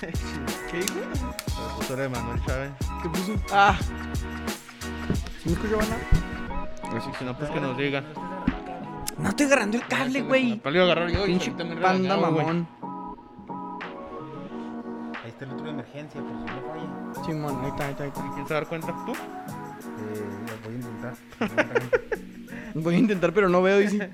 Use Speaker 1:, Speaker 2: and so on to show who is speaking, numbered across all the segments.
Speaker 1: ¿Qué dijo?
Speaker 2: La postura de Manuel Chávez.
Speaker 1: ¿Qué puso? Ah,
Speaker 3: ¿Me escuchó, banda?
Speaker 2: Así que no, pues que nos diga.
Speaker 3: No estoy agarrando el cable, güey.
Speaker 2: Para a agarrar yo. y
Speaker 3: Pinche
Speaker 2: ahorita me he
Speaker 3: panda
Speaker 2: regañado, güey.
Speaker 3: mamón.
Speaker 4: Ahí está el otro de emergencia, por si no falla.
Speaker 3: Simón, ahí está, ahí está, ahí está.
Speaker 2: ¿Quién se va a dar cuenta? ¿Tú?
Speaker 4: Eh, lo voy a intentar.
Speaker 3: Voy a intentar, pero no veo, dice.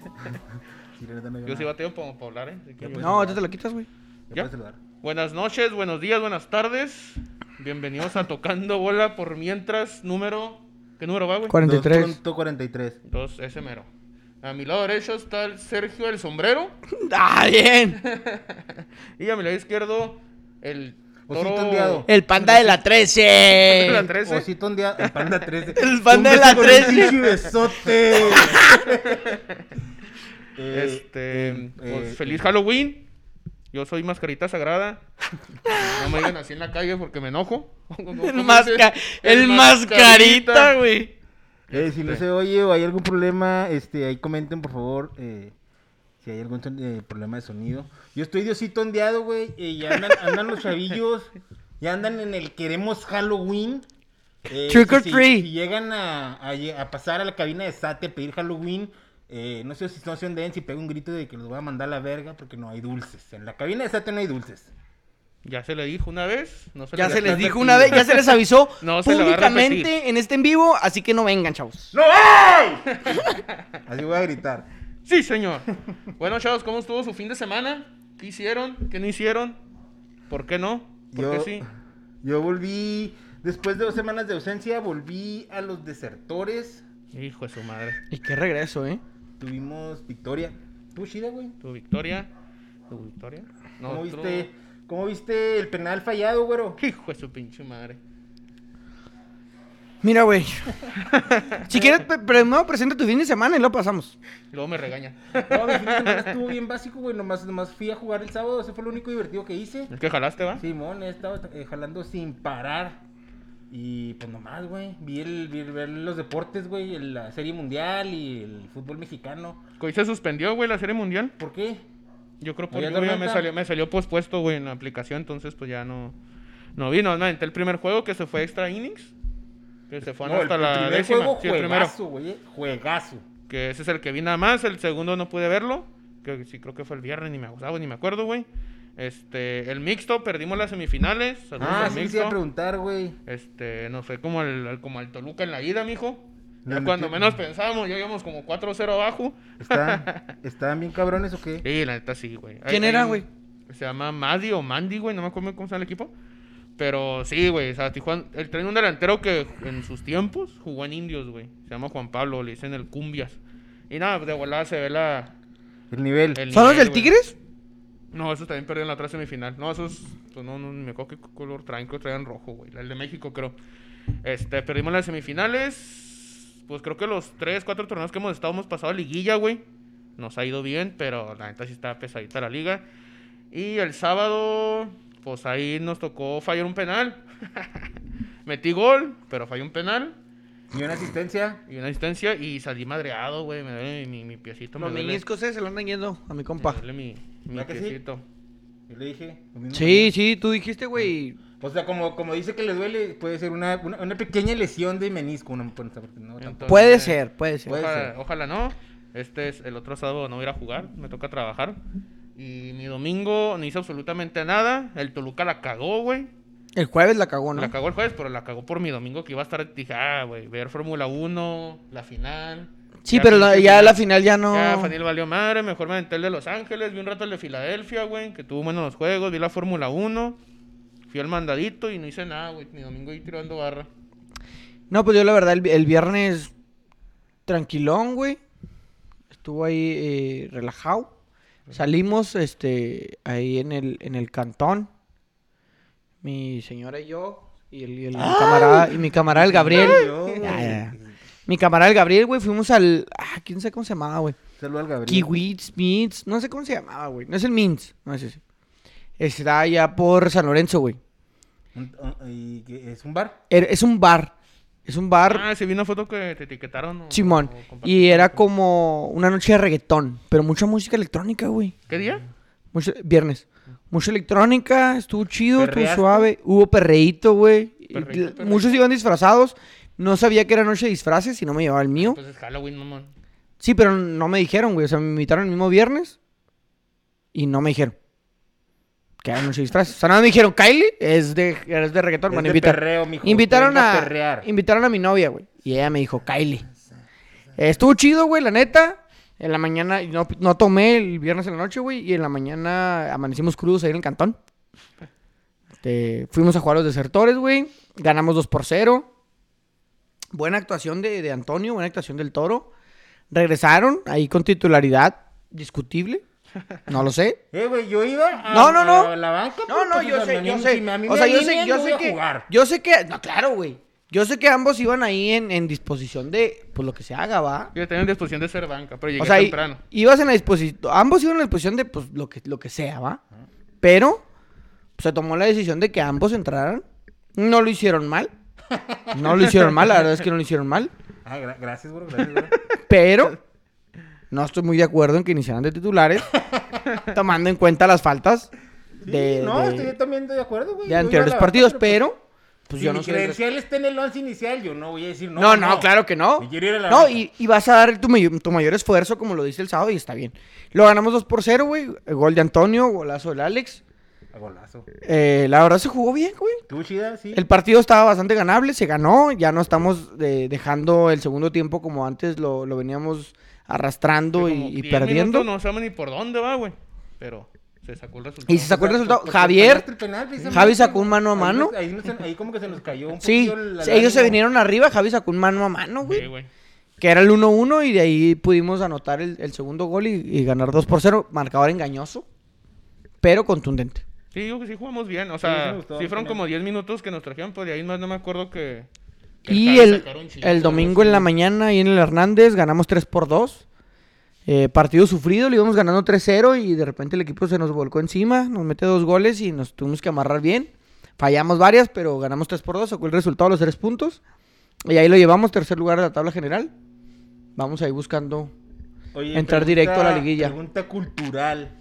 Speaker 4: Sí, la neta no veo
Speaker 2: Yo sí
Speaker 4: nada.
Speaker 2: bateo para, para hablar, ¿eh? Así que-
Speaker 4: Ya, pues.
Speaker 3: No, ahorita te lo quitas, güey.
Speaker 4: ¿Me
Speaker 2: ¿Ya?
Speaker 4: puedes saludar?
Speaker 2: Buenas noches, buenos días, buenas tardes. Bienvenidos a Tocando Bola por mientras, número. ¿Qué número va, güey?
Speaker 3: 43.
Speaker 4: 2.43.
Speaker 2: Dos, ese mero. A mi lado derecho está el Sergio el sombrero.
Speaker 3: ¡Ah, bien!
Speaker 2: Y a mi lado izquierdo, el.
Speaker 4: Osito ondeado.
Speaker 3: El panda de la
Speaker 2: La
Speaker 3: 13.
Speaker 2: 13.
Speaker 4: Osito un día. El panda 13.
Speaker 3: El panda de la
Speaker 4: Un beso con
Speaker 3: 13.
Speaker 4: un pinche besote. Eh,
Speaker 2: Este,
Speaker 3: Mm,
Speaker 4: eh,
Speaker 2: pues,
Speaker 4: eh,
Speaker 2: feliz Halloween. Yo soy mascarita sagrada. No me digan así en la calle porque me enojo.
Speaker 3: El, masca el mascarita, güey.
Speaker 4: eh, si no
Speaker 2: este.
Speaker 4: se oye o hay algún problema, este, ahí comenten, por favor. eh, si hay algún son- eh, problema de sonido. Yo estoy de osito ondeado, güey. eh, y andan, andan los chavillos. Ya andan en el queremos Halloween. Eh,
Speaker 3: Trick or
Speaker 4: si-
Speaker 3: treat.
Speaker 4: Si llegan a, a lle- a pasar a la cabina de Sate a pedir Halloween, eh, no sé si no se ondeen, si pego un grito de que los voy a mandar a la verga porque no hay dulces. En la cabina de Sate no hay dulces.
Speaker 2: Ya se le dijo una vez. No
Speaker 3: Ya
Speaker 2: le-
Speaker 3: se les dijo una vez, ya se les avisó
Speaker 2: No se la va a
Speaker 3: públicamente en este en vivo, así que no vengan, chavos.
Speaker 4: ¡No hay! Así voy a gritar.
Speaker 2: Sí, señor. Bueno, chavos, ¿cómo estuvo su fin de semana? ¿Qué hicieron? ¿Qué no hicieron? ¿Por qué no? ¿Por qué sí?
Speaker 4: Yo volví, después de dos semanas de ausencia, volví a los desertores.
Speaker 2: Hijo de su madre.
Speaker 3: Y qué regreso, ¿eh?
Speaker 4: Tuvimos victoria. ¿Tú, chida, güey?
Speaker 2: ¿Tu victoria? ¿Tu victoria?
Speaker 4: ¿Cómo
Speaker 2: Nosotros-
Speaker 4: viste, ¿Cómo viste el penal fallado, güero?
Speaker 2: Hijo de su pinche madre.
Speaker 3: Mira, güey. si quieres, pe- primero presenta tu fin de semana y lo pasamos.
Speaker 2: Luego me regaña.
Speaker 4: No, mi fin de semana estuvo bien básico, güey. Nomás, nomás fui a jugar el sábado. Ese fue lo único divertido que hice.
Speaker 2: ¿Es que jalaste, va?
Speaker 4: Simón, he estado eh, jalando sin parar. Y pues nomás, güey. Vi, el, vi, vi los deportes, güey. el- La serie mundial y el fútbol mexicano.
Speaker 2: Hoy se suspendió, güey, la serie mundial.
Speaker 4: ¿Por qué?
Speaker 2: Yo creo por
Speaker 4: Oye,
Speaker 2: lluvia me
Speaker 4: Tormenta.
Speaker 2: salió, me salió pospuesto, güey, en la aplicación, entonces pues ya no, no vi, no, no, entré el primer juego que se fue a extra innings, que se fue
Speaker 4: No,
Speaker 2: hasta
Speaker 4: el, el
Speaker 2: la
Speaker 4: primer
Speaker 2: décima,
Speaker 4: juego,
Speaker 2: sí, el primero,
Speaker 4: juegazo, güey. eh, Juegazo.
Speaker 2: que ese es el que vi nada más, el segundo no pude verlo, que sí creo que fue el viernes, ni me acordaba, ni me acuerdo, güey. Este, el mixto, perdimos las semifinales, saludos
Speaker 4: Ah,
Speaker 2: al
Speaker 4: sí, sí,
Speaker 2: mixto.
Speaker 4: a preguntar, güey.
Speaker 2: Este, nos fue como al, al- como al Toluca en la ida, mijo. Ya
Speaker 4: Le
Speaker 2: cuando
Speaker 4: metió-
Speaker 2: menos pensábamos, ya íbamos como 4-0 abajo.
Speaker 4: ¿Están, ¿Están bien cabrones o qué?
Speaker 2: Sí, la neta sí, güey. Hay-
Speaker 3: ¿Quién
Speaker 2: hay
Speaker 3: era,
Speaker 2: un-
Speaker 3: güey?
Speaker 2: Se llama Madi o Mandy, güey. No me acuerdo cómo se llama el equipo. Pero sí, güey. O sea, Tijuana. El tren un delantero que en sus tiempos jugó en Indios, güey. Se llama Juan Pablo, le dicen el Cumbias. Y nada, de volada se ve la.
Speaker 4: El nivel.
Speaker 2: el
Speaker 3: ¿Son los
Speaker 2: nivel,
Speaker 3: del
Speaker 2: güey.
Speaker 3: Tigres?
Speaker 2: No, esos también perdieron la otra semifinal. No, esos. pues, no, no, ni me acuerdo qué color traen, creo que traían rojo, güey. El de México, creo. Este, perdimos las semifinales. Pues creo que los tres, cuatro torneos que hemos estado hemos pasado a liguilla, güey. Nos ha ido bien, pero la neta sí está pesadita la liga. Y el sábado, pues ahí nos tocó fallar un penal. Metí gol, pero fallé un penal
Speaker 4: Y una asistencia.
Speaker 2: y una asistencia y salí madreado, güey. Me duele mi, mi piecito.
Speaker 3: Los
Speaker 2: me duele,
Speaker 3: meniscos eh, se lo andan yendo a mi
Speaker 2: me
Speaker 3: compa.
Speaker 2: duele mi, mi
Speaker 4: ¿Verdad que sí?
Speaker 2: piecito.
Speaker 4: Yo le dije. lo mismo
Speaker 3: Sí, sí, tú dijiste, güey.
Speaker 4: que- O sea, como, como dice que le duele, puede ser una, una, una pequeña lesión de menisco. Una, pues, porque
Speaker 3: Mm.
Speaker 4: no, tampoco.
Speaker 2: Entonces,
Speaker 3: Puede ser, puede ser.
Speaker 4: Puede
Speaker 2: Ojalá,
Speaker 4: ser.
Speaker 2: ojalá no. Este es el otro sábado, no voy a ir a jugar, me toca trabajar. Y mi domingo no hice absolutamente nada. El Toluca la cagó, güey.
Speaker 3: El jueves la cagó, ¿no?
Speaker 2: La cagó el jueves, pero la cagó por mi domingo que iba a estar, dije, ah, güey, ver Fórmula 1, la final.
Speaker 3: Sí,
Speaker 2: Ya
Speaker 3: pero la-
Speaker 2: pinche
Speaker 3: ya la final ya no.
Speaker 2: Ya, Fanil valió madre, mejor me aventé el de Los Ángeles, vi un rato el de Filadelfia, güey, que tuvo buenos los juegos, vi la Fórmula 1, fui al mandadito y no hice nada, güey, mi domingo ahí tirando barra.
Speaker 3: No, pues yo la verdad, el, vi- el viernes tranquilón, güey. Estuvo ahí eh, relajado. Salimos este, ahí en el, en el cantón. Mi señora y yo. Y, el, y el camarada, y mi camarada, el Gabriel.
Speaker 4: Yo,
Speaker 3: Ya,
Speaker 4: güey.
Speaker 3: ya, ya. Mi camarada, el Gabriel, güey, fuimos al... Ah, quién sabe cómo se llamaba, güey.
Speaker 4: Saludo al Gabriel.
Speaker 3: Kiwits, Mints, no sé cómo se llamaba, güey. No es el Mints, no es ese. Está allá por San Lorenzo, güey.
Speaker 4: Un- un- y que es un bar.
Speaker 3: Era- Es un bar. Es un bar.
Speaker 2: Ah, sí, vi una foto que te etiquetaron. o-
Speaker 3: Simón.
Speaker 2: o
Speaker 3: Y
Speaker 2: compartiste.
Speaker 3: era como una noche de reggaetón, pero mucha música electrónica, güey.
Speaker 2: ¿Qué día? Mm.
Speaker 3: Mucho, viernes. Mucha electrónica, estuvo chido, estuvo
Speaker 4: ¿Perreaste?
Speaker 3: suave. Hubo perreíto, güey. Y
Speaker 2: Perreíto,
Speaker 3: l-
Speaker 2: perreíto.
Speaker 3: Muchos iban disfrazados. No sabía que era noche de disfraces y no me llevaba el mío.
Speaker 2: Pues es Halloween, mamón.
Speaker 3: Sí, pero no me dijeron, güey. O sea, me invitaron el mismo viernes y no me dijeron. Que era noche de disfraces. O sea, nada más me dijeron, Kylie es de, es de reggaetón.
Speaker 4: Es
Speaker 3: bueno,
Speaker 4: de
Speaker 3: invita-
Speaker 4: perreo, mijo,
Speaker 3: invitaron,
Speaker 4: te vengo a
Speaker 3: a,
Speaker 4: perrear.
Speaker 3: invitaron a mi novia, güey. Y ella me dijo, Kylie. Estuvo chido, güey, la neta. En la mañana, y no, no tomé el viernes en la noche, güey. Y en la mañana amanecimos crudos ahí en el cantón. Este, fuimos a jugar a los desertores, güey. Ganamos 2 por 0. Buena actuación de, de Antonio, buena actuación del toro. Regresaron ahí con titularidad discutible. No lo sé.
Speaker 4: Eh, güey, yo iba a,
Speaker 3: No, no, no.
Speaker 4: a la banca.
Speaker 3: No,
Speaker 4: pero,
Speaker 3: no,
Speaker 4: pues, o
Speaker 3: yo
Speaker 4: sea,
Speaker 3: sé,
Speaker 4: me
Speaker 3: yo
Speaker 4: anim-
Speaker 3: sé.
Speaker 4: si me
Speaker 3: O sea, yo
Speaker 4: alinean,
Speaker 3: sé, yo
Speaker 4: no
Speaker 3: sé
Speaker 4: voy a
Speaker 3: que.
Speaker 4: jugar.
Speaker 3: Yo sé que. No, claro, güey. Yo sé que ambos iban ahí en, en disposición de. Pues lo que se haga, va.
Speaker 2: Yo tenía en disposición de ser banca, pero llegué
Speaker 3: O sea, i-
Speaker 2: temprano.
Speaker 3: ibas en la disposición. Ambos iban en la disposición de pues lo que, lo que sea, va. Pero. pues, se tomó la decisión de que ambos entraran. No lo hicieron mal. No lo hicieron mal, la verdad es que no lo hicieron mal.
Speaker 4: Ah, gra- gracias, bro, gracias, bro.
Speaker 3: Pero no estoy muy de acuerdo en que iniciaran de titulares, tomando en cuenta las faltas
Speaker 4: Sí,
Speaker 3: de,
Speaker 4: no,
Speaker 3: de-
Speaker 4: estoy también estoy de acuerdo, güey.
Speaker 3: de
Speaker 4: Yo iba a
Speaker 3: anteriores
Speaker 4: la banca,
Speaker 3: partidos,
Speaker 4: pues,
Speaker 3: pero pues
Speaker 4: si
Speaker 3: yo
Speaker 4: mi
Speaker 3: no soy el
Speaker 4: credencial está en el once inicial, yo no voy a decir no.
Speaker 3: no, no, claro que no.
Speaker 4: Yo quiero ir a la
Speaker 3: No,
Speaker 4: banca.
Speaker 3: y, y vas a dar tu, may- tu mayor esfuerzo, como lo dice el sábado, y está bien. Lo ganamos 2 por 0, güey. eh, Gol de Antonio, golazo del Alex.
Speaker 4: A Ah, Golazo.
Speaker 3: Eh, la verdad se jugó bien, güey.
Speaker 4: Tú, chida, sí.
Speaker 3: El partido estaba bastante ganable, se ganó. Ya no estamos eh, dejando el segundo tiempo como antes lo, lo veníamos arrastrando
Speaker 2: Como
Speaker 3: y, y
Speaker 2: 10
Speaker 3: perdiendo.
Speaker 2: minutos, no sabemos ni por dónde va, güey. Pero se sacó el resultado.
Speaker 3: Y se sacó el
Speaker 4: Exacto,
Speaker 3: resultado.
Speaker 4: porque
Speaker 3: Javier,
Speaker 4: sacaste pues, el penal, precisamente.
Speaker 3: Javi sacó un mano a
Speaker 4: Ahí
Speaker 3: mano.
Speaker 4: nos- Ahí, nos- ahí como que se nos cayó un
Speaker 3: Sí,
Speaker 4: poquillo la
Speaker 3: sí, ellos se
Speaker 4: lágrima.
Speaker 3: vinieron arriba, Javi sacó un mano a mano, güey.
Speaker 2: Sí, güey.
Speaker 3: Que era el 1-1 y de ahí pudimos anotar el, el segundo gol y, y ganar 2 por 0. Marcador engañoso, pero contundente.
Speaker 2: Sí, digo que sí jugamos bien. O
Speaker 4: Sí, sí
Speaker 2: sea,
Speaker 4: me
Speaker 2: sí,
Speaker 4: gustó,
Speaker 2: fueron
Speaker 4: genial.
Speaker 2: como 10 minutos que nos trajeron, pues de ahí más no me acuerdo que. que
Speaker 3: Y
Speaker 2: Javi
Speaker 3: el,
Speaker 2: sacaron un chingo,
Speaker 3: el domingo en la mañana y en el Hernández ganamos 3 por 2. Eh, partido sufrido, le íbamos ganando 3-0 y de repente el equipo se nos volcó encima, nos mete dos goles y nos tuvimos que amarrar bien. Fallamos varias, pero ganamos 3 por 2, sacó el resultado de los 3 puntos. Y ahí lo llevamos, tercer lugar de la tabla general. Vamos ahí buscando.
Speaker 4: Oye,
Speaker 3: Entrar directo a la liguilla.
Speaker 4: Pregunta cultural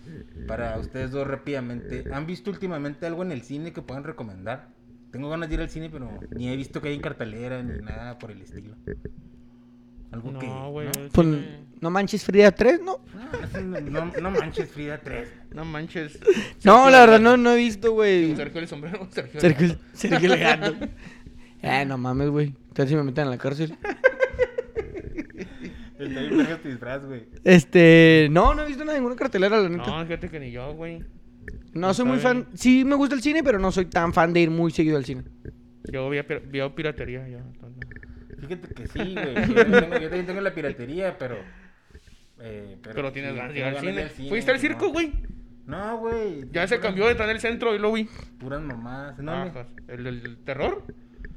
Speaker 4: para ustedes dos rápidamente. ¿Han visto últimamente algo en el cine que puedan recomendar? Tengo ganas de ir al cine, pero ni he visto que hay en cartelera ni nada por el estilo. Algo que.
Speaker 2: No, güey. el
Speaker 3: Pues,
Speaker 2: cine-
Speaker 3: no manches Frida 3, ¿no?
Speaker 4: No, eso Ah, no- no, no manches, Frida 3.
Speaker 2: No manches.
Speaker 3: No, la verdad no, no he visto, güey.
Speaker 2: Sergio el sombrero. Sergio. el
Speaker 3: Sergio, Sergio Leandro. Eh, no mames, güey. Entonces si me meten en la cárcel.
Speaker 4: Está bien, verga tu disfraz, güey.
Speaker 3: Este, no, no he visto ninguna cartelera, la neta.
Speaker 2: No, fíjate que ni yo, güey.
Speaker 3: No, soy
Speaker 2: está
Speaker 3: muy fan. Sí, me gusta el cine, pero no soy tan fan de ir muy seguido al cine.
Speaker 2: Yo vi, vi piratería. Yo, entonces.
Speaker 4: Fíjate que sí, güey. Yo también tengo, yo también tengo la piratería, pero. eh, pero,
Speaker 2: Pero tienes
Speaker 4: sí,
Speaker 2: ganas de ir
Speaker 4: tengo
Speaker 2: al
Speaker 4: ganas de
Speaker 2: cine.
Speaker 4: ir al cine,
Speaker 2: ¿Fuiste al
Speaker 4: no.
Speaker 2: circo, güey?
Speaker 4: No, güey.
Speaker 2: Ya se
Speaker 4: puras-
Speaker 2: cambió de estar en el centro y lo vi.
Speaker 4: Puras mamadas. No,
Speaker 2: Ah,
Speaker 4: no.
Speaker 2: joder. ¿El del terror?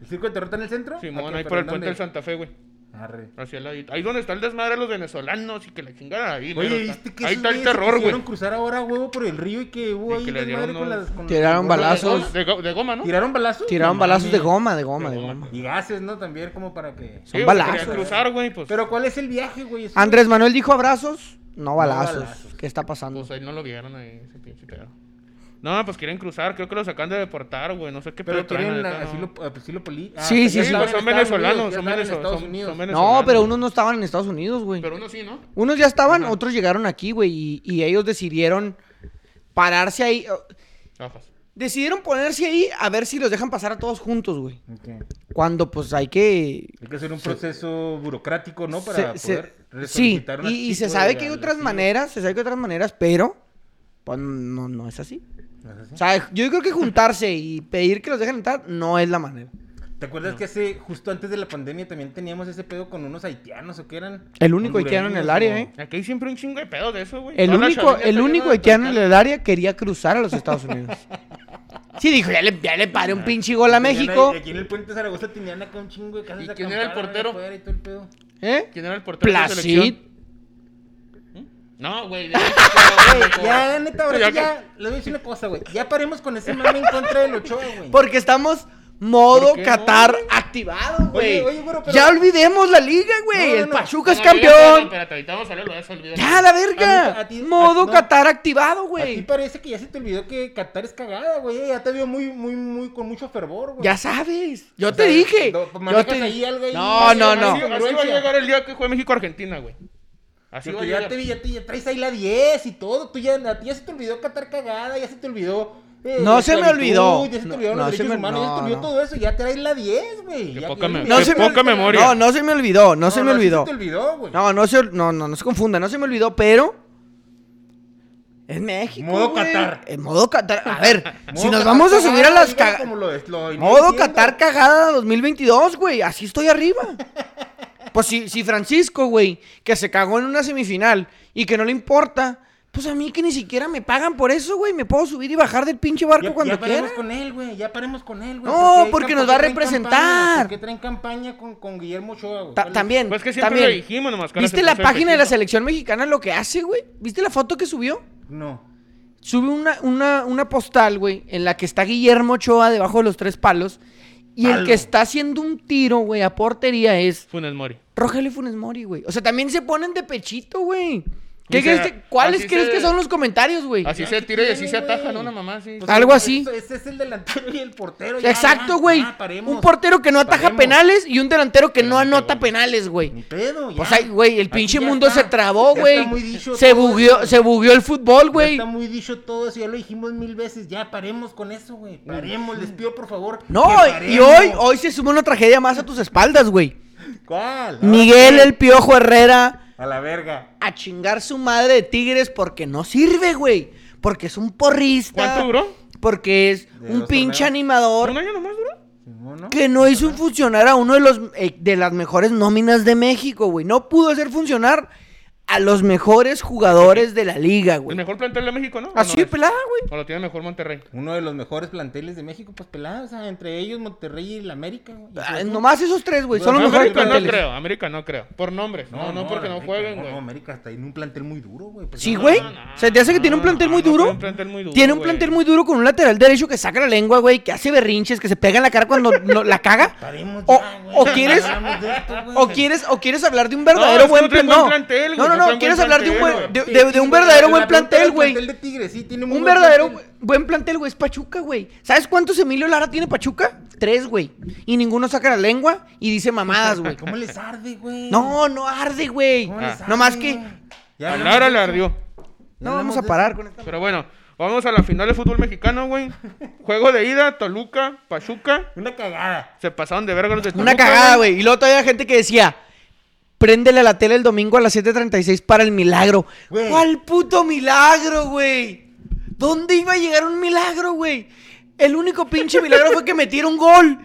Speaker 4: ¿El circo de terror está en el centro?
Speaker 2: Simón,
Speaker 4: Ok,
Speaker 2: ahí
Speaker 4: pero
Speaker 2: por el
Speaker 4: ¿en
Speaker 2: puente
Speaker 4: dónde?
Speaker 2: del Santa Fe, güey.
Speaker 4: Arre.
Speaker 2: Hacia el ladito. Ahí donde está el desmadre de los venezolanos y que la chingada ahí. pero
Speaker 4: Oye,
Speaker 2: está-
Speaker 4: ¿viste que
Speaker 2: Ahí
Speaker 4: esos
Speaker 2: está el
Speaker 4: güeyes se
Speaker 2: terror, güey.
Speaker 4: quisieron cruzar ahora, huevo, por el río y que hubo
Speaker 2: Y
Speaker 4: ahí
Speaker 2: que le
Speaker 4: desmadre
Speaker 2: dieron
Speaker 4: con
Speaker 2: unos-
Speaker 4: las... con-
Speaker 3: Tiraron
Speaker 4: con-
Speaker 3: balazos.
Speaker 2: De, go- de goma, ¿no?
Speaker 4: ¿Tiraron balazos?
Speaker 3: Tiraron
Speaker 4: No
Speaker 3: balazos de
Speaker 4: mames.
Speaker 3: goma, de goma, de
Speaker 2: De goma.
Speaker 3: goma.
Speaker 4: Y gases, ¿no? También como para que...
Speaker 2: Sí,
Speaker 3: son
Speaker 2: güey,
Speaker 3: balazos.
Speaker 2: querían cruzar, güey, pues.
Speaker 4: Pero ¿cuál es el viaje, güey? Eso-
Speaker 3: Andrés Manuel dijo abrazos, no balazos.
Speaker 4: balazos.
Speaker 3: ¿Qué está pasando?
Speaker 2: Pues ahí no lo vieron ahí, ese pinche pedo. No, pues quieren cruzar, creo que lo sacan de deportar, güey, no sé qué
Speaker 4: Pero
Speaker 2: pedo traen,
Speaker 4: quieren
Speaker 2: la neta,
Speaker 4: asilo,
Speaker 2: no.
Speaker 4: asilo poli... Ah,
Speaker 3: Sí,
Speaker 4: ya
Speaker 3: sí,
Speaker 2: Sí,
Speaker 4: estaban
Speaker 2: pues son
Speaker 4: en Estados
Speaker 2: venezolanos,
Speaker 4: Unidos, ya
Speaker 2: son
Speaker 4: estaban en
Speaker 2: venezolanos,
Speaker 4: Estados
Speaker 2: son-
Speaker 4: Unidos.
Speaker 2: son venezolanos.
Speaker 3: no, pero unos no estaban en Estados Unidos, güey.
Speaker 2: Pero uno sí, ¿no?
Speaker 3: Unos ya estaban, otros llegaron aquí, güey, y, y ellos decidieron pararse ahí. eh,
Speaker 2: Gafas.
Speaker 3: Decidieron ponerse ahí a ver si los dejan pasar a todos juntos, güey.
Speaker 4: Ok.
Speaker 3: Cuando pues hay que...
Speaker 4: Hay que hacer un proceso burocrático, ¿no? Para
Speaker 3: se- se-
Speaker 4: poder
Speaker 3: sí,
Speaker 4: resolicitar un
Speaker 3: y, y se
Speaker 4: asilo
Speaker 3: sabe
Speaker 4: de-
Speaker 3: que hay
Speaker 4: al
Speaker 3: otras
Speaker 4: asilo.
Speaker 3: maneras, se sabe que hay otras maneras, pero pues no, no es así.
Speaker 4: ¿No es así?
Speaker 3: O sea, yo creo que juntarse y pedir que los dejen entrar no es la manera.
Speaker 4: ¿Te acuerdas que hace, justo antes de la pandemia, también teníamos ese pedo con unos haitianos o qué eran?
Speaker 3: El único haitiano en el área, ¿eh?
Speaker 4: Hondureños o-
Speaker 2: Aquí hay siempre un chingo de pedos de eso, güey.
Speaker 3: El
Speaker 2: Toda la
Speaker 3: único,
Speaker 2: chaviña
Speaker 3: el
Speaker 2: está
Speaker 3: único
Speaker 2: llena de
Speaker 3: haitiano en
Speaker 2: tacos.
Speaker 3: el área quería cruzar a los Estados Unidos. Sí, dijo, ya le, ya le paré un pinche gol a México.
Speaker 4: Tenían ahí- Aquí en el puente de Zaragoza tenían acá un chingo de casas
Speaker 2: ¿Y
Speaker 4: de
Speaker 2: quién era el
Speaker 4: acampada
Speaker 2: portero?
Speaker 4: afuera y todo el pedo.
Speaker 3: ¿Eh?
Speaker 2: ¿Quién era el portero de la
Speaker 3: Placid.
Speaker 2: selección? No, güey. de México, güey,
Speaker 4: Ya, neta, ahora
Speaker 2: Ya
Speaker 4: sí ya, les voy a decir una cosa, güey. Ya paremos con ese mame en contra del Ochoa, güey.
Speaker 3: Porque estamos modo
Speaker 2: ¿Por qué no,
Speaker 3: Qatar
Speaker 2: güey?
Speaker 3: a activado, güey.
Speaker 4: Oye, oye, güero, pero-
Speaker 3: Ya olvidemos la liga, güey.
Speaker 4: No, no,
Speaker 3: el
Speaker 4: no.
Speaker 3: Pachuca es
Speaker 2: Espérate,
Speaker 3: campeón.
Speaker 2: Espérate, ahorita vamos a hablar, lo vas a olvidar.
Speaker 3: Ya, la
Speaker 4: A mí-
Speaker 3: verga.
Speaker 4: a ti-
Speaker 3: Modo
Speaker 4: a- no.
Speaker 3: Qatar activado,
Speaker 4: A ti
Speaker 3: güey.
Speaker 4: parece que ya se te olvidó que Qatar es cagada, güey. Ya te vio muy, muy, muy, con mucho fervor, güey.
Speaker 3: Ya sabes. Yo
Speaker 4: O
Speaker 3: te
Speaker 4: sea,
Speaker 3: dije.
Speaker 4: no, pues,
Speaker 3: yo
Speaker 4: manejas
Speaker 3: te...
Speaker 4: ahí algo ahí,
Speaker 3: no,
Speaker 4: algo
Speaker 3: no,
Speaker 4: ahí,
Speaker 3: no.
Speaker 2: Así, así va a llegar el día que juegue México-Argentina, güey. Así va a
Speaker 4: Porque ya
Speaker 2: llegar.
Speaker 4: te vi, ya te ya traes ahí la 10 y todo. Tú ya, a ti ya se te olvidó Qatar cagada, ya se te olvidó. eh,
Speaker 3: No
Speaker 4: la
Speaker 3: se me
Speaker 4: esclavitud,
Speaker 3: olvidó.
Speaker 4: Ya se
Speaker 3: No,
Speaker 4: te olvidaron
Speaker 3: no,
Speaker 4: los
Speaker 3: se
Speaker 4: derechos
Speaker 3: me-
Speaker 4: humanos, ya se
Speaker 3: no,
Speaker 4: te olvidó
Speaker 3: no.
Speaker 4: todo eso. Ya traes la 10, güey.
Speaker 2: Qué
Speaker 4: ya-
Speaker 2: poca
Speaker 4: ya
Speaker 2: me-
Speaker 3: No
Speaker 2: Qué
Speaker 3: se, me...
Speaker 2: poca memoria.
Speaker 3: no, no se me olvidó. No, se me
Speaker 4: No
Speaker 3: olvidó.
Speaker 4: se te olvidó, güey.
Speaker 3: No, no se, no, no, no se confunda, no se me olvidó, pero. Es México.
Speaker 4: Modo
Speaker 3: güey.
Speaker 4: Qatar.
Speaker 3: En modo Qatar. A ver,
Speaker 4: Modo
Speaker 3: si nos
Speaker 4: Qatar
Speaker 3: vamos a subir a
Speaker 4: cagada,
Speaker 3: las
Speaker 4: digo,
Speaker 3: cagadas.
Speaker 4: como lo es- lo venía
Speaker 3: Modo
Speaker 4: diciendo.
Speaker 3: Qatar cagada 2022, güey. Así estoy arriba. Pues si, si Francisco, güey, que se cagó en una semifinal y que no le importa, pues a mí que ni siquiera me pagan por eso, güey. Me puedo subir y bajar del pinche barco
Speaker 4: Ya,
Speaker 3: cuando
Speaker 4: ya paremos
Speaker 3: quiera.
Speaker 4: con él, güey. Ya paremos con él, güey.
Speaker 3: No,
Speaker 4: ¿Por qué?
Speaker 3: porque
Speaker 4: ¿Por
Speaker 3: nos
Speaker 4: qué
Speaker 3: va a
Speaker 4: traen
Speaker 3: representar.
Speaker 4: campaña? ¿Por qué traen campaña con, con Guillermo Ochoa, güey?
Speaker 3: Ta-
Speaker 4: ¿Cuál es?
Speaker 3: también,
Speaker 2: Pues que siempre
Speaker 3: también.
Speaker 2: lo dijimos nomás. que ahora
Speaker 3: ¿Viste
Speaker 2: se
Speaker 3: la
Speaker 2: puso de
Speaker 3: página de la
Speaker 2: pechito.
Speaker 3: selección mexicana lo que hace, güey? ¿Viste la foto que subió?
Speaker 4: No.
Speaker 3: Sube una, una, una postal, güey, en la que está Guillermo Ochoa debajo de los tres palos. Y el
Speaker 4: Palo.
Speaker 3: que está haciendo un tiro, güey, a portería es
Speaker 2: Funes Mori.
Speaker 3: Rogelio Funes Mori, güey. O sea, también se ponen de pechito, güey. ¿Qué
Speaker 2: O sea,
Speaker 3: crees que- ¿Cuáles
Speaker 2: así
Speaker 3: crees
Speaker 2: se-
Speaker 3: que son los comentarios, güey?
Speaker 2: Así
Speaker 4: Ya,
Speaker 2: se
Speaker 4: ¿qué
Speaker 2: tira y
Speaker 4: tiene,
Speaker 2: así se
Speaker 4: güey?
Speaker 2: ataja, ¿no? Una mamá así.
Speaker 4: Pues,
Speaker 3: Algo
Speaker 4: no,
Speaker 3: así.
Speaker 4: esto- Este es el delantero y el portero. ya,
Speaker 3: Exacto,
Speaker 4: ya,
Speaker 3: güey.
Speaker 4: ya, Ah, paremos.
Speaker 3: Un portero que no ataja
Speaker 4: Paremos.
Speaker 3: penales y un delantero que no
Speaker 2: Espérate,
Speaker 3: anota
Speaker 2: güey.
Speaker 3: penales, güey.
Speaker 4: Ni pedo, ya.
Speaker 3: Pues ay, güey, el
Speaker 4: Aquí
Speaker 3: pinche
Speaker 4: ya
Speaker 3: mundo
Speaker 4: está.
Speaker 3: se trabó,
Speaker 4: Ya
Speaker 3: güey.
Speaker 4: está muy dicho
Speaker 3: Se
Speaker 4: todo
Speaker 3: bugueó,
Speaker 4: eso.
Speaker 3: se bugueó el fútbol,
Speaker 4: Ya
Speaker 3: güey.
Speaker 4: Está muy dicho todo eso, ya lo dijimos mil veces. Ya paremos con eso, güey. Paremos, les pido por favor.
Speaker 3: No,
Speaker 4: que
Speaker 3: y
Speaker 4: paremos.
Speaker 3: hoy, hoy se suma una tragedia más a tus espaldas, güey.
Speaker 4: ¿Cuál?
Speaker 3: Miguel
Speaker 4: Ah,
Speaker 3: el Piojo Herrera
Speaker 4: A la verga.
Speaker 3: a chingar su madre de Tigres porque no sirve, güey. Porque es un porrista.
Speaker 2: ¿Cuánto duró?
Speaker 3: Porque es
Speaker 4: De
Speaker 3: un
Speaker 4: dos
Speaker 3: pinche
Speaker 4: torneos.
Speaker 3: animador
Speaker 2: ¿Un año nomás duró?
Speaker 4: Simón, ¿no?
Speaker 3: que no hizo funcionar a uno de los eh, de las mejores nóminas de México, güey. No pudo hacer funcionar a los mejores jugadores de la liga,
Speaker 2: El
Speaker 3: güey. Ah,
Speaker 2: mejor plantel de México, ¿no? ¿O
Speaker 3: Así
Speaker 2: no
Speaker 3: de
Speaker 2: es?
Speaker 3: pelada, güey.
Speaker 2: O lo tiene mejor Monterrey.
Speaker 4: Uno de los mejores planteles de México, pues pelados, o sea, entre ellos Monterrey y el América. güey. Y
Speaker 3: Ah,
Speaker 4: Cruz Azul.
Speaker 3: Nomás esos tres, güey. Son
Speaker 4: Bueno,
Speaker 3: los mejores
Speaker 2: América no
Speaker 3: planteles.
Speaker 2: creo, América no creo. Por nombres. No, no, porque no
Speaker 4: América,
Speaker 2: jueguen,
Speaker 4: no,
Speaker 2: güey.
Speaker 4: No, América está en un plantel muy duro, güey. pues,
Speaker 3: Sí,
Speaker 4: no,
Speaker 3: güey.
Speaker 2: no, no,
Speaker 3: ¿Se te hace que tiene un
Speaker 2: no,
Speaker 3: plantel
Speaker 2: no,
Speaker 3: muy
Speaker 2: no,
Speaker 3: duro?
Speaker 2: tiene un plantel muy duro,
Speaker 3: Tiene un
Speaker 2: güey.
Speaker 3: plantel muy duro con un lateral derecho que saca la lengua, güey, que hace berrinches, que se pega en la cara cuando no- la caga.
Speaker 4: Paremos
Speaker 3: O-
Speaker 4: ya, güey.
Speaker 3: o quieres-
Speaker 4: Hablamos de esto, güey.
Speaker 3: ¿O quieres, o quieres hablar de un
Speaker 2: No,
Speaker 3: verdadero
Speaker 2: es
Speaker 3: buen
Speaker 2: un buen
Speaker 3: plantel? No.
Speaker 2: plantel,
Speaker 3: no,
Speaker 2: güey,
Speaker 3: no,
Speaker 2: es un
Speaker 3: no,
Speaker 2: buen
Speaker 3: quieres hablar de un, buen,
Speaker 2: plantel,
Speaker 3: de,
Speaker 4: Sí,
Speaker 3: de- de
Speaker 4: sí,
Speaker 3: un
Speaker 4: güey,
Speaker 3: verdadero
Speaker 4: la
Speaker 3: buen
Speaker 4: pregunta
Speaker 3: plantel,
Speaker 4: del
Speaker 3: güey.
Speaker 4: plantel de Tigres, sí, tiene muy
Speaker 3: Un
Speaker 4: buen
Speaker 3: verdadero
Speaker 4: plantel.
Speaker 3: bu- buen plantel, güey, es Pachuca, güey. ¿Sabes cuántos Emilio Lara tiene Pachuca? Tres, güey. Y ninguno saca la lengua y dice mamadas, güey.
Speaker 4: ¿Cómo les arde, güey?
Speaker 3: No, no arde, güey.
Speaker 4: ¿Cómo les
Speaker 3: No más
Speaker 4: arde,
Speaker 3: que...
Speaker 4: güey? Ya
Speaker 2: A
Speaker 4: hablamos
Speaker 2: Lara
Speaker 4: de
Speaker 2: le
Speaker 4: eso.
Speaker 2: ardió.
Speaker 3: No,
Speaker 4: hablamos
Speaker 3: vamos a
Speaker 4: de
Speaker 3: parar
Speaker 4: eso.
Speaker 3: con esta...
Speaker 2: Pero bueno, vamos a la final de fútbol mexicano, güey. Juego de ida, Toluca, Pachuca.
Speaker 4: Una cagada.
Speaker 2: Se pasaron de verga los de Toluca.
Speaker 3: Una cagada, güey. Y luego todavía hay gente que decía, préndele a la tele el domingo a las 7.36 para el milagro.
Speaker 4: Güey.
Speaker 3: ¿Cuál puto milagro, güey? ¿Dónde iba a llegar un milagro, güey? El único pinche milagro fue que metieron gol.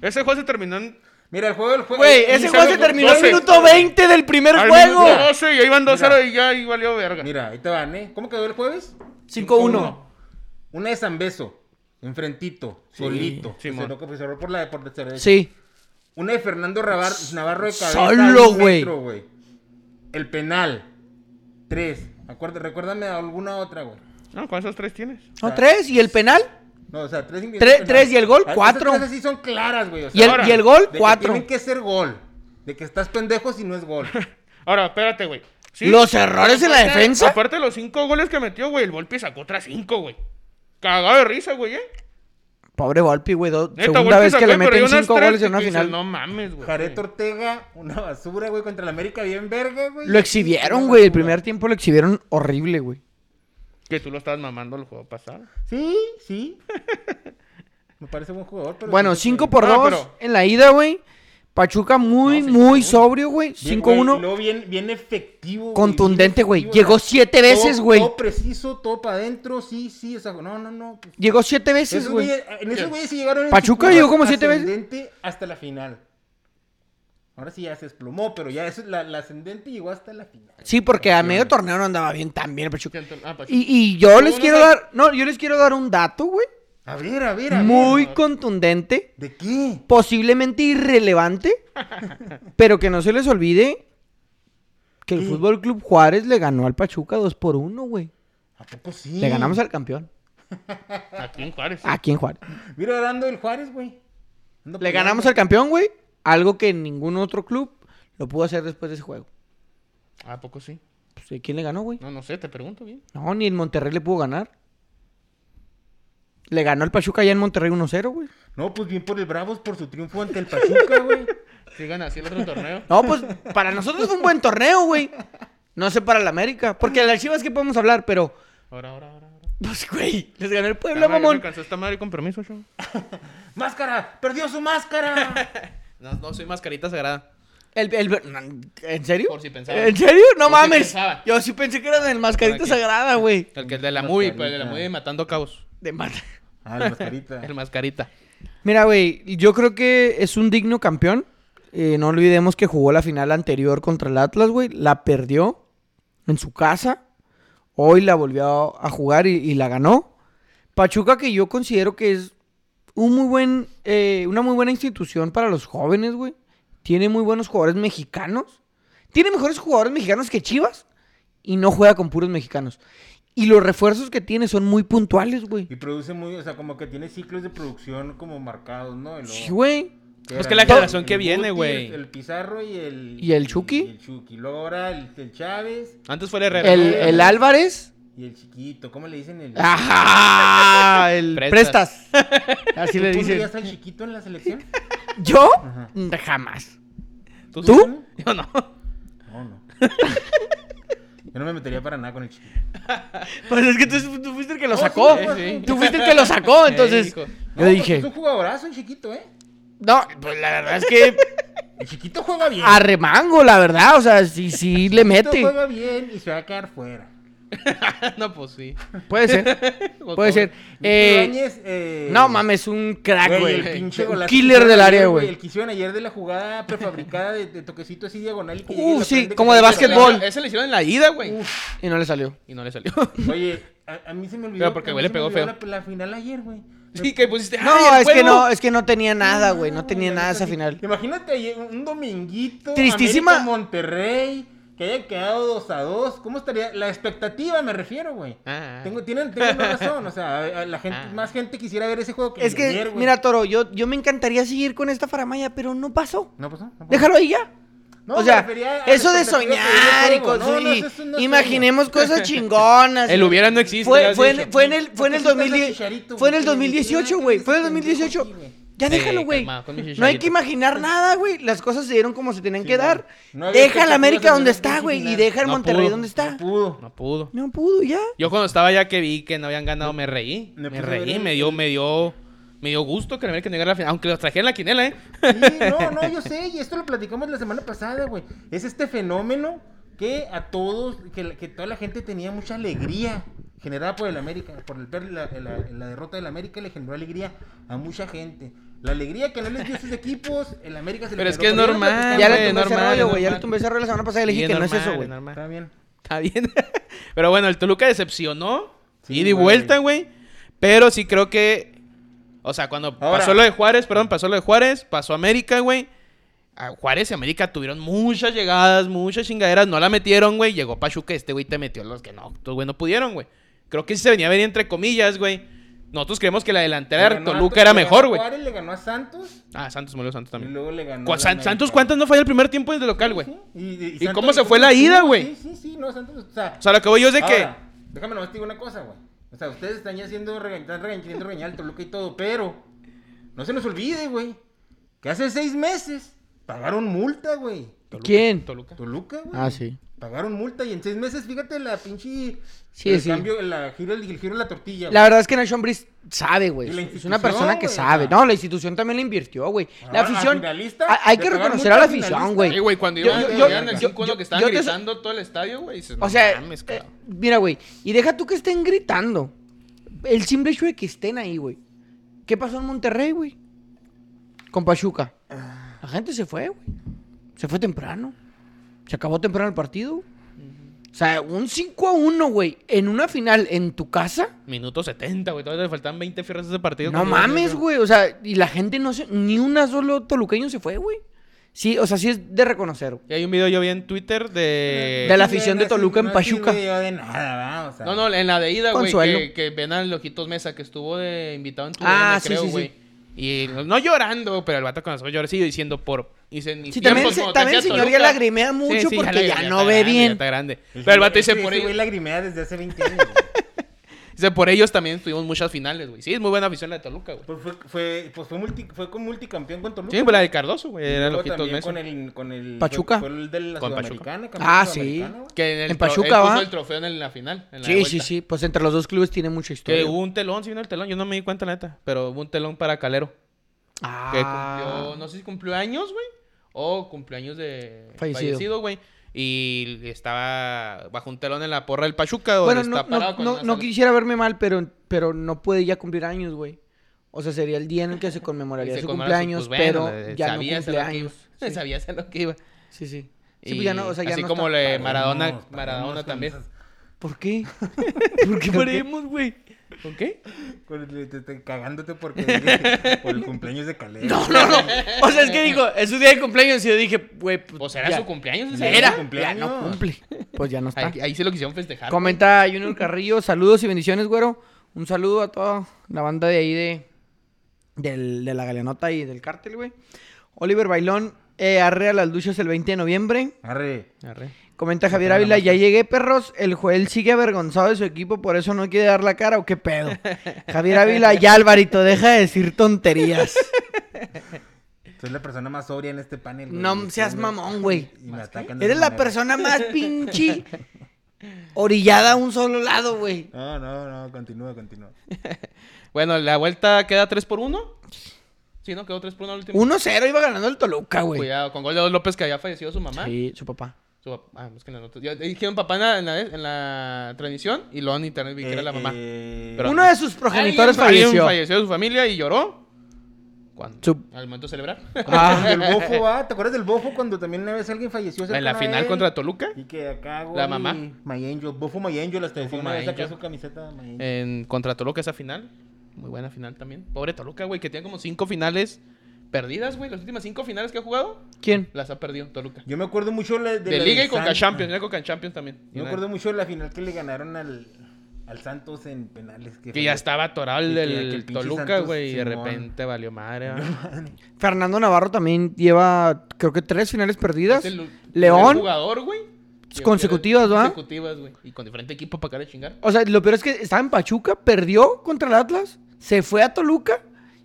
Speaker 2: Ese juego se terminó en
Speaker 4: Mira, el juego del juego.
Speaker 3: Güey, ese juego se terminó al
Speaker 2: doce.
Speaker 3: minuto 20 del primer
Speaker 2: al
Speaker 3: juego.
Speaker 2: minuto 12 y ahí van 2-0
Speaker 4: Mira.
Speaker 2: y ya y valió verga.
Speaker 4: Mira, ahí te van, ¿eh? ¿Cómo quedó el jueves?
Speaker 3: 5-1.
Speaker 4: Una de San Beso. Enfrentito, solito. que
Speaker 2: Simón.
Speaker 4: Se tocó- que cerró por la de por derecha.
Speaker 3: Sí.
Speaker 4: Una de Fernando Rabar- Navarro de cabeza.
Speaker 3: Solo,
Speaker 4: a un
Speaker 3: güey.
Speaker 4: metro, güey. El penal. Tres. Acuerda- recuérdame alguna otra, güey.
Speaker 2: No, ¿con esos tres tienes?
Speaker 3: No, tres. ¿Y el penal?
Speaker 4: No, o sea, tres,
Speaker 3: Tres- tres y el gol, cuatro.
Speaker 4: Esas así son claras, güey. o sea,
Speaker 3: ¿Y el,
Speaker 2: Ahora,
Speaker 3: y el
Speaker 4: de
Speaker 3: gol?
Speaker 4: que
Speaker 3: Cuatro.
Speaker 4: tienen que ser gol. De que estás pendejo si no es gol.
Speaker 2: Ahora, espérate, güey. Sí.
Speaker 3: ¿Los errores en la
Speaker 2: Aparte-
Speaker 3: defensa?
Speaker 2: Aparte de los cinco goles que metió, güey, el Volpi sacó otras cinco, güey. Cagado de risa, güey, eh.
Speaker 3: Pobre Volpi, güey. do-
Speaker 2: Neta,
Speaker 3: Segunda
Speaker 2: Volpi
Speaker 3: vez que
Speaker 2: sacó,
Speaker 3: le
Speaker 2: pero hay
Speaker 3: meten
Speaker 2: unas
Speaker 3: cinco
Speaker 2: tres
Speaker 3: goles en
Speaker 2: que
Speaker 3: una
Speaker 2: dices,
Speaker 3: final.
Speaker 2: No mames, güey.
Speaker 4: Jared Ortega, una basura, güey, contra el América, bien verga, güey.
Speaker 3: Lo exhibieron,
Speaker 4: Una
Speaker 3: güey. El
Speaker 4: basura.
Speaker 3: primer tiempo lo exhibieron horrible, güey.
Speaker 2: Que tú lo estabas mamando el juego pasado.
Speaker 4: Sí, sí. Me parece buen jugador, pero.
Speaker 3: Bueno,
Speaker 4: siento
Speaker 3: 5 por
Speaker 2: Ah,
Speaker 3: 2
Speaker 2: pero-
Speaker 3: en la ida, güey. Pachuca muy,
Speaker 2: No, cinco por
Speaker 3: muy
Speaker 2: uno.
Speaker 3: sobrio, güey.
Speaker 4: que- Bien, güey, y
Speaker 3: 5-1.
Speaker 4: luego bien, bien efectivo. güey,
Speaker 3: Contundente,
Speaker 4: bien
Speaker 3: güey.
Speaker 4: efectivo,
Speaker 3: Llegó
Speaker 4: o sea,
Speaker 3: 7
Speaker 4: todo-
Speaker 3: veces, güey.
Speaker 4: Todo preciso, todo para adentro, sí, sí. O sea, no, no, no. pues,
Speaker 3: Llegó 7 veces,
Speaker 4: esos
Speaker 3: güey.
Speaker 4: güeyes- en esos güeyes sí llegaron. en
Speaker 3: Pachuca
Speaker 4: su
Speaker 3: llegó
Speaker 4: curva
Speaker 3: como siete veces.
Speaker 4: ascendente hasta la final. Ahora sí ya se desplomó, pero ya eso, la, la ascendente llegó hasta la final.
Speaker 3: Sí, porque a medio torneo no andaba bien tan bien el Pachuca.
Speaker 2: Ah, Pachuca.
Speaker 3: Y, y yo les
Speaker 2: no,
Speaker 3: quiero
Speaker 2: no.
Speaker 3: dar, no, yo les quiero dar un dato, güey.
Speaker 4: A ver, a ver, a ver.
Speaker 3: Muy contundente,
Speaker 4: ¿De qué?
Speaker 3: posiblemente irrelevante, pero que no se les olvide que el
Speaker 4: Sí.
Speaker 3: Fútbol Club Juárez le ganó al Pachuca 2 por 1, güey.
Speaker 4: ¿A poco sí?
Speaker 3: Le ganamos al campeón.
Speaker 2: Aquí en Juárez.
Speaker 3: Ah. Aquí en Juárez.
Speaker 4: Mira, hablando del Juárez, güey.
Speaker 3: Le
Speaker 4: Ando peleando.
Speaker 3: ganamos al campeón, güey. Algo que ningún otro club lo pudo hacer después de ese juego.
Speaker 2: Ah, ¿A poco sí?
Speaker 3: Pues, ¿y ¿Quién le ganó, güey?
Speaker 2: No, no sé, te pregunto bien.
Speaker 3: No, ni en Monterrey le pudo ganar. Le ganó el Pachuca ya en Monterrey 1-0, güey.
Speaker 4: No, pues bien por el Bravos por su triunfo ante el Pachuca, güey.
Speaker 2: Sigan así el otro torneo.
Speaker 3: No, pues para nosotros fue un buen torneo, güey. No sé para la América. Porque las chivas que podemos hablar, pero.
Speaker 2: Ahora, ahora, ahora. ahora.
Speaker 3: Pues, güey, les ganó el
Speaker 2: Ya
Speaker 3: Puebla,
Speaker 2: me- ya Me
Speaker 3: mamón.
Speaker 2: cansó esta madre con permiso, yo.
Speaker 4: ¡Máscara! ¡Perdió su máscara!
Speaker 2: No, no, soy mascarita sagrada.
Speaker 3: El, el- no, ¿En serio?
Speaker 2: Por si pensaba.
Speaker 3: ¿En serio? No
Speaker 2: Por si
Speaker 3: mames.
Speaker 2: pensaba.
Speaker 3: Yo sí pensé que era del Mascarita
Speaker 2: Por aquí.
Speaker 3: Sagrada, güey.
Speaker 2: El que el de la
Speaker 4: Mascarita.
Speaker 2: movie, pues el de la movie Matando Cabos.
Speaker 3: De mata.
Speaker 4: Ah, la mascarita.
Speaker 2: El mascarita.
Speaker 3: Mira, güey, yo creo que es un digno campeón. Eh, no olvidemos que jugó la final anterior contra el Atlas, güey. La perdió en su casa. Hoy la volvió a jugar y, y la ganó. Pachuca, que yo considero que es un muy buen, eh, una muy buena institución para los jóvenes, güey. Tiene muy buenos jugadores mexicanos. Tiene mejores jugadores mexicanos que Chivas. Y no juega con puros mexicanos. Y los refuerzos que tiene son muy puntuales, güey.
Speaker 4: Y produce muy, o sea, como que tiene ciclos de producción como marcados, ¿no? Y luego-
Speaker 3: Sí, güey.
Speaker 1: Es Pues que la
Speaker 4: El-
Speaker 1: generación
Speaker 4: el
Speaker 1: que viene,
Speaker 4: Guti,
Speaker 1: güey.
Speaker 4: El, el Pizarro y el...
Speaker 3: ¿Y el Chucky?
Speaker 4: Y el Chucky. Luego ahora el, el Chávez
Speaker 2: Antes fue el Herrera.
Speaker 3: El, el Álvarez.
Speaker 4: y el Chiquito. ¿Cómo le dicen? El...
Speaker 3: Ah, Ajá, el
Speaker 2: Prestas.
Speaker 3: prestas. Así le
Speaker 4: ¿Tú
Speaker 3: dicen.
Speaker 4: dirías al Chiquito en la selección?
Speaker 3: ¿Yo? Mm, Jamás.
Speaker 2: ¿Tú?
Speaker 3: ¿Tú?
Speaker 2: sí? Yo no.
Speaker 4: No, no. Yo no me metería para nada con el Chiquito.
Speaker 3: Pues es que tú, tú fuiste el que lo
Speaker 4: No,
Speaker 3: sacó.
Speaker 4: Oh, sí,
Speaker 2: sí, sí.
Speaker 3: Tú fuiste el que lo sacó,
Speaker 2: Sí,
Speaker 3: entonces.
Speaker 2: hijo.
Speaker 3: Yo
Speaker 4: No,
Speaker 3: dije,
Speaker 4: pues Es un jugadorazo el Chiquito, ¿eh?
Speaker 3: no, pues la verdad es que
Speaker 4: El Chiquito juega bien. El
Speaker 3: arremango, la verdad. O sea, sí, sí le
Speaker 4: Chiquito
Speaker 3: mete.
Speaker 4: juega bien y se va a quedar fuera.
Speaker 2: no, pues sí.
Speaker 3: Puede ser, puede ser. Eh,
Speaker 4: Ibáñez, eh,
Speaker 3: no mames, un crack,
Speaker 4: Güey, el
Speaker 3: güey.
Speaker 4: pinche
Speaker 3: Un
Speaker 4: golazo
Speaker 3: killer
Speaker 4: que
Speaker 3: del
Speaker 4: hicieron
Speaker 3: área,
Speaker 4: ayer,
Speaker 3: güey.
Speaker 4: El que hicieron ayer de la jugada prefabricada de, de toquecito así diagonal. y que
Speaker 3: Uh,
Speaker 4: llegue y la
Speaker 3: sí,
Speaker 4: prende
Speaker 3: como
Speaker 4: con
Speaker 3: de
Speaker 4: el-
Speaker 3: básquetbol.
Speaker 2: Ese le hicieron en la ida, güey.
Speaker 3: Y no le salió.
Speaker 2: Y no le salió.
Speaker 4: Oye, a, a mí se me olvidó.
Speaker 2: Pero porque,
Speaker 4: a mí
Speaker 2: güey, le
Speaker 4: se me
Speaker 2: pegó
Speaker 4: olvidó
Speaker 2: feo.
Speaker 4: La, la final ayer, güey.
Speaker 2: Sí, que pusiste. "Ah,
Speaker 3: No, es que no, es que no tenía nada, Ah, güey.
Speaker 4: Ah,
Speaker 3: No tenía nada esa final.
Speaker 4: Imagínate ayer, un dominguito.
Speaker 3: Tristísima.
Speaker 4: América Monterrey. Que haya quedado 2 a 2. ¿Cómo estaría? La expectativa me refiero, güey.
Speaker 2: Ah.
Speaker 4: Tengo, tienen, tienen razón. O sea, a- a la gente,
Speaker 2: Ah.
Speaker 4: más gente quisiera ver ese juego que
Speaker 3: Es que,
Speaker 4: ayer, güey.
Speaker 3: mira, Toro, yo, yo me encantaría seguir con esta faramaya, pero no pasó.
Speaker 4: No pasó. no pasó.
Speaker 3: Déjalo ahí ya.
Speaker 4: No,
Speaker 3: o
Speaker 4: me
Speaker 3: sea,
Speaker 4: refería a la
Speaker 3: eso de
Speaker 4: expectativa que
Speaker 3: soñar
Speaker 4: yo
Speaker 3: y
Speaker 4: tengo.
Speaker 3: cosas.
Speaker 4: No, no,
Speaker 3: y-
Speaker 4: eso es un no
Speaker 3: imaginemos cosas chingonas.
Speaker 2: El hubiera no existe, ya
Speaker 3: Fue,
Speaker 2: has
Speaker 3: fue, en-
Speaker 2: dicho.
Speaker 3: fue en el, fue en el
Speaker 4: ¿Por qué citas a
Speaker 3: 2010,
Speaker 4: Chicharito,
Speaker 3: fue en
Speaker 4: güey?
Speaker 3: el 2018, güey. Fue en el 2018. Ya
Speaker 2: Sí,
Speaker 3: déjalo, güey.
Speaker 2: calmado, con mi
Speaker 3: No hay
Speaker 2: Chicharito.
Speaker 3: que imaginar nada, güey. Las cosas se dieron como se tenían
Speaker 4: Sí,
Speaker 3: que
Speaker 4: no.
Speaker 3: dar.
Speaker 4: No había
Speaker 3: deja la
Speaker 4: expectativas en
Speaker 3: América donde
Speaker 4: el
Speaker 3: está, güey. Y
Speaker 4: original.
Speaker 3: deja el
Speaker 2: No
Speaker 3: Monterrey
Speaker 2: pudo.
Speaker 3: donde
Speaker 4: No
Speaker 3: está.
Speaker 4: pudo.
Speaker 2: No pudo.
Speaker 3: No pudo, ya.
Speaker 2: Yo cuando estaba allá que vi que no habían ganado, me reí.
Speaker 4: Me
Speaker 2: Me,
Speaker 4: puse a ver
Speaker 2: reí,
Speaker 4: el-
Speaker 2: me dio, me dio. Me dio gusto que la América no llegara a la final. Aunque los trajeron la quinela, ¿eh?
Speaker 4: Sí, no, no, yo sé, y esto lo platicamos la semana pasada, güey. Es este fenómeno que a todos, que, la- que toda la gente tenía mucha alegría generada por el América, por el per- la, la- la derrota del América le generó alegría a mucha gente. La alegría que no les dio a sus equipos, el América se le
Speaker 2: Pero es
Speaker 4: quedó
Speaker 2: que
Speaker 4: con-
Speaker 2: es
Speaker 4: Ya lo
Speaker 2: normal,
Speaker 4: platicamos.
Speaker 3: Ya le tumbé
Speaker 2: Ah, güey,
Speaker 3: ese
Speaker 2: normal,
Speaker 3: rollo, güey. Ya
Speaker 2: normal.
Speaker 3: le tumbé ese rollo la semana pasada y le dije
Speaker 2: Sí,
Speaker 3: que no
Speaker 2: normal,
Speaker 3: es eso, güey.
Speaker 2: normal.
Speaker 4: Está bien.
Speaker 2: Está bien. pero bueno, el Toluca decepcionó.
Speaker 4: Sí,
Speaker 2: ida y
Speaker 4: güey.
Speaker 2: vuelta, güey. Pero sí creo que. O sea, cuando
Speaker 4: Ahora.
Speaker 2: pasó lo de Juárez, perdón, pasó lo de Juárez, pasó América, güey. A Juárez y América tuvieron muchas llegadas, muchas chingaderas, no la metieron, güey. Llegó Pachuca, este güey te metió los que no, estos güey no pudieron, güey. Creo que sí se venía a ver entre comillas, güey. Nosotros creemos que la delantera
Speaker 4: Le
Speaker 2: de
Speaker 4: ganó a-
Speaker 2: Toluca era
Speaker 4: le ganó
Speaker 2: mejor,
Speaker 4: a
Speaker 2: güey.
Speaker 4: Juárez, Le ganó a Santos
Speaker 2: Ah, Santos, murió Santos
Speaker 4: y
Speaker 2: también.
Speaker 4: luego le ganó.
Speaker 2: Cu-
Speaker 4: al
Speaker 2: San-
Speaker 4: América.
Speaker 2: ¿Santos cuántas no falló el primer tiempo desde local, güey?
Speaker 4: Sí, y-
Speaker 2: ¿Y
Speaker 4: Santos
Speaker 2: cómo se
Speaker 4: estuvo
Speaker 2: fue la
Speaker 4: activo,
Speaker 2: ida, güey?
Speaker 4: Sí, sí, sí, no, Santos, o sea,
Speaker 2: O sea, lo que voy yo es de que.
Speaker 4: Ahora, Déjame nomás te digo una cosa, güey. O sea, ustedes están ya haciendo, rega- están rega- queriendo regañar al Toluca y todo, pero no se nos olvide, güey, que hace seis meses pagaron multa, güey.
Speaker 2: Toluca,
Speaker 3: ¿Quién?
Speaker 2: Toluca.
Speaker 4: Toluca, güey.
Speaker 3: Ah, sí.
Speaker 4: Pagaron multa y en seis meses, fíjate la pinche.
Speaker 3: Sí,
Speaker 4: el
Speaker 3: sí.
Speaker 4: cambio, la, giro, el giro en la tortilla.
Speaker 3: La
Speaker 4: güey.
Speaker 3: verdad es que Nacho Ambriz sabe, güey.
Speaker 4: Y la
Speaker 3: Es una
Speaker 4: institución,
Speaker 3: persona que
Speaker 4: güey,
Speaker 3: sabe.
Speaker 4: o sea.
Speaker 3: No, la institución también le invirtió, güey. La
Speaker 4: Ah, al
Speaker 3: afición.
Speaker 4: finalista,
Speaker 3: Ah, Hay
Speaker 4: le
Speaker 3: que
Speaker 4: pagaron
Speaker 3: reconocer
Speaker 4: mucho
Speaker 3: a la
Speaker 4: al
Speaker 3: afición,
Speaker 4: finalista.
Speaker 3: güey.
Speaker 2: Ey, güey, cuando
Speaker 3: Yo-
Speaker 2: iban
Speaker 3: yo-
Speaker 2: llegan
Speaker 3: yo-
Speaker 2: al
Speaker 3: yo-
Speaker 2: 5-1 que
Speaker 3: yo
Speaker 2: estaban
Speaker 3: te-
Speaker 2: gritando todo el estadio, güey. dices,
Speaker 3: O
Speaker 2: no
Speaker 3: sea,
Speaker 2: mames,
Speaker 3: eh,
Speaker 2: cabrón.
Speaker 3: mira, güey. Y deja tú que estén gritando. El simple hecho de que estén ahí, güey. ¿Qué pasó en Monterrey, güey? Con Pachuca. La gente se fue, güey. Se fue temprano. Se acabó temprano el partido. O sea, un 5 a 1, güey. En una final en tu casa.
Speaker 2: Minuto 70, güey. Todavía le faltan 20 fierros a ese partido.
Speaker 3: No
Speaker 2: Cuando-
Speaker 3: mames, güey. O sea, y la gente no se. Ni una solo toluqueño se fue, güey. Sí, o sea, sí es de reconocer. güey.
Speaker 2: Y hay un video yo vi en Twitter de.
Speaker 3: De la
Speaker 4: No
Speaker 3: afición de
Speaker 4: sirvió-
Speaker 3: Toluca en
Speaker 4: no
Speaker 3: Pachuca.
Speaker 4: sirvió de nada, ¿verdad? O sea,
Speaker 2: No, no, en la de ida, güey.
Speaker 3: Consuelo.
Speaker 2: Que, que ven al Ojitos Mesa que estuvo de invitado en tu
Speaker 3: Ah,
Speaker 2: DN,
Speaker 3: sí,
Speaker 2: creo,
Speaker 3: sí, sí.
Speaker 2: güey. Y no llorando, pero el vato con los ojos llorando, diciendo por. Dice, en mis
Speaker 3: Sí, también
Speaker 2: tiempos
Speaker 3: se-
Speaker 2: como
Speaker 3: también el
Speaker 2: cancha
Speaker 3: señor ya
Speaker 2: Toluca".
Speaker 3: lagrimea mucho porque ya
Speaker 2: lagrimea,
Speaker 3: no
Speaker 2: está
Speaker 3: ve
Speaker 2: grande,
Speaker 3: bien.
Speaker 2: ya Está grande. Pero el vato dice
Speaker 4: Ese-
Speaker 2: por
Speaker 4: ese
Speaker 2: ellos.
Speaker 4: güey lagrimea desde hace 20 años. güey.
Speaker 2: Dice, por ellos también tuvimos muchas finales, güey. Sí, es muy buena afición la de Toluca, güey.
Speaker 4: Pues fue, fue, pues fue, multi- fue con multicampeón con Toluca.
Speaker 2: Sí, pues la de Cardoso, güey. Era
Speaker 4: Luego
Speaker 2: lo que
Speaker 4: también con el, con el...
Speaker 3: Pachuca.
Speaker 4: Fue, fue el de la
Speaker 2: Con Pachuca.
Speaker 4: Sudamericana. campeón
Speaker 3: Ah, sí.
Speaker 4: sudamericana, güey.
Speaker 2: Que en, el
Speaker 3: En
Speaker 2: tro-
Speaker 3: Pachuca,
Speaker 2: él puso
Speaker 3: ¿va?
Speaker 2: el trofeo en la final. en la
Speaker 3: Sí, sí,
Speaker 2: vuelta.
Speaker 3: sí. Pues entre los dos clubes tiene mucha
Speaker 2: Que
Speaker 3: historia.
Speaker 2: hubo un telón, sí vino el telón. Yo no me di cuenta, la neta. Pero hubo un telón para Calero. Que
Speaker 3: Ah,
Speaker 2: cumplió, no sé si cumplió años, güey. O cumpleaños de
Speaker 3: Fallecido.
Speaker 2: fallecido, güey. Y estaba bajo un telón en la porra del Pachuca. Donde
Speaker 3: bueno, no,
Speaker 2: está parado
Speaker 3: no,
Speaker 2: con
Speaker 3: no-
Speaker 2: una
Speaker 3: no
Speaker 2: sal-
Speaker 3: quisiera verme mal, pero, pero no puede ya cumplir años, güey. O sea, sería el día en el que se conmemoraría
Speaker 2: Y se
Speaker 3: su
Speaker 2: conmemora su-
Speaker 3: cumpleaños,
Speaker 2: pues,
Speaker 3: pero
Speaker 2: bueno, le-
Speaker 3: ya no
Speaker 2: sabías a
Speaker 3: cumple
Speaker 2: lo que iba.
Speaker 3: años. Sí,
Speaker 2: Sabías a lo que iba.
Speaker 3: sí, sí.
Speaker 2: Y
Speaker 3: Sí, pues ya no, o sea, ya
Speaker 2: así
Speaker 3: no
Speaker 2: como
Speaker 3: está-
Speaker 2: le Eh, Maradona,
Speaker 4: Paremos,
Speaker 2: Maradona
Speaker 4: paremos con
Speaker 2: también.
Speaker 4: esas-
Speaker 3: ¿Por qué?
Speaker 2: ¿Por qué paremos, güey? ¿Con qué?
Speaker 4: con el- te- te- cagándote porque por el cumpleaños de Calero.
Speaker 3: No, no, no. O sea, es que dijo, es su día de cumpleaños y yo dije, güey, pues.
Speaker 2: Pues era
Speaker 3: ya-
Speaker 2: su cumpleaños. ese
Speaker 3: Era,
Speaker 2: día.
Speaker 4: cumpleaños.
Speaker 3: ya no cumple. Pues ya no está.
Speaker 2: Ahí, ahí sí lo quisieron festejar.
Speaker 3: Comenta Junior Carrillo, saludos y bendiciones, güero. Un saludo a toda la banda de ahí de, del- de la Galeanota y del cártel, güey. Oliver Bailón, eh, arre a las luchas el 20 de noviembre.
Speaker 4: Arre.
Speaker 2: Arre.
Speaker 3: Comenta Javier Ávila, ya llegué, perros. El Joel sigue avergonzado de su equipo, por eso no quiere dar la cara o qué pedo. Javier Ávila, ya Alvarito, deja de decir tonterías.
Speaker 4: Soy la persona más sobria en este panel. güey.
Speaker 3: No seas mamón, güey.
Speaker 4: Y me atacan de
Speaker 3: Eres
Speaker 4: esa
Speaker 3: la
Speaker 4: manera.
Speaker 3: persona más pinche orillada a un solo lado, güey.
Speaker 4: No, no, no, continúa, continúa.
Speaker 2: Bueno, la vuelta queda 3 por 1. Sí, ¿no? Quedó 3 por 1 al último.
Speaker 3: 1-0 iba ganando el Toluca, güey.
Speaker 2: Cuidado, con gol de López que había fallecido su mamá.
Speaker 3: Sí, su papá.
Speaker 2: Su pap- ah, es que en la nota- yo- dijeron papá en la, en la- en la transmisión y luego en internet vi que era la mamá.
Speaker 4: Eh,
Speaker 2: Pero-
Speaker 3: Uno de sus progenitores
Speaker 2: Alguien- alguien
Speaker 3: falleció.
Speaker 2: falleció de su familia y lloró. ¿Cuándo?
Speaker 3: Su-
Speaker 2: Al momento de celebrar.
Speaker 4: Ah, el bofo, ah, ¿te acuerdas del bofo cuando también una vez alguien falleció?
Speaker 2: en la
Speaker 4: cercano a
Speaker 2: final
Speaker 4: él?
Speaker 2: contra Toluca.
Speaker 4: Y que acá, güey.
Speaker 2: La mamá.
Speaker 4: My Angel, bofo My Angel, hasta
Speaker 2: Bofo
Speaker 4: decía una
Speaker 2: My
Speaker 4: vez acá
Speaker 2: Angel.
Speaker 4: su camiseta My Angel.
Speaker 2: En contra Toluca esa final. Muy buena final también. Pobre Toluca, güey, que tiene como cinco finales perdidas, güey. Las últimas cinco finales que ha jugado
Speaker 3: ¿Quién?
Speaker 2: las ha perdido Toluca.
Speaker 4: Yo me acuerdo mucho la- de,
Speaker 2: De,
Speaker 4: la del
Speaker 2: Liga y Conca
Speaker 4: Santos.
Speaker 2: Champions. Liga y Conca Champions también.
Speaker 4: Yo me acuerdo mucho de la final que le ganaron al, al Santos en penales.
Speaker 2: Que ya estaba atorado el,
Speaker 4: Sí, que- que
Speaker 2: el
Speaker 4: el pinche
Speaker 2: Toluca,
Speaker 4: Santos,
Speaker 2: güey, y de
Speaker 4: Simón.
Speaker 2: repente valió madre. ¿verdad?
Speaker 3: Fernando Navarro también lleva, creo que tres finales perdidas.
Speaker 2: Es el primer
Speaker 3: León. pues,
Speaker 2: jugador, güey. que
Speaker 3: Consecutivas,
Speaker 2: pierde-
Speaker 3: ¿va?
Speaker 2: Consecutivas, güey. Y con diferente equipo para cara de chingar.
Speaker 3: O sea, lo peor es que estaba en Pachuca, perdió contra el Atlas, se fue a Toluca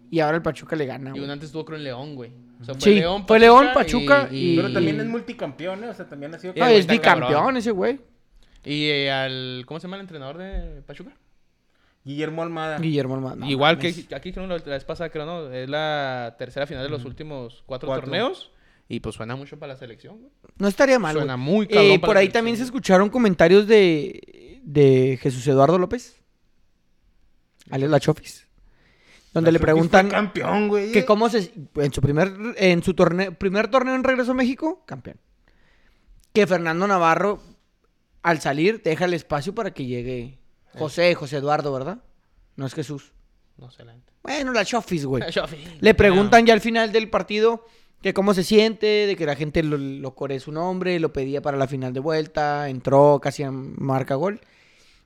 Speaker 3: y ahora el Pachuca le gana.
Speaker 2: Y
Speaker 3: güey.
Speaker 2: un antes estuvo creo en León, güey. O sea,
Speaker 3: Sí, fue León, Pachuca y-
Speaker 4: Pero también es multicampeón, ¿eh? O sea, también ha sido...
Speaker 2: Y-
Speaker 3: No,
Speaker 2: güey,
Speaker 3: es
Speaker 2: está
Speaker 3: bicampeón
Speaker 2: cabrón.
Speaker 3: ese güey.
Speaker 2: y, eh, al... ¿Cómo se llama el entrenador de Pachuca?
Speaker 4: Guillermo Almada.
Speaker 3: Guillermo Almada. No,
Speaker 2: Igual
Speaker 3: mames.
Speaker 2: que aquí creo la la vez pasada, creo, ¿no? Es la tercera final de los últimos cuatro,
Speaker 4: Cuatro.
Speaker 2: torneos. Y pues suena mucho para la selección, güey.
Speaker 3: No estaría mal,
Speaker 2: Suena
Speaker 3: güey.
Speaker 2: muy cabrón
Speaker 3: Eh,
Speaker 2: para
Speaker 3: por
Speaker 2: la
Speaker 3: ahí
Speaker 2: selección,
Speaker 3: también se
Speaker 2: güey.
Speaker 3: escucharon comentarios de, de Jesús Eduardo López, alias La Chofis, donde le
Speaker 4: Porque fue
Speaker 3: preguntan...
Speaker 4: Campeón, güey.
Speaker 3: que
Speaker 4: eh.
Speaker 3: cómo se en su primer en su torneo primer torneo en regreso a México campeón que Fernando Navarro al salir deja el espacio para que
Speaker 2: Eh.
Speaker 3: llegue José José Eduardo verdad no es Jesús
Speaker 2: No sé, la neta.
Speaker 3: bueno la chofis güey
Speaker 2: Shofi.
Speaker 3: le preguntan ya al final del partido que cómo se siente de que la gente lo, lo coreó su nombre lo pedía para la final de vuelta entró casi a- marca gol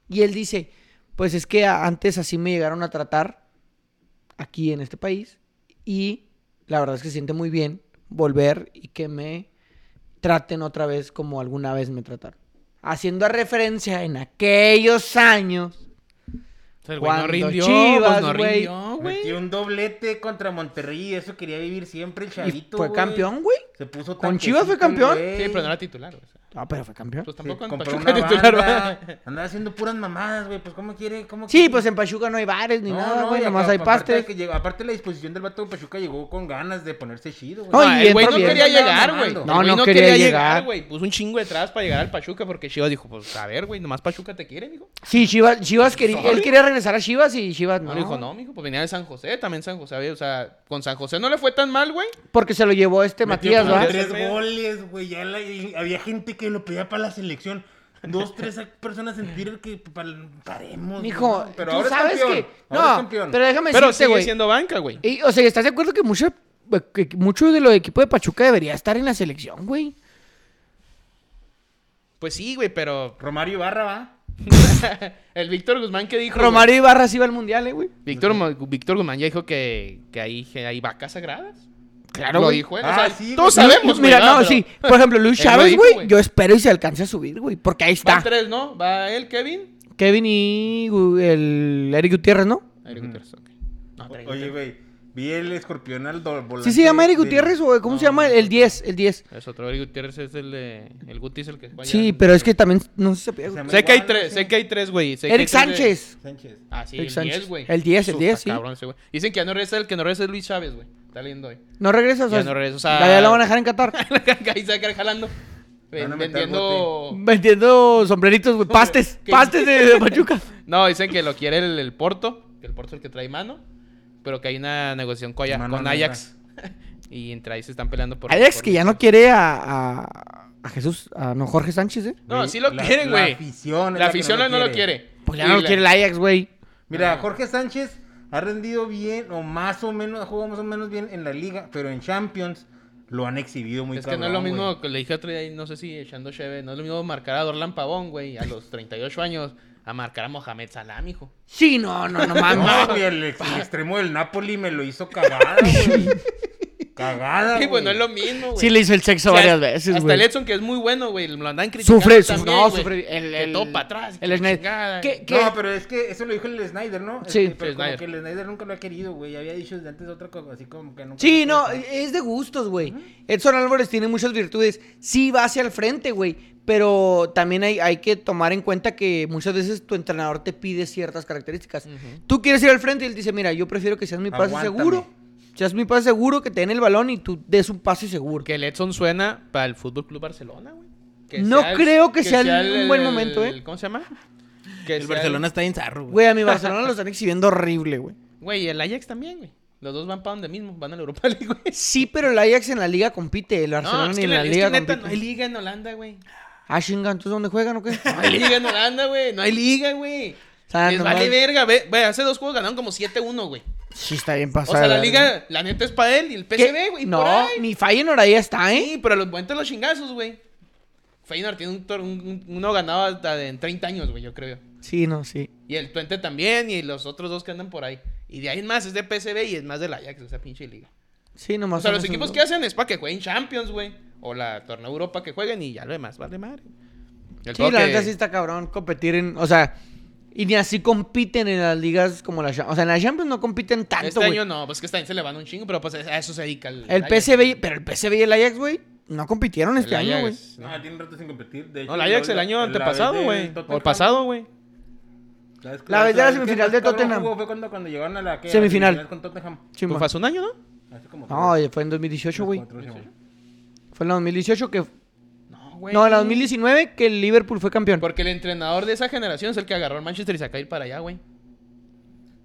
Speaker 3: y él dice pues es que a- antes así me llegaron a tratar aquí en este país y la verdad es que se siente muy bien volver y que me traten otra vez como alguna vez me trataron. Haciendo referencia en aquellos años.
Speaker 2: O sea, el güey no
Speaker 3: Cuando
Speaker 2: rindió,
Speaker 3: Chivas,
Speaker 2: pues, no
Speaker 3: güey,
Speaker 2: rindió, güey.
Speaker 4: Metió un doblete contra Monterrey. Eso quería vivir siempre el
Speaker 3: Y
Speaker 4: chavito,
Speaker 3: fue
Speaker 4: güey.
Speaker 3: campeón, güey.
Speaker 4: Se puso
Speaker 3: Con
Speaker 4: tanquecito
Speaker 3: Chivas fue campeón.
Speaker 4: el güey.
Speaker 2: Sí, pero no era titular, o sea.
Speaker 3: Ah, pero fue campeón.
Speaker 2: Pues
Speaker 4: Se
Speaker 2: tampoco en
Speaker 4: compró
Speaker 2: Pachuca
Speaker 4: una
Speaker 2: titular,
Speaker 4: banda,
Speaker 2: ¿verdad?
Speaker 4: Andaba haciendo puras mamadas, güey. Pues, ¿cómo quiere? ¿Cómo
Speaker 3: Sí,
Speaker 4: quiere?
Speaker 3: pues en Pachuca no hay bares ni
Speaker 4: No,
Speaker 3: nada,
Speaker 4: no,
Speaker 3: güey.
Speaker 4: y
Speaker 3: Nomás
Speaker 4: acá-
Speaker 3: hay
Speaker 4: aparte de
Speaker 3: pastes.
Speaker 4: que llegó- aparte, la disposición del vato de Pachuca llegó con ganas de ponerse chido, güey.
Speaker 3: No,
Speaker 2: No,
Speaker 3: y
Speaker 2: el güey
Speaker 3: entra
Speaker 2: no
Speaker 3: bien.
Speaker 2: quería
Speaker 4: No,
Speaker 2: llegar,
Speaker 4: no,
Speaker 2: güey.
Speaker 4: no,
Speaker 2: El
Speaker 3: no,
Speaker 2: güey
Speaker 3: no quería llegar.
Speaker 2: güey. Puso un chingo detrás para llegar al Pachuca porque Chivas dijo, pues a ver, güey, nomás Pachuca te quiere, mijo.
Speaker 3: Sí, Chivas, Chivas quería, él quería regresar a Chivas y Chivas
Speaker 2: No,
Speaker 3: no.
Speaker 2: le dijo, no, mijo, pues venía de San José, también San José había, o sea, con San José no le fue tan mal, güey.
Speaker 3: Porque se lo llevó este
Speaker 4: Metió
Speaker 3: Matías,
Speaker 4: como
Speaker 2: ¿va?
Speaker 3: ¿verdad?
Speaker 4: Tres goles, güey. ya la- y había gente que lo pedía para la selección. Dos, tres personas en Twitter que pa- paremos.
Speaker 3: Mijo,
Speaker 4: ¿no?
Speaker 3: tú
Speaker 4: ahora es
Speaker 3: sabes
Speaker 4: campeón,
Speaker 3: que.
Speaker 4: ahora es
Speaker 3: No,
Speaker 4: campeón.
Speaker 3: pero déjame
Speaker 2: Pero
Speaker 3: decirte,
Speaker 2: sigue
Speaker 3: güey.
Speaker 2: siendo banca, güey.
Speaker 3: Y, o sea, ¿estás de acuerdo que mucho, que mucho de los equipos de Pachuca debería estar en la selección, güey?
Speaker 2: Pues sí, güey, pero
Speaker 4: Romario Barra va.
Speaker 2: El Víctor Guzmán que dijo. güey?
Speaker 3: Romario Ibarra sí va al mundial, eh, güey.
Speaker 2: Víctor, Mo- Víctor Guzmán ya dijo que, que hay, que hay vacas sagradas.
Speaker 3: Claro,
Speaker 2: Lo
Speaker 3: güey.
Speaker 2: dijo él.
Speaker 4: Ah,
Speaker 2: o sea,
Speaker 4: sí,
Speaker 2: todos
Speaker 4: güey.
Speaker 2: sabemos, güey,
Speaker 3: Mira,
Speaker 2: ¿verdad?
Speaker 3: no,
Speaker 2: Pero
Speaker 3: sí. Por ejemplo, Luis
Speaker 2: Él lo
Speaker 3: Chávez,
Speaker 2: dijo,
Speaker 3: güey,
Speaker 2: güey.
Speaker 3: yo espero y se alcance a subir, güey, porque ahí
Speaker 2: Van
Speaker 3: está.
Speaker 2: tres, ¿no? Va él, Kevin.
Speaker 3: Kevin y Gu- el Eric Gutiérrez, ¿no?
Speaker 2: Eric Gutiérrez, ok. No,
Speaker 4: O-
Speaker 2: tres,
Speaker 4: Oye,
Speaker 2: tres.
Speaker 4: güey, vi el escorpión al do- volante.
Speaker 3: Sí se llama Eric
Speaker 4: de-
Speaker 3: Gutiérrez o cómo se
Speaker 2: No,
Speaker 3: llama? El 10, el 10.
Speaker 2: Es otro Eric Gutiérrez, es el de. El Guti es el que. va
Speaker 3: Sí,
Speaker 2: allá.
Speaker 3: pero es que también no se pide.
Speaker 4: Se llama
Speaker 2: Sé que hay
Speaker 4: igual,
Speaker 2: tres,
Speaker 4: sí.
Speaker 2: sé que hay tres, güey. sé que
Speaker 3: Eric
Speaker 2: hay tres de-
Speaker 3: Sánchez.
Speaker 4: Sánchez.
Speaker 2: Ah, sí,
Speaker 3: Eric
Speaker 2: el
Speaker 3: Sánchez.
Speaker 2: 10, güey.
Speaker 3: El 10, el
Speaker 2: Su-
Speaker 3: 10,
Speaker 2: está
Speaker 3: sí.
Speaker 2: cabrón ese güey. Dicen que ya no regresa el que no regresa es Luis Chávez, güey. Está leyendo hoy.
Speaker 3: No regresa, o
Speaker 2: Ya
Speaker 3: sea,
Speaker 2: no regresa, o sea-
Speaker 3: ya lo van a dejar en Qatar.
Speaker 2: Ahí se va a quedar jalando.
Speaker 4: Van a
Speaker 2: Ven-
Speaker 4: meter
Speaker 2: Vendiendo.
Speaker 3: Vendiendo sombreritos, güey, pastes,
Speaker 2: ¿Qué?
Speaker 3: pastes de, de Pachuca.
Speaker 2: No, dicen que lo quiere el, el Porto, que el Porto es el que trae mano, pero que hay una negociación con, Aya-
Speaker 4: Mano
Speaker 2: con
Speaker 4: negra.
Speaker 2: Ajax. y entre ahí se están peleando por...
Speaker 3: Alex
Speaker 2: por-
Speaker 3: que ya no quiere a, a, a Jesús, a no Jorge Sánchez, ¿eh?
Speaker 2: No,
Speaker 4: Güey,
Speaker 2: sí lo
Speaker 4: la-
Speaker 2: quieren,
Speaker 4: la
Speaker 2: güey.
Speaker 4: afición es
Speaker 2: La
Speaker 4: la que
Speaker 2: afición
Speaker 4: no
Speaker 2: no,
Speaker 4: lo
Speaker 2: lo
Speaker 4: quiere.
Speaker 2: quiere.
Speaker 3: Pues ya
Speaker 2: Y
Speaker 3: no lo
Speaker 2: la-
Speaker 3: quiere el Ajax, güey. Ah.
Speaker 4: Mira, Jorge Sánchez ha rendido bien o más o menos, ha jugado más o menos bien en la liga, pero en Champions lo han exhibido muy
Speaker 2: Es que no es
Speaker 4: cabrón,
Speaker 2: lo mismo
Speaker 4: güey.
Speaker 2: que le dije otro día, y no sé si echando cheve, no es lo mismo marcar a Dorlan Pavón, güey, a los 38 años, a marcar a Mohamed Salah, hijo.
Speaker 3: Sí, no, no, no
Speaker 4: No,
Speaker 3: mames.
Speaker 4: güey, el, ex- el extremo del Napoli me lo hizo cagada, güey. Cagada,
Speaker 2: Sí, pues
Speaker 4: Ah, güey.
Speaker 2: no es lo mismo, güey.
Speaker 3: Sí le hizo el sexo
Speaker 2: O sea,
Speaker 3: varias veces,
Speaker 2: Hasta
Speaker 3: güey.
Speaker 2: el Edson, que es muy bueno, güey, lo andan criticando
Speaker 3: Sufre, sufre,
Speaker 2: también,
Speaker 3: no,
Speaker 2: güey.
Speaker 3: sufre. El,
Speaker 2: Que
Speaker 3: el-
Speaker 2: todo para atrás. que
Speaker 3: El
Speaker 2: la
Speaker 3: Snyder.
Speaker 2: chingada.
Speaker 3: ¿Qué, qué?
Speaker 4: No, pero es que eso lo dijo el Snyder, ¿no?
Speaker 3: Sí.
Speaker 4: Este, pero
Speaker 2: Sí,
Speaker 4: como
Speaker 2: Snyder.
Speaker 4: que el Snyder nunca lo ha querido, güey. Había dicho desde antes otra cosa, así como que nunca.
Speaker 3: Sí, no, eh, es de gustos, güey. Edson Álvarez tiene muchas virtudes. Sí va hacia el frente, güey. Pero también hay, hay que tomar en cuenta que muchas veces tu entrenador te pide ciertas características. Tú quieres ir al frente y él dice, mira, yo prefiero que seas mi pase
Speaker 4: Aguántame.
Speaker 3: seguro. Seas mi pase seguro, que te den el balón y tú des un pase seguro.
Speaker 2: Porque el Edson suena para el Fútbol Club Barcelona, güey. Que
Speaker 3: No
Speaker 2: el-
Speaker 3: creo que sea el- un buen momento, ¿eh?
Speaker 2: ¿Cómo se llama? Que
Speaker 5: El
Speaker 2: sea
Speaker 5: Barcelona está en zarro, güey.
Speaker 3: Güey, a mi Barcelona lo están exhibiendo horrible, güey.
Speaker 2: Güey, y el Ajax también, güey. Los dos van para donde mismo, van a la Europa League, güey.
Speaker 3: Sí, pero el Ajax en la liga compite. El Barcelona
Speaker 2: no, es
Speaker 3: ni
Speaker 2: que,
Speaker 3: en la, liga
Speaker 2: neta, no
Speaker 3: compite.
Speaker 2: hay liga en Holanda, güey.
Speaker 3: Ah, chinga, ¿entonces dónde juegan o qué?
Speaker 2: No hay liga en Holanda, güey. No hay liga, güey.
Speaker 3: sea,
Speaker 2: Les
Speaker 3: nomás-
Speaker 2: vale verga, ve- güey. Hace dos juegos ganaron como 7-1, güey.
Speaker 3: Sí, está bien
Speaker 2: O
Speaker 3: pasada.
Speaker 2: sea, la
Speaker 3: verga.
Speaker 2: liga, la neta es para él y el
Speaker 3: ¿Qué?
Speaker 2: PSV, güey.
Speaker 3: No,
Speaker 2: por ahí.
Speaker 3: ni Feyenoord ahí está, ¿eh?
Speaker 2: Sí, pero los momentos los chingazos, güey. Feyenoord tiene un, tor- un- un- uno ganado hasta de- en 30 años, güey, yo creo.
Speaker 3: Sí, no, sí.
Speaker 2: Y el Twente también, y los otros dos que andan por ahí. Y de ahí en más es de PSV y es más del Ajax, esa pinche liga.
Speaker 3: Sí,
Speaker 2: O
Speaker 3: nomás.
Speaker 2: sea, los
Speaker 3: son
Speaker 2: equipos
Speaker 3: esos
Speaker 2: que hacen es para que jueguen Champions, güey. O la Torneo Europa que jueguen y ya lo demás, vale madre. El
Speaker 3: dos.
Speaker 2: pedo
Speaker 3: Sí, la
Speaker 2: que-
Speaker 3: neta sí está cabrón competir en. O sea, y ni así compiten en las ligas como la Champions. O sea, en la Champions no compiten tanto,
Speaker 2: Este
Speaker 3: güey.
Speaker 2: año no, pues que este año se le van un chingo, pero pues a eso se dedica el.
Speaker 3: El
Speaker 2: Ajax.
Speaker 3: PSV, y- pero el PSV y el Ajax, güey, no compitieron este
Speaker 2: El
Speaker 3: año, güey.
Speaker 2: Ajax,
Speaker 4: No, tiene un rato sin competir. De hecho,
Speaker 2: No, el Ajax el
Speaker 4: la-
Speaker 2: año
Speaker 4: la
Speaker 2: antepasado,
Speaker 4: vez del
Speaker 2: güey. O
Speaker 4: Tottenham,
Speaker 2: el pasado, güey.
Speaker 4: La vez, que-
Speaker 3: La vez de la
Speaker 4: que
Speaker 3: semifinal
Speaker 4: más
Speaker 3: de
Speaker 4: cabrón
Speaker 3: Tottenham.
Speaker 4: jugó Fue cuando, cuando llegaron a la que- a la
Speaker 3: Semifinal.
Speaker 4: con Tottenham.
Speaker 3: Sí,
Speaker 2: Pues
Speaker 3: man.
Speaker 2: fue hace un año, ¿no?
Speaker 4: Hace como
Speaker 3: No,
Speaker 4: tres,
Speaker 3: fue en 2018, güey.
Speaker 4: cuatro, sí, güey.
Speaker 3: Fue en la 2018 que.
Speaker 2: No, güey.
Speaker 3: No, en la 2019 que el Liverpool fue campeón.
Speaker 2: Porque el entrenador de esa generación es el que agarró al Manchester y se acaba de ir para allá, güey.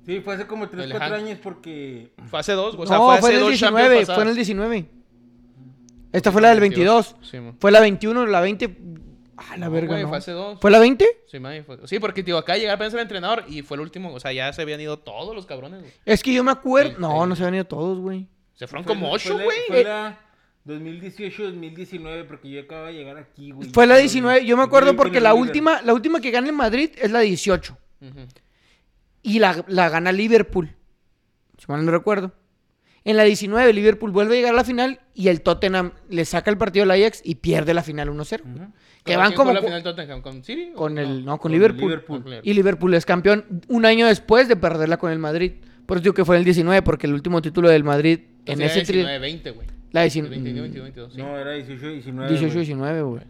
Speaker 4: Sí, fue hace como
Speaker 2: El
Speaker 4: 3, 4
Speaker 2: Hans.
Speaker 4: años porque.
Speaker 2: Fue hace dos, güey. o sea,
Speaker 3: No,
Speaker 2: fue,
Speaker 3: fue
Speaker 2: hace
Speaker 3: en el
Speaker 2: dos
Speaker 3: 19.
Speaker 2: Champions
Speaker 3: Fue en el
Speaker 2: pasadas.
Speaker 3: 19. Esta fue la del 22.
Speaker 2: Sí, mo.
Speaker 3: Fue la 21, la 20. Ah, la
Speaker 2: No,
Speaker 3: verga.
Speaker 2: güey,
Speaker 3: no.
Speaker 2: fue hace dos.
Speaker 3: ¿Fue la 20?
Speaker 2: Sí, ma, fue- sí, porque digo, acá llegaba apenas el entrenador y fue el último. O sea, ya se habían ido todos los cabrones, güey.
Speaker 3: Es que yo me acuerdo.
Speaker 2: El-
Speaker 3: no,
Speaker 2: el-
Speaker 3: no se han ido todos, güey.
Speaker 2: Se fueron
Speaker 4: fue-
Speaker 2: como
Speaker 4: fue
Speaker 2: ocho,
Speaker 4: la-
Speaker 2: güey.
Speaker 4: Fue la 2018, 2019, porque yo acababa de llegar aquí, güey.
Speaker 3: Fue la
Speaker 4: Yo-
Speaker 3: 19. Yo me
Speaker 4: yo
Speaker 3: acuerdo
Speaker 4: vi
Speaker 3: porque
Speaker 4: con
Speaker 3: la
Speaker 4: el líder.
Speaker 3: última, la última que gana en Madrid es la 18.
Speaker 2: Ujú.
Speaker 3: Y la, la gana Liverpool. Si mal no recuerdo. En la 19, Liverpool vuelve a llegar a la final y el Tottenham le saca el partido al Ajax y pierde la final 1-0. Que
Speaker 2: ¿Con
Speaker 3: van
Speaker 2: quién jugó
Speaker 3: como
Speaker 2: la
Speaker 3: cu-
Speaker 2: final Tottenham? ¿Con City? o
Speaker 3: con el.
Speaker 2: no?
Speaker 3: No, con
Speaker 4: con
Speaker 3: Liverpool.
Speaker 4: Liverpool.
Speaker 2: Con Liverpool.
Speaker 3: Y Liverpool es campeón un año después de perderla con el Madrid. Por eso digo que fue en el 19, porque el último título del Madrid en
Speaker 2: Entonces
Speaker 3: ese
Speaker 2: era
Speaker 3: tri-
Speaker 2: 19-20, güey.
Speaker 3: La
Speaker 2: 21,
Speaker 3: 19.
Speaker 2: 22, 22, sí.
Speaker 4: No, era 18, 19.
Speaker 3: 18,
Speaker 4: güey.
Speaker 3: 19, güey.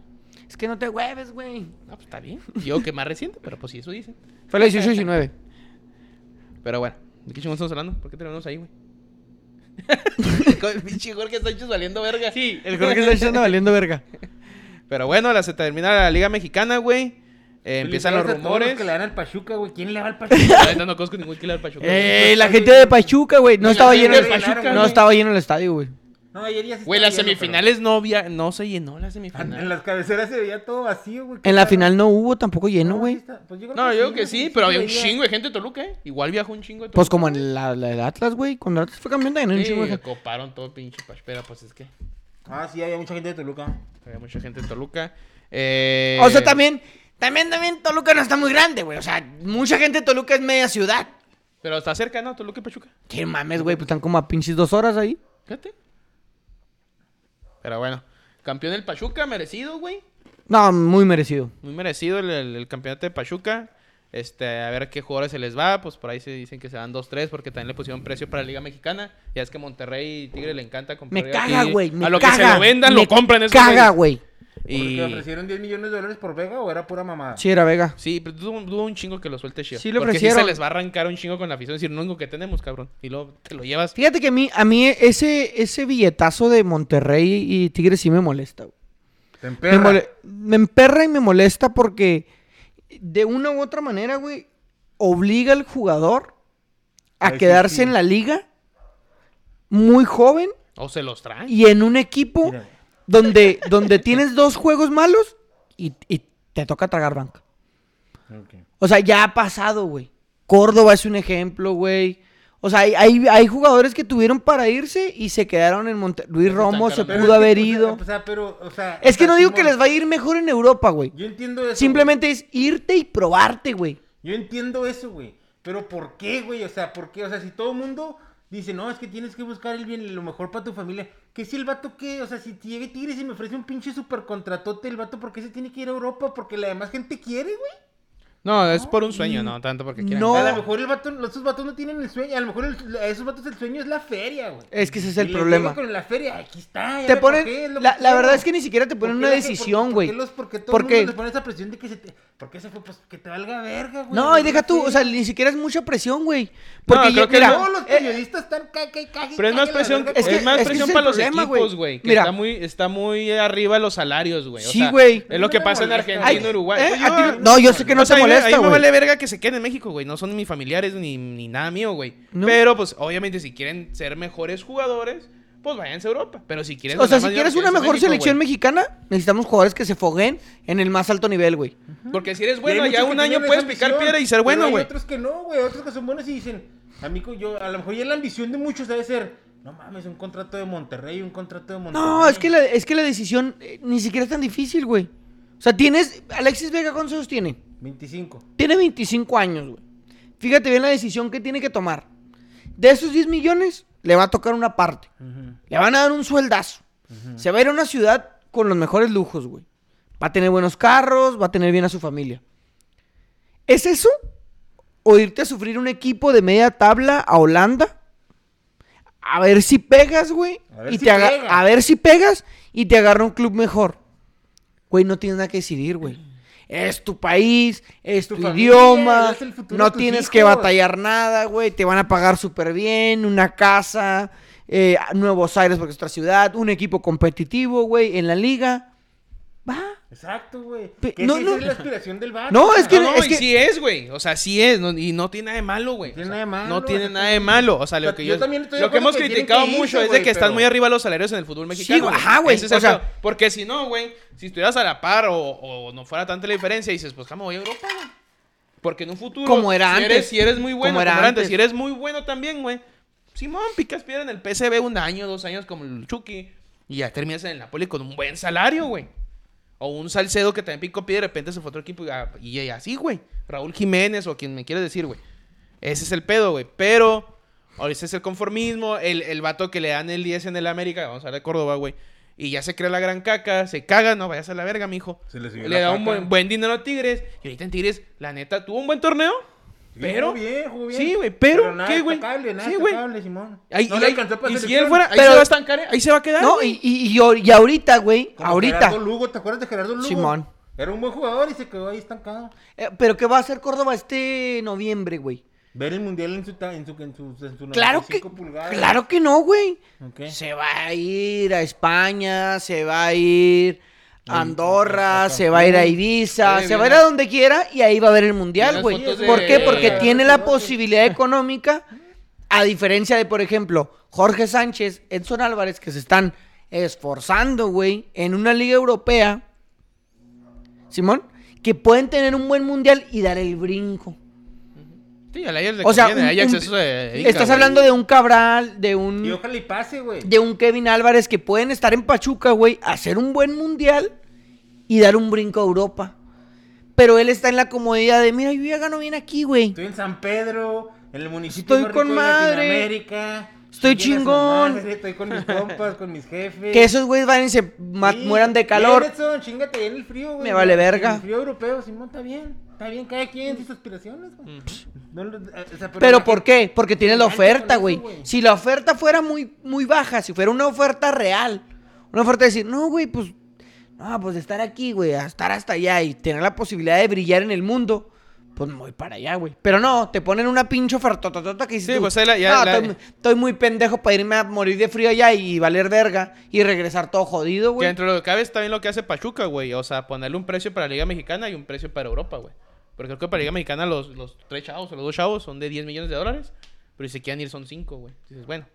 Speaker 3: Es que no te hueves, güey.
Speaker 2: No, pues está bien. Yo que más reciente, pero pues sí, eso dicen.
Speaker 3: Fue la 18, 19.
Speaker 2: Pero bueno, ¿de qué chingón estamos hablando? ¿Por qué terminamos ahí, güey? Con el pinche Jorge Sánchez valiendo verga. Sí,
Speaker 3: El Jorge Sánchez anda valiendo verga.
Speaker 2: Pero bueno, la, se termina la Liga Mexicana, güey.
Speaker 3: Pues,
Speaker 2: Eh, empiezan los
Speaker 4: Felicidades Pues, a todos
Speaker 2: rumores.
Speaker 4: que le dan al Pachuca, güey. ¿Quién le va al Pachuca?
Speaker 2: La neta no conozco ningún killer del Pachuca.
Speaker 3: Eh, la gente de Pachuca, güey. No
Speaker 2: La
Speaker 3: estaba
Speaker 2: gente
Speaker 3: lleno
Speaker 2: de
Speaker 3: el
Speaker 4: Pachuca,
Speaker 3: estadio. No
Speaker 4: güey.
Speaker 3: estaba lleno el estadio, güey.
Speaker 4: No, ayer ya se
Speaker 2: Güey,
Speaker 4: estaba
Speaker 2: las
Speaker 4: yendo,
Speaker 2: semifinales no, via- no se llenó la
Speaker 4: pero-
Speaker 2: semifinal.
Speaker 4: En las cabeceras se veía todo vacío, güey.
Speaker 3: En la final no hubo tampoco lleno,
Speaker 4: sí
Speaker 3: güey.
Speaker 4: está- pues yo creo
Speaker 2: No, yo creo que
Speaker 4: güey,
Speaker 2: sí, pero había un
Speaker 4: veía.
Speaker 2: chingo de gente de Toluca, ¿eh? Igual viajó un chingo de Toluca.
Speaker 3: Pues como en la, la del Atlas, güey. Cuando el Atlas fue campeón también hay un
Speaker 2: Sí,
Speaker 3: chingo de gente.
Speaker 2: coparon todo pinche Pachuca. Pero pues es que
Speaker 4: Ah, sí, había mucha gente de Toluca.
Speaker 2: había mucha gente de Toluca. Eh,
Speaker 3: O sea, también También, también Toluca no está muy grande, güey. O sea, mucha gente de Toluca es media ciudad.
Speaker 2: Pero está cerca, ¿no? Toluca y Pachuca.
Speaker 3: ¿Qué mames, güey? Pues están como a pinches dos horas ahí.
Speaker 2: Fíjate. Pero bueno, campeón del Pachuca, merecido, güey.
Speaker 3: No, muy merecido.
Speaker 2: Muy merecido el, el- el campeonato de Pachuca. Este, a ver qué jugadores se les va. Pues por ahí se dicen que se dan 2-3 porque también le pusieron precio para la Liga Mexicana. Ya es que Monterrey y Tigre le encanta comprar.
Speaker 3: Me
Speaker 2: aquí.
Speaker 3: caga, güey. me
Speaker 2: A lo que se
Speaker 3: caga,
Speaker 2: lo vendan,
Speaker 3: me
Speaker 2: lo compran. esos
Speaker 3: caga,
Speaker 2: güeyes.
Speaker 3: güey.
Speaker 4: ¿Porque
Speaker 2: Y...
Speaker 4: ofrecieron 10 millones de dólares por Vega o era pura mamada?
Speaker 3: Sí, era Vega.
Speaker 2: Sí, pero dudo, dudo un chingo que lo suelte Chivas.
Speaker 3: Sí lo
Speaker 2: porque sí
Speaker 3: ofrecieron.
Speaker 2: se les va a arrancar un chingo con la afición. Es decir, no es lo que tenemos, cabrón. Y luego te lo llevas.
Speaker 3: Fíjate que a mí, a mí ese, ese billetazo de Monterrey y Tigres sí me molesta, güey. Me,
Speaker 4: Te emperra.
Speaker 3: mole- me emperra y me molesta porque de una u otra manera, güey, obliga al jugador a
Speaker 4: Ay,
Speaker 3: quedarse
Speaker 4: sí, sí.
Speaker 3: en la liga muy joven
Speaker 2: O se los traen.
Speaker 3: y en un equipo
Speaker 4: Mira.
Speaker 3: donde, donde tienes dos juegos malos y, y te toca tragar banca.
Speaker 4: Ok.
Speaker 3: O sea, ya ha pasado, güey. Córdoba es un ejemplo, güey. O sea, hay, hay, hay jugadores que tuvieron para irse y se quedaron en Monterrey. Luis
Speaker 2: Pero
Speaker 3: Romo se
Speaker 2: sacaron-
Speaker 4: Pero
Speaker 3: pudo
Speaker 4: es que,
Speaker 3: haber
Speaker 4: o sea,
Speaker 3: ido.
Speaker 4: O sea, pero, o sea...
Speaker 3: Es que
Speaker 4: o sea,
Speaker 3: no digo que
Speaker 4: Simón,
Speaker 3: les va a ir mejor en Europa, güey.
Speaker 4: Yo entiendo eso.
Speaker 3: Simplemente es irte y probarte, güey.
Speaker 4: Yo entiendo eso, güey. Pero ¿por qué, güey? O sea, ¿por qué? O sea, si todo el mundo dice, no, es que tienes que buscar el bien y lo mejor para tu familia. Que si el vato qué? O sea, si llega Tigres y me ofrece un pinche super contratote el vato, ¿por qué se tiene que ir a Europa? Porque la demás gente quiere, güey.
Speaker 2: No, es por un sueño, no tanto porque quieran.
Speaker 3: No.
Speaker 4: A lo mejor el vato, los esos vatos no tienen el sueño. A lo mejor el- a esos vatos el sueño es la feria, güey.
Speaker 3: Es que ese es el
Speaker 4: Y les
Speaker 3: problema.
Speaker 4: llega Con la feria, aquí está. ya
Speaker 3: Te
Speaker 4: me
Speaker 3: ponen.
Speaker 4: bajé, es lo
Speaker 3: La,
Speaker 4: que
Speaker 3: la verdad
Speaker 4: quiero.
Speaker 3: es que ni siquiera te ponen
Speaker 4: ¿Por
Speaker 3: una
Speaker 4: qué la gente-
Speaker 3: decisión,
Speaker 4: por-
Speaker 3: güey.
Speaker 4: ¿Por qué los- por qué todo
Speaker 3: Porque-
Speaker 4: el mundo les pone esa presión de que se te... ¿Por qué se fue? Pues que te valga verga, güey.
Speaker 3: No, y deja tú,
Speaker 4: Sí.
Speaker 3: o sea, ni siquiera es mucha presión, güey. Porque
Speaker 2: creo
Speaker 3: ya-
Speaker 2: que
Speaker 3: mira,
Speaker 2: no,
Speaker 4: Todos los
Speaker 3: eh,
Speaker 4: periodistas están ca- ca- ca-
Speaker 2: Pero es más
Speaker 4: ca-
Speaker 2: presión,
Speaker 4: la verga
Speaker 2: es
Speaker 4: con-
Speaker 3: que-
Speaker 2: más
Speaker 3: es que
Speaker 2: presión
Speaker 3: ese es
Speaker 2: para
Speaker 3: el
Speaker 2: los
Speaker 3: problema, güey.
Speaker 2: equipos, güey. que
Speaker 3: Mira.
Speaker 2: está muy, está muy arriba los salarios, güey. O
Speaker 3: Sí,
Speaker 2: sea,
Speaker 3: güey.
Speaker 2: Es lo que
Speaker 4: No me
Speaker 2: pasa en
Speaker 4: molesta.
Speaker 2: Argentina,
Speaker 3: ay,
Speaker 2: en Uruguay.
Speaker 3: eh,
Speaker 2: Pues
Speaker 3: a
Speaker 2: yo-
Speaker 3: ti- no, yo sé que no
Speaker 2: o sea,
Speaker 3: te
Speaker 2: a mí- a
Speaker 3: molesta,
Speaker 2: mí me
Speaker 3: güey.
Speaker 2: vale verga que se queden en México, güey. No son mis familiares ni, ni nada mío, güey.
Speaker 3: No.
Speaker 2: Pero, pues, obviamente, si quieren ser mejores jugadores, pues váyanse a Europa. Pero si quieren...
Speaker 3: O sea,
Speaker 2: ganar
Speaker 3: si
Speaker 2: más
Speaker 3: quieres
Speaker 2: dinero,
Speaker 3: una
Speaker 2: quédense en
Speaker 3: mejor
Speaker 2: México,
Speaker 3: selección
Speaker 2: güey.
Speaker 3: mexicana, necesitamos jugadores que se fogueen en el más alto nivel, güey.
Speaker 2: Porque si eres
Speaker 4: Y hay
Speaker 2: bueno, ya
Speaker 4: muchos que
Speaker 2: un año
Speaker 4: tienen
Speaker 2: puedes
Speaker 4: esa
Speaker 2: picar
Speaker 4: ambición,
Speaker 2: piedra y ser
Speaker 4: pero
Speaker 2: bueno,
Speaker 4: hay
Speaker 2: güey.
Speaker 4: otros que no, güey. Otros que son buenos y dicen, amigo, yo, a lo mejor ya la ambición de muchos debe ser, no mames, un contrato de Monterrey, un contrato de Monterrey.
Speaker 3: No, es que la, es que la decisión eh, ni siquiera es tan difícil, güey. O sea, tienes. Alexis Vega, ¿cuántos años tiene?
Speaker 4: 25.
Speaker 3: Tiene 25 años, güey. Fíjate bien la decisión que tiene que tomar. De esos 10 millones, le va a tocar una parte. Le van a dar un sueldazo. Se va a ir a una ciudad con los mejores lujos, güey. Va a tener buenos carros, va a tener bien a su familia. ¿Es eso? ¿O irte a sufrir un equipo de media tabla a Holanda? A ver si pegas, güey.
Speaker 4: A ver
Speaker 3: y
Speaker 4: si
Speaker 3: te aga-
Speaker 4: pega.
Speaker 3: A ver si pegas y te agarra un club mejor. Güey, no tienes nada que decidir, güey. Es tu país, es tu,
Speaker 4: Tu familia,
Speaker 3: idioma,
Speaker 4: es el futuro
Speaker 3: no
Speaker 4: de tus
Speaker 3: tienes que
Speaker 4: hijos.
Speaker 3: batallar nada, güey. Te van a pagar súper bien, una casa, eh, Nuevos Aires porque es otra ciudad, un equipo competitivo, güey, en la liga. Va.
Speaker 4: Exacto, güey.
Speaker 3: Pe-
Speaker 4: Que
Speaker 3: no,
Speaker 4: esa
Speaker 3: no.
Speaker 4: es la aspiración del vato.
Speaker 3: No, es que-
Speaker 2: No, no,
Speaker 3: es
Speaker 2: y sí es, güey. O sea, sí es. no- y no tiene nada de malo, güey. O
Speaker 4: Tiene
Speaker 2: sea,
Speaker 4: nada de malo,
Speaker 2: No tiene
Speaker 4: o sea,
Speaker 2: nada de malo. O sea,
Speaker 4: o
Speaker 2: lo
Speaker 4: sea,
Speaker 2: que
Speaker 4: yo
Speaker 2: yo.
Speaker 4: también estoy de
Speaker 2: lo que
Speaker 4: acuerdo
Speaker 2: hemos
Speaker 4: que tienen
Speaker 2: criticado
Speaker 4: que irse,
Speaker 2: mucho es de
Speaker 4: güey,
Speaker 2: que están
Speaker 4: pero-
Speaker 2: muy arriba los salarios en el fútbol mexicano.
Speaker 3: güey,
Speaker 2: güey.
Speaker 3: ajá, güey,
Speaker 2: Ese es
Speaker 3: o
Speaker 2: el
Speaker 3: sea-
Speaker 2: pedo. porque si no, güey, si estuvieras a la par o, o no fuera tanta la diferencia, dices, pues, ¿cómo voy a Europa, güey? Porque en un futuro.
Speaker 3: Como era
Speaker 2: si Eres,
Speaker 3: antes.
Speaker 2: si eres muy bueno,
Speaker 3: Como
Speaker 2: como
Speaker 3: era
Speaker 2: era
Speaker 3: antes.
Speaker 2: Si eres muy bueno también, güey. Simón, picas piedra en el PSV un año, dos años como el Chucky. Y ya terminas en el Napoli con un buen salario, güey. O un Salcedo que también picó pie y de repente se fue a otro equipo y, ah, y- y así, güey. Raúl Jiménez o quien me quieras decir, güey. Ese es el pedo, güey. Pero, ahorita es el conformismo, el, el vato que le dan el 10 en el América, vamos a hablar de Córdoba, güey. Y ya se crea la gran caca, se caga, no vayas a la verga, mijo.
Speaker 4: Se le siguió
Speaker 2: le
Speaker 4: la
Speaker 2: da un
Speaker 4: caca.
Speaker 2: buen, buen dinero a Tigres. Y ahorita en Tigres, la neta, tuvo un buen torneo.
Speaker 4: Sí,
Speaker 2: Pero,
Speaker 4: jugó bien, jugó bien.
Speaker 2: Sí, güey, pero,
Speaker 4: nada
Speaker 2: ¿qué, güey?
Speaker 4: destacable, nada
Speaker 2: Sí, güey.
Speaker 4: destacable, Simón.
Speaker 2: ahí-
Speaker 4: No
Speaker 2: y
Speaker 4: le
Speaker 2: ahí-
Speaker 4: alcanzó para
Speaker 2: y si
Speaker 4: selección.
Speaker 2: él fuera, ahí
Speaker 3: Pero-
Speaker 2: se va a estancar, ¿eh? ahí se va a quedar.
Speaker 3: No, y,
Speaker 2: güey.
Speaker 3: y, y- y ahorita, güey,
Speaker 4: Como
Speaker 3: ahorita.
Speaker 4: Gerardo Lugo, ¿te acuerdas de Gerardo Lugo?
Speaker 3: Simón.
Speaker 4: Era un buen jugador y se quedó ahí estancado.
Speaker 3: Eh, Pero ¿qué va a hacer Córdoba este noviembre, güey?
Speaker 4: Ver el mundial en su ta- en su en su, en su
Speaker 3: Claro que,
Speaker 4: 95 pulgadas.
Speaker 3: claro que no, güey.
Speaker 4: Ok.
Speaker 3: Se va a ir a España, se va a ir a
Speaker 4: a-
Speaker 3: Andorra,
Speaker 4: a
Speaker 3: se va a ir a
Speaker 4: Cancún.
Speaker 3: Ibiza,
Speaker 2: Sí,
Speaker 3: se va a ir
Speaker 2: viene-
Speaker 3: a donde quiera y ahí va a ver el mundial,
Speaker 2: Vienen
Speaker 3: güey.
Speaker 2: fotos
Speaker 3: ¿Por
Speaker 2: de-
Speaker 3: qué? Porque
Speaker 2: de-
Speaker 3: tiene la posibilidad económica, a diferencia de, por ejemplo, Jorge Sánchez, Edson Álvarez, que se están esforzando, güey, en una liga europea, Simón, que pueden tener un buen mundial y dar el brinco.
Speaker 2: Sí, al Ajax le
Speaker 3: O sea,
Speaker 2: conviene,
Speaker 3: un-
Speaker 2: Ajax
Speaker 3: un-
Speaker 2: eso se dedica,
Speaker 3: Estás
Speaker 2: güey.
Speaker 3: hablando de un Cabral, de un
Speaker 4: Y ojalá y pase, güey.
Speaker 3: de un Kevin Álvarez que pueden estar en Pachuca, güey, hacer un buen mundial y dar un brinco a Europa. pero él está en la comodidad de, mira, yo ya gano bien aquí, güey.
Speaker 4: Estoy en San Pedro, en el municipio
Speaker 3: Estoy
Speaker 4: más rico
Speaker 3: con
Speaker 4: de
Speaker 3: madre.
Speaker 4: Latinoamérica.
Speaker 3: Estoy
Speaker 4: Chingue a su
Speaker 3: chingón.
Speaker 4: madre, estoy con mis compas, con mis jefes.
Speaker 3: Que esos güeyes van y se ma-
Speaker 4: Sí,
Speaker 3: mueran de
Speaker 4: bien,
Speaker 3: calor.
Speaker 4: Edson, chíngate bien el frío, güey.
Speaker 3: Me vale verga.
Speaker 4: El frío europeo, Simón, está bien. Está bien, cada quien sus aspiraciones, güey. No lo- eh, o sea,
Speaker 3: ¿Pero
Speaker 4: la
Speaker 3: por
Speaker 4: gente-
Speaker 3: qué? Porque tiene la
Speaker 4: engancha con
Speaker 3: oferta,
Speaker 4: eso,
Speaker 3: güey.
Speaker 4: güey.
Speaker 3: Si la oferta fuera muy, muy baja, si fuera una oferta real, una oferta de decir, no, güey, pues, no, pues de estar aquí, güey, a estar hasta allá y tener la posibilidad de brillar en el mundo, pues me voy para allá, güey. Pero no, te ponen una pinche ofertototota que dices,
Speaker 2: Sí,
Speaker 3: tú,
Speaker 2: pues, ahí la- ya
Speaker 3: "No,
Speaker 2: la-
Speaker 3: Estoy, estoy muy pendejo para irme a morir de frío allá y valer verga y regresar todo jodido,
Speaker 2: Que
Speaker 3: güey.
Speaker 2: entre lo que cabe está bien lo que hace Pachuca, güey. O sea, ponerle un precio para la Liga Mexicana y un precio para Europa, güey. Porque creo que para la Liga Mexicana los, los tres chavos o los dos chavos son de 10 millones de dólares. Pero si se quieren ir son 5, güey. Dices, bueno,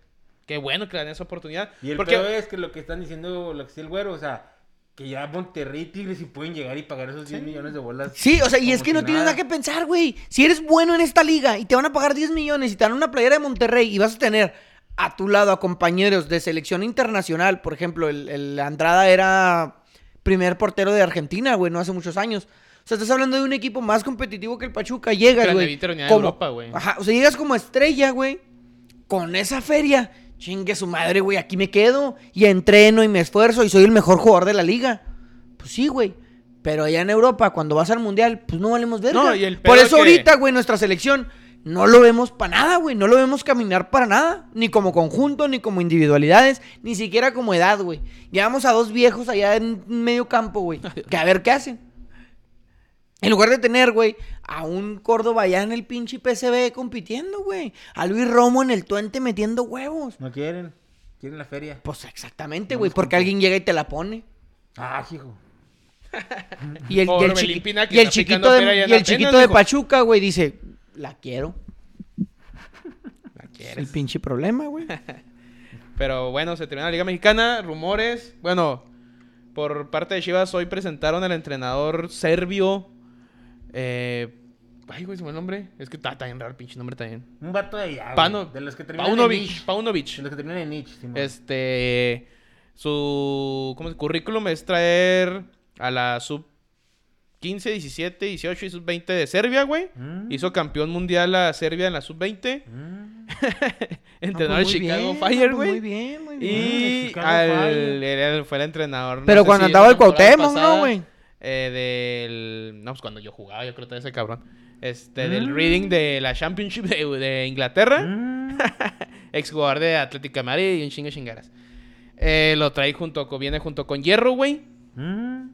Speaker 2: qué bueno que le dan esa oportunidad.
Speaker 4: Y el
Speaker 2: porque
Speaker 4: peor es que lo que están diciendo, lo que dice el güero, o sea, que ya Monterrey Tigres sí pueden llegar y pagar esos 10 millones de bolas.
Speaker 3: Sí, o sea, y
Speaker 4: como
Speaker 3: es que
Speaker 4: si
Speaker 3: no tienes nada que pensar, güey. Si eres bueno en esta liga y te van a pagar 10 millones y te dan una playera de Monterrey y vas a tener a tu lado a compañeros de selección internacional, por ejemplo, el, el Andrada era primer portero de Argentina, güey, no hace muchos años. O sea, estás hablando de un equipo más competitivo que el Pachuca. Llegas,
Speaker 2: Gran
Speaker 3: güey.
Speaker 2: evita reunida de
Speaker 3: como-
Speaker 2: Europa, güey.
Speaker 3: Ajá, o sea, llegas como estrella, güey. Con esa feria, chingue su madre, güey, aquí me quedo y entreno y me esfuerzo y soy el mejor jugador de la liga. Pues sí, güey. Pero allá en Europa, cuando vas al mundial, pues no valemos verga.
Speaker 2: No, y el
Speaker 3: Por
Speaker 2: pedo
Speaker 3: eso
Speaker 2: que-
Speaker 3: ahorita, güey, nuestra selección no lo vemos para nada, güey. No lo vemos caminar para nada. Ni como conjunto, ni como individualidades, ni siquiera como edad, güey. Llevamos a dos viejos allá en medio campo, güey. Que a ver qué hacen. En lugar de tener, güey, a un Córdoba allá en el pinche PCB compitiendo, güey. A Luis Romo en el Tuente metiendo huevos.
Speaker 4: No quieren, quieren la feria.
Speaker 3: Pues exactamente, güey, porque alguien llega y te la pone.
Speaker 4: Ah, hijo.
Speaker 3: Y el,
Speaker 2: O
Speaker 3: y el
Speaker 2: Orbelín
Speaker 3: chiqui-
Speaker 2: Pina, que
Speaker 3: y el
Speaker 2: está
Speaker 3: chiquito
Speaker 2: picando pera allá
Speaker 3: de,
Speaker 2: en
Speaker 3: y el
Speaker 2: Atenas,
Speaker 3: chiquito de
Speaker 2: dijo.
Speaker 3: Pachuca, güey, dice, la quiero.
Speaker 2: La
Speaker 3: Es
Speaker 2: quieres.
Speaker 3: el pinche problema, güey.
Speaker 2: Pero bueno, se termina la Liga Mexicana, rumores. Bueno, por parte de Chivas hoy presentaron al entrenador serbio. Eh, ay, güey, se me fue el nombre. Es que está tan raro el pinche nombre también.
Speaker 4: Un vato de allá, Ah, güey,
Speaker 2: Pano-
Speaker 4: de los que terminan en
Speaker 2: Paunovic.
Speaker 4: Nietzsche.
Speaker 2: Paunovic.
Speaker 4: De los que terminan en Nietzsche, Simón.
Speaker 2: Este. Su ¿cómo es? currículum es traer a la sub 15, 17, 18 y sub 20 de Serbia, güey.
Speaker 4: Mm.
Speaker 2: Hizo campeón mundial a Serbia en la sub 20.
Speaker 4: Mm.
Speaker 2: Entrenó
Speaker 3: Ah,
Speaker 2: al
Speaker 3: pues, muy
Speaker 2: Chicago
Speaker 3: bien,
Speaker 2: Fire,
Speaker 3: ah, pues,
Speaker 2: güey.
Speaker 3: Muy bien, muy bien.
Speaker 4: bien, el
Speaker 2: Y
Speaker 4: Chicago
Speaker 2: al,
Speaker 4: Fire.
Speaker 2: era- fue el entrenador. no
Speaker 3: Pero
Speaker 2: sé
Speaker 3: cuando
Speaker 2: si
Speaker 3: andaba
Speaker 2: la
Speaker 3: el
Speaker 2: temporada
Speaker 3: Cuauhtémoc, ¿no,
Speaker 2: pasada,
Speaker 3: güey?
Speaker 2: eh, del. No, pues cuando yo jugaba, yo creo que ese cabrón. Este,
Speaker 3: Mm.
Speaker 2: del reading de la Championship de, de Inglaterra.
Speaker 4: Mm.
Speaker 2: Ex jugador de Atlética de Madrid y un chingo de chingaras. Eh, lo trae junto con. Viene junto con Hierro, güey.
Speaker 4: Mm.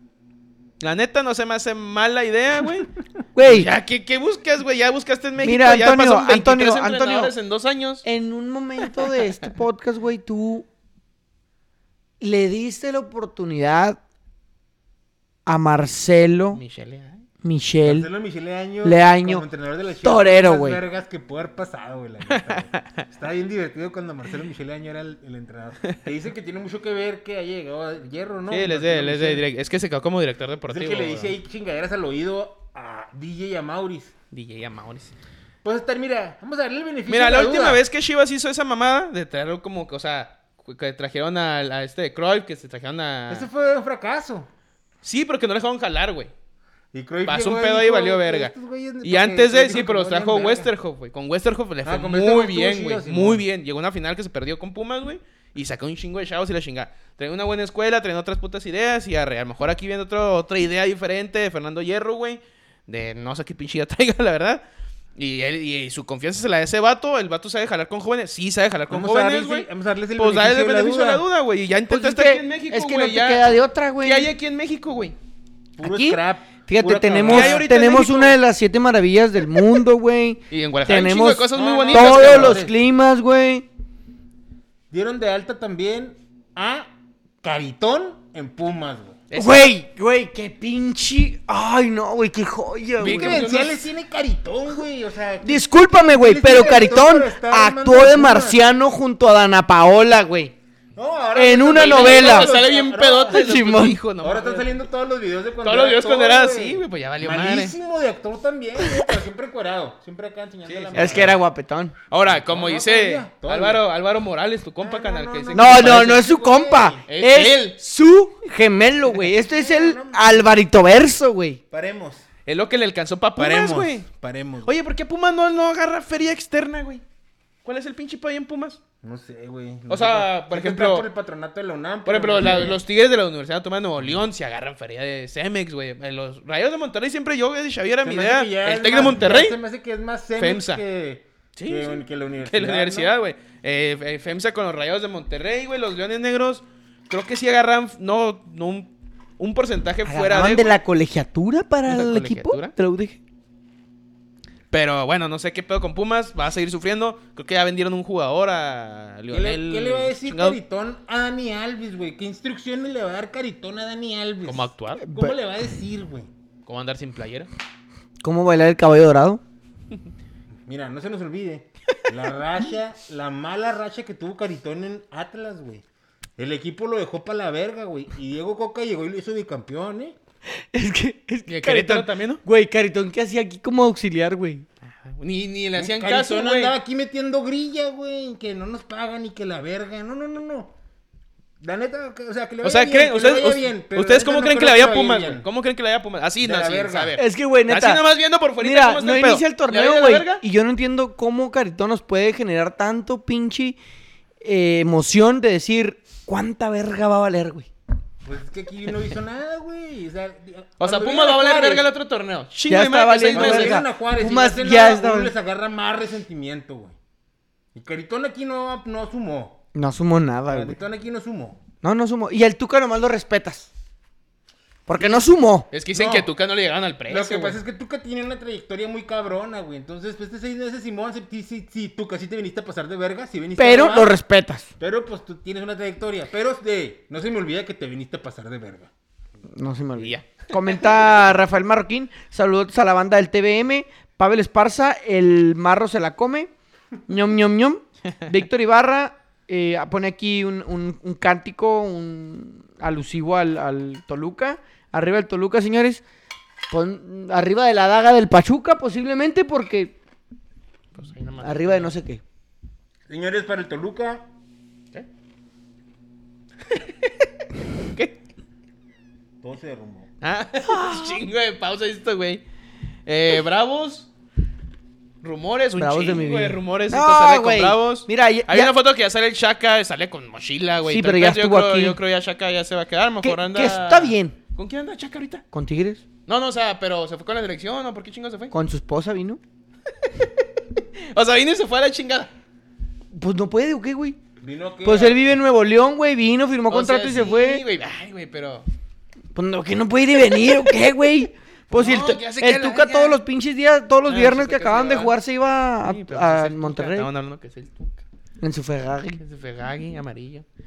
Speaker 2: La neta no se me hace mala idea, güey.
Speaker 3: Güey,
Speaker 2: ya, ¿qué, qué buscas, güey? Ya buscaste en México.
Speaker 3: Mira,
Speaker 2: ya
Speaker 3: Antonio,
Speaker 2: pasaron 23
Speaker 3: Antonio, Eh. Antonio.
Speaker 2: entrenadores en dos años.
Speaker 3: en un momento de este podcast, güey, tú le diste la oportunidad a Marcelo,
Speaker 2: Michele, ¿eh?
Speaker 3: Michel,
Speaker 4: Marcelo Michele Año.
Speaker 3: Leaño.
Speaker 4: Como entrenador de la Chivas,
Speaker 3: Torero,
Speaker 4: fue
Speaker 3: güey.
Speaker 4: Más vergas que puede haber pasado, güey. la neta, güey. Estaba bien divertido cuando Marcelo Michele Año era el, el entrenador. Que dice que tiene mucho que ver que haya llegado a Hierro, ¿no?
Speaker 2: Sí, les de,
Speaker 4: Marcelo
Speaker 2: les
Speaker 4: Michele.
Speaker 2: de, es que se quedó como director
Speaker 4: Es el
Speaker 2: deportivo.
Speaker 4: que le dice
Speaker 2: güey.
Speaker 4: ahí chingaderas al oído a DJ y a Mauris.
Speaker 2: DJ Amauris.
Speaker 4: Pues estar, mira, vamos a darle el beneficio.
Speaker 2: Mira,
Speaker 4: de
Speaker 2: la
Speaker 4: duda.
Speaker 2: última vez que Chivas hizo esa mamada de traer como, que, o sea, que trajeron a, a este de Cruyff, que se trajeron a...
Speaker 4: Ese Este fue un fracaso.
Speaker 2: Sí, pero que no le dejaron jalar, güey.
Speaker 4: Y Cruyff
Speaker 2: Pasó un
Speaker 4: llegó y
Speaker 2: pedo ahí y
Speaker 4: dijo, "Pues,
Speaker 2: valió verga.
Speaker 4: "Estos güeyes-
Speaker 2: Y
Speaker 4: porque
Speaker 2: antes de,
Speaker 4: dijo
Speaker 2: sí,
Speaker 4: que
Speaker 2: pero los
Speaker 4: no valían
Speaker 2: trajo
Speaker 4: verga". Ah,
Speaker 2: Westerhoff, güey. Con Westerhoff le fue
Speaker 4: con
Speaker 2: muy
Speaker 4: Westerhoff estuvo
Speaker 2: bien,
Speaker 4: chido,
Speaker 2: güey.
Speaker 4: sí,
Speaker 2: Muy
Speaker 4: no.
Speaker 2: bien. Llegó a una final que se perdió con Pumas, güey. Y sacó un chingo de chavos y la chingada. Traen una buena escuela, traen otras putas ideas. Y arre, a lo mejor aquí viene otro, otra idea diferente de Fernando Hierro, güey. De no sé qué pinche idea traiga, la verdad. Y, él, y su confianza se la da ese vato. El vato sabe jalar con jóvenes. Sí, sabe jalar con
Speaker 4: Vamos a
Speaker 2: jóvenes,
Speaker 4: darles
Speaker 2: güey.
Speaker 4: el- vamos a darles el
Speaker 2: Pues dale el beneficio de la duda, güey. Y ya
Speaker 3: Pues
Speaker 2: intentaste
Speaker 3: es
Speaker 2: aquí
Speaker 3: que,
Speaker 2: en México,
Speaker 3: es que no
Speaker 2: güey,
Speaker 3: te
Speaker 2: ya-
Speaker 3: queda de otra, güey.
Speaker 2: ¿Qué hay aquí en México, güey?
Speaker 4: Puro
Speaker 3: Aquí,
Speaker 4: scrap,
Speaker 3: Fíjate,
Speaker 4: pura
Speaker 3: tenemos,
Speaker 2: ¿Qué hay ahorita en
Speaker 3: tenemos
Speaker 2: México?
Speaker 3: una de las siete maravillas del mundo, güey.
Speaker 2: Y en Guadalajara hay un chingo
Speaker 3: tenemos
Speaker 2: de cosas muy
Speaker 4: No, no,
Speaker 2: bonitas.
Speaker 3: todos
Speaker 2: cabrón.
Speaker 3: los
Speaker 4: cabrón.
Speaker 3: climas, güey.
Speaker 4: cabrón. Dieron de alta también a Caritón en Pumas, güey.
Speaker 2: Ese-
Speaker 3: Güey, güey, qué pinche. Ay, no, güey, qué joya,
Speaker 2: Vi
Speaker 3: güey.
Speaker 4: ¿Qué
Speaker 2: que-
Speaker 4: credenciales tiene Caritón, güey? O sea,
Speaker 3: Discúlpame, güey,
Speaker 4: Sí,
Speaker 3: pero
Speaker 4: sí,
Speaker 3: Caritón
Speaker 4: doctor, está armando
Speaker 3: actuó de
Speaker 4: una.
Speaker 3: marciano junto a Dana Paola, güey.
Speaker 4: no, ahora
Speaker 3: en
Speaker 4: están
Speaker 3: una
Speaker 4: saliendo
Speaker 3: novela.
Speaker 4: todos los-
Speaker 2: Sale bien
Speaker 4: ahora-
Speaker 2: pedote.
Speaker 3: no, Simón.
Speaker 2: Simón. Hijo, no,
Speaker 4: Ahora están
Speaker 2: mames.
Speaker 4: saliendo todos los videos de cuando
Speaker 2: Todos los
Speaker 4: era
Speaker 2: videos cuando
Speaker 4: actor,
Speaker 2: era así, güey, pues ya valió madre.
Speaker 4: Malísimo de actor también, güey, pero siempre encuerado. Siempre acá enseñando la
Speaker 3: Es que era guapetón.
Speaker 2: Ahora, como
Speaker 4: No, no,
Speaker 2: dice
Speaker 4: todavía, todavía.
Speaker 2: Álvaro, Álvaro Morales, tu compa
Speaker 4: No, no,
Speaker 2: canal
Speaker 4: no,
Speaker 2: que
Speaker 4: no,
Speaker 2: dice que
Speaker 3: No,
Speaker 2: se
Speaker 3: no,
Speaker 2: parece.
Speaker 3: no es su compa.
Speaker 2: Es
Speaker 3: Es
Speaker 2: él.
Speaker 3: su gemelo, güey. Este es el Alvarito Verso, güey.
Speaker 4: Paremos.
Speaker 2: Es lo que le alcanzó para Pumas,
Speaker 4: Paremos,
Speaker 2: güey.
Speaker 4: paremos. güey.
Speaker 2: Oye, ¿por qué Pumas no, no agarra feria externa, güey? ¿Cuál es el pinche país en Pumas?
Speaker 4: No sé, güey.
Speaker 2: O sea, por ejemplo-
Speaker 4: Siempre está por el patronato de la UNAM.
Speaker 2: Por ejemplo,
Speaker 4: pero-
Speaker 2: la- los Tigres de la Universidad Autónoma de Nuevo León se agarran feria de Cemex, güey. Eh, Los Rayos de Monterrey siempre yo, güey, Xavier,
Speaker 4: Se
Speaker 2: era
Speaker 4: me
Speaker 2: mi
Speaker 4: hace
Speaker 2: idea.
Speaker 4: que ya
Speaker 2: El
Speaker 4: es
Speaker 2: Tec de
Speaker 4: más-
Speaker 2: Monterrey.
Speaker 4: ya Se me hace que es más Cemex
Speaker 2: FEMSA.
Speaker 4: que,
Speaker 2: Sí,
Speaker 4: que-
Speaker 2: sí.
Speaker 4: que la universidad.
Speaker 2: Que la universidad,
Speaker 4: ¿no?
Speaker 2: güey. Eh, eh, FEMSA con los Rayados de Monterrey, güey. Los Leones Negros, creo que sí agarran, no, no un, un porcentaje fuera
Speaker 3: ¿Agarraban
Speaker 2: de...
Speaker 3: de la colegiatura para
Speaker 2: ¿De la
Speaker 3: el equipo?
Speaker 2: colegiatura?
Speaker 3: Te lo dije.
Speaker 2: Pero bueno, no sé qué pedo con Pumas. Va a seguir sufriendo. Creo que ya vendieron un jugador a
Speaker 4: ¿Qué le,
Speaker 2: Lionel.
Speaker 4: qué le va a decir
Speaker 2: chingado.
Speaker 4: Caritón a Dani Alves, güey? ¿Qué instrucciones le va a dar Caritón a Dani Alves?
Speaker 2: ¿Cómo actuar?
Speaker 4: ¿Cómo
Speaker 3: Pero-
Speaker 4: le va a decir, güey?
Speaker 2: ¿Cómo andar sin playera?
Speaker 3: ¿Cómo bailar el caballo dorado?
Speaker 4: Mira, no se nos olvide. La racha, la mala racha que tuvo Caritón en Atlas, güey. El equipo lo dejó para la verga, güey. Y Diego Coca llegó y lo hizo bicampeón, ¿eh?
Speaker 3: Es que. Es
Speaker 2: Y el Querétaro también, ¿no?
Speaker 3: Güey, Caritón, ¿qué hacía aquí como auxiliar, güey?
Speaker 2: Ni, ni le hacían
Speaker 4: Caritón
Speaker 2: caso, güey.
Speaker 4: andaba aquí metiendo grilla, güey. Que no nos pagan y que la verga. No, no, no, no. La neta, que- o sea, que le
Speaker 2: O
Speaker 4: vaya
Speaker 2: sea,
Speaker 4: bien,
Speaker 2: creen,
Speaker 4: que le
Speaker 2: ustedes,
Speaker 4: vaya
Speaker 2: us-
Speaker 4: bien, pero
Speaker 2: ¿ustedes
Speaker 4: la
Speaker 2: cómo
Speaker 4: neta
Speaker 2: creen
Speaker 4: no
Speaker 2: que le
Speaker 4: creo
Speaker 2: vaya a
Speaker 4: vaya
Speaker 2: Pumas,
Speaker 4: bien.
Speaker 2: güey? ¿Cómo creen que le vaya a Pumas? Así,
Speaker 4: De
Speaker 2: no,
Speaker 4: la
Speaker 2: sin
Speaker 4: verga.
Speaker 2: saber.
Speaker 3: Es que, güey, neta.
Speaker 2: Así nomás viendo por fuera.
Speaker 3: Mira, no inicia el torneo, güey. Y yo no entiendo cómo Caritón nos puede generar tanto pinche eh, emoción de decir cuánta verga va a valer, güey.
Speaker 4: Pues es que aquí no hizo nada, güey. O sea,
Speaker 2: O sea,
Speaker 4: cuando
Speaker 2: Pumas va a
Speaker 4: vinieron
Speaker 2: valer
Speaker 4: Juárez,
Speaker 2: verga el otro torneo. Chingo
Speaker 3: Ya
Speaker 2: de
Speaker 3: está
Speaker 2: madre, que seis
Speaker 3: valiendo
Speaker 4: Cuando
Speaker 2: meses.
Speaker 4: vinieron
Speaker 3: verga.
Speaker 4: a Juárez y no
Speaker 3: Pumas
Speaker 4: hacen
Speaker 3: ya
Speaker 4: nada,
Speaker 3: está-
Speaker 4: uno les agarra más resentimiento, güey. Y Caritón aquí no, no sumó.
Speaker 3: No sumo nada, güey.
Speaker 4: Caritón aquí no sumó.
Speaker 3: No, no sumo. Y al Tuca nomás lo respetas. Porque no sumo.
Speaker 2: Es que dicen
Speaker 4: No.
Speaker 2: que a Tuca no le llegaron al precio.
Speaker 4: Lo que
Speaker 2: güey.
Speaker 4: pasa es que Tuca tiene una trayectoria muy cabrona, güey. Entonces, pues, este seis meses, Simón, sí, sí, sí, Tuca, sí te viniste a pasar de verga, sí viniste a
Speaker 3: Pero
Speaker 4: robar,
Speaker 3: lo respetas.
Speaker 4: Pero, pues, tú tienes una trayectoria. Pero, de, no se me olvida que te viniste a pasar de verga.
Speaker 3: No se me
Speaker 2: Y
Speaker 3: olvida.
Speaker 2: ya.
Speaker 3: Comenta Rafael Marroquín. Saludos a la banda del TVM. Pavel Esparza, el marro se la come. ñom ñom ñom. Víctor Ibarra eh, pone aquí un, un- un cántico un alusivo al, al Toluca. Arriba del Toluca, señores. Pon- arriba de la daga del Pachuca, posiblemente, porque
Speaker 2: Pues ahí nomás.
Speaker 3: arriba de no sé qué.
Speaker 4: Señores, para el Toluca,
Speaker 2: ¿Qué?
Speaker 4: todo se derrumbó.
Speaker 2: Ah, chingo de pausa esto, güey. Eh, bravos. Rumores, un
Speaker 3: Bravos de
Speaker 2: chingo
Speaker 3: mi
Speaker 2: de,
Speaker 3: vida.
Speaker 2: rumores.
Speaker 3: No,
Speaker 2: esto sale
Speaker 3: güey.
Speaker 2: con bravos.
Speaker 3: Mira, ya-
Speaker 2: Hay
Speaker 3: ya-
Speaker 2: una foto que ya sale el Shaka, sale con mochila, güey.
Speaker 3: Sí,
Speaker 2: y todo
Speaker 3: pero
Speaker 2: el
Speaker 3: ya
Speaker 2: pedo.
Speaker 3: estuvo
Speaker 2: yo creo,
Speaker 3: aquí.
Speaker 2: Yo creo ya Shaka ya se va a quedar. Mejor
Speaker 3: Que-
Speaker 2: anda...
Speaker 3: que está bien.
Speaker 2: ¿Con quién anda Shaka ahorita?
Speaker 3: ¿Con Tigres?
Speaker 2: No, no, o sea, pero ¿se fue con la dirección o por qué chingo se fue?
Speaker 3: ¿Con su esposa vino?
Speaker 2: O sea, vino y se fue a la chingada.
Speaker 3: Pues no puede, ¿o qué, güey?
Speaker 4: Vino que-
Speaker 3: Pues él vive en Nuevo León, güey. Vino, firmó contrato y se fue.
Speaker 2: Sí, güey. Ay, güey, pero...
Speaker 3: Pues no, que no puede ir y venir, ¿o qué, güey? Pues si el,
Speaker 2: No,
Speaker 3: tu-
Speaker 2: ya se
Speaker 3: el
Speaker 2: queda la
Speaker 3: Tuca
Speaker 2: verga.
Speaker 3: todos los pinches días, todos los
Speaker 2: Ah,
Speaker 3: viernes
Speaker 2: sí,
Speaker 3: que
Speaker 2: Tuca se
Speaker 3: acababan de
Speaker 2: va.
Speaker 3: jugar se iba a,
Speaker 2: Sí, pero
Speaker 3: a
Speaker 2: pues es el Tuca,
Speaker 3: Monterrey.
Speaker 2: Estaban hablando que es el Tuca.
Speaker 3: En su Ferrari.
Speaker 2: Es de Ferrari, amarillo.
Speaker 4: ¿Sí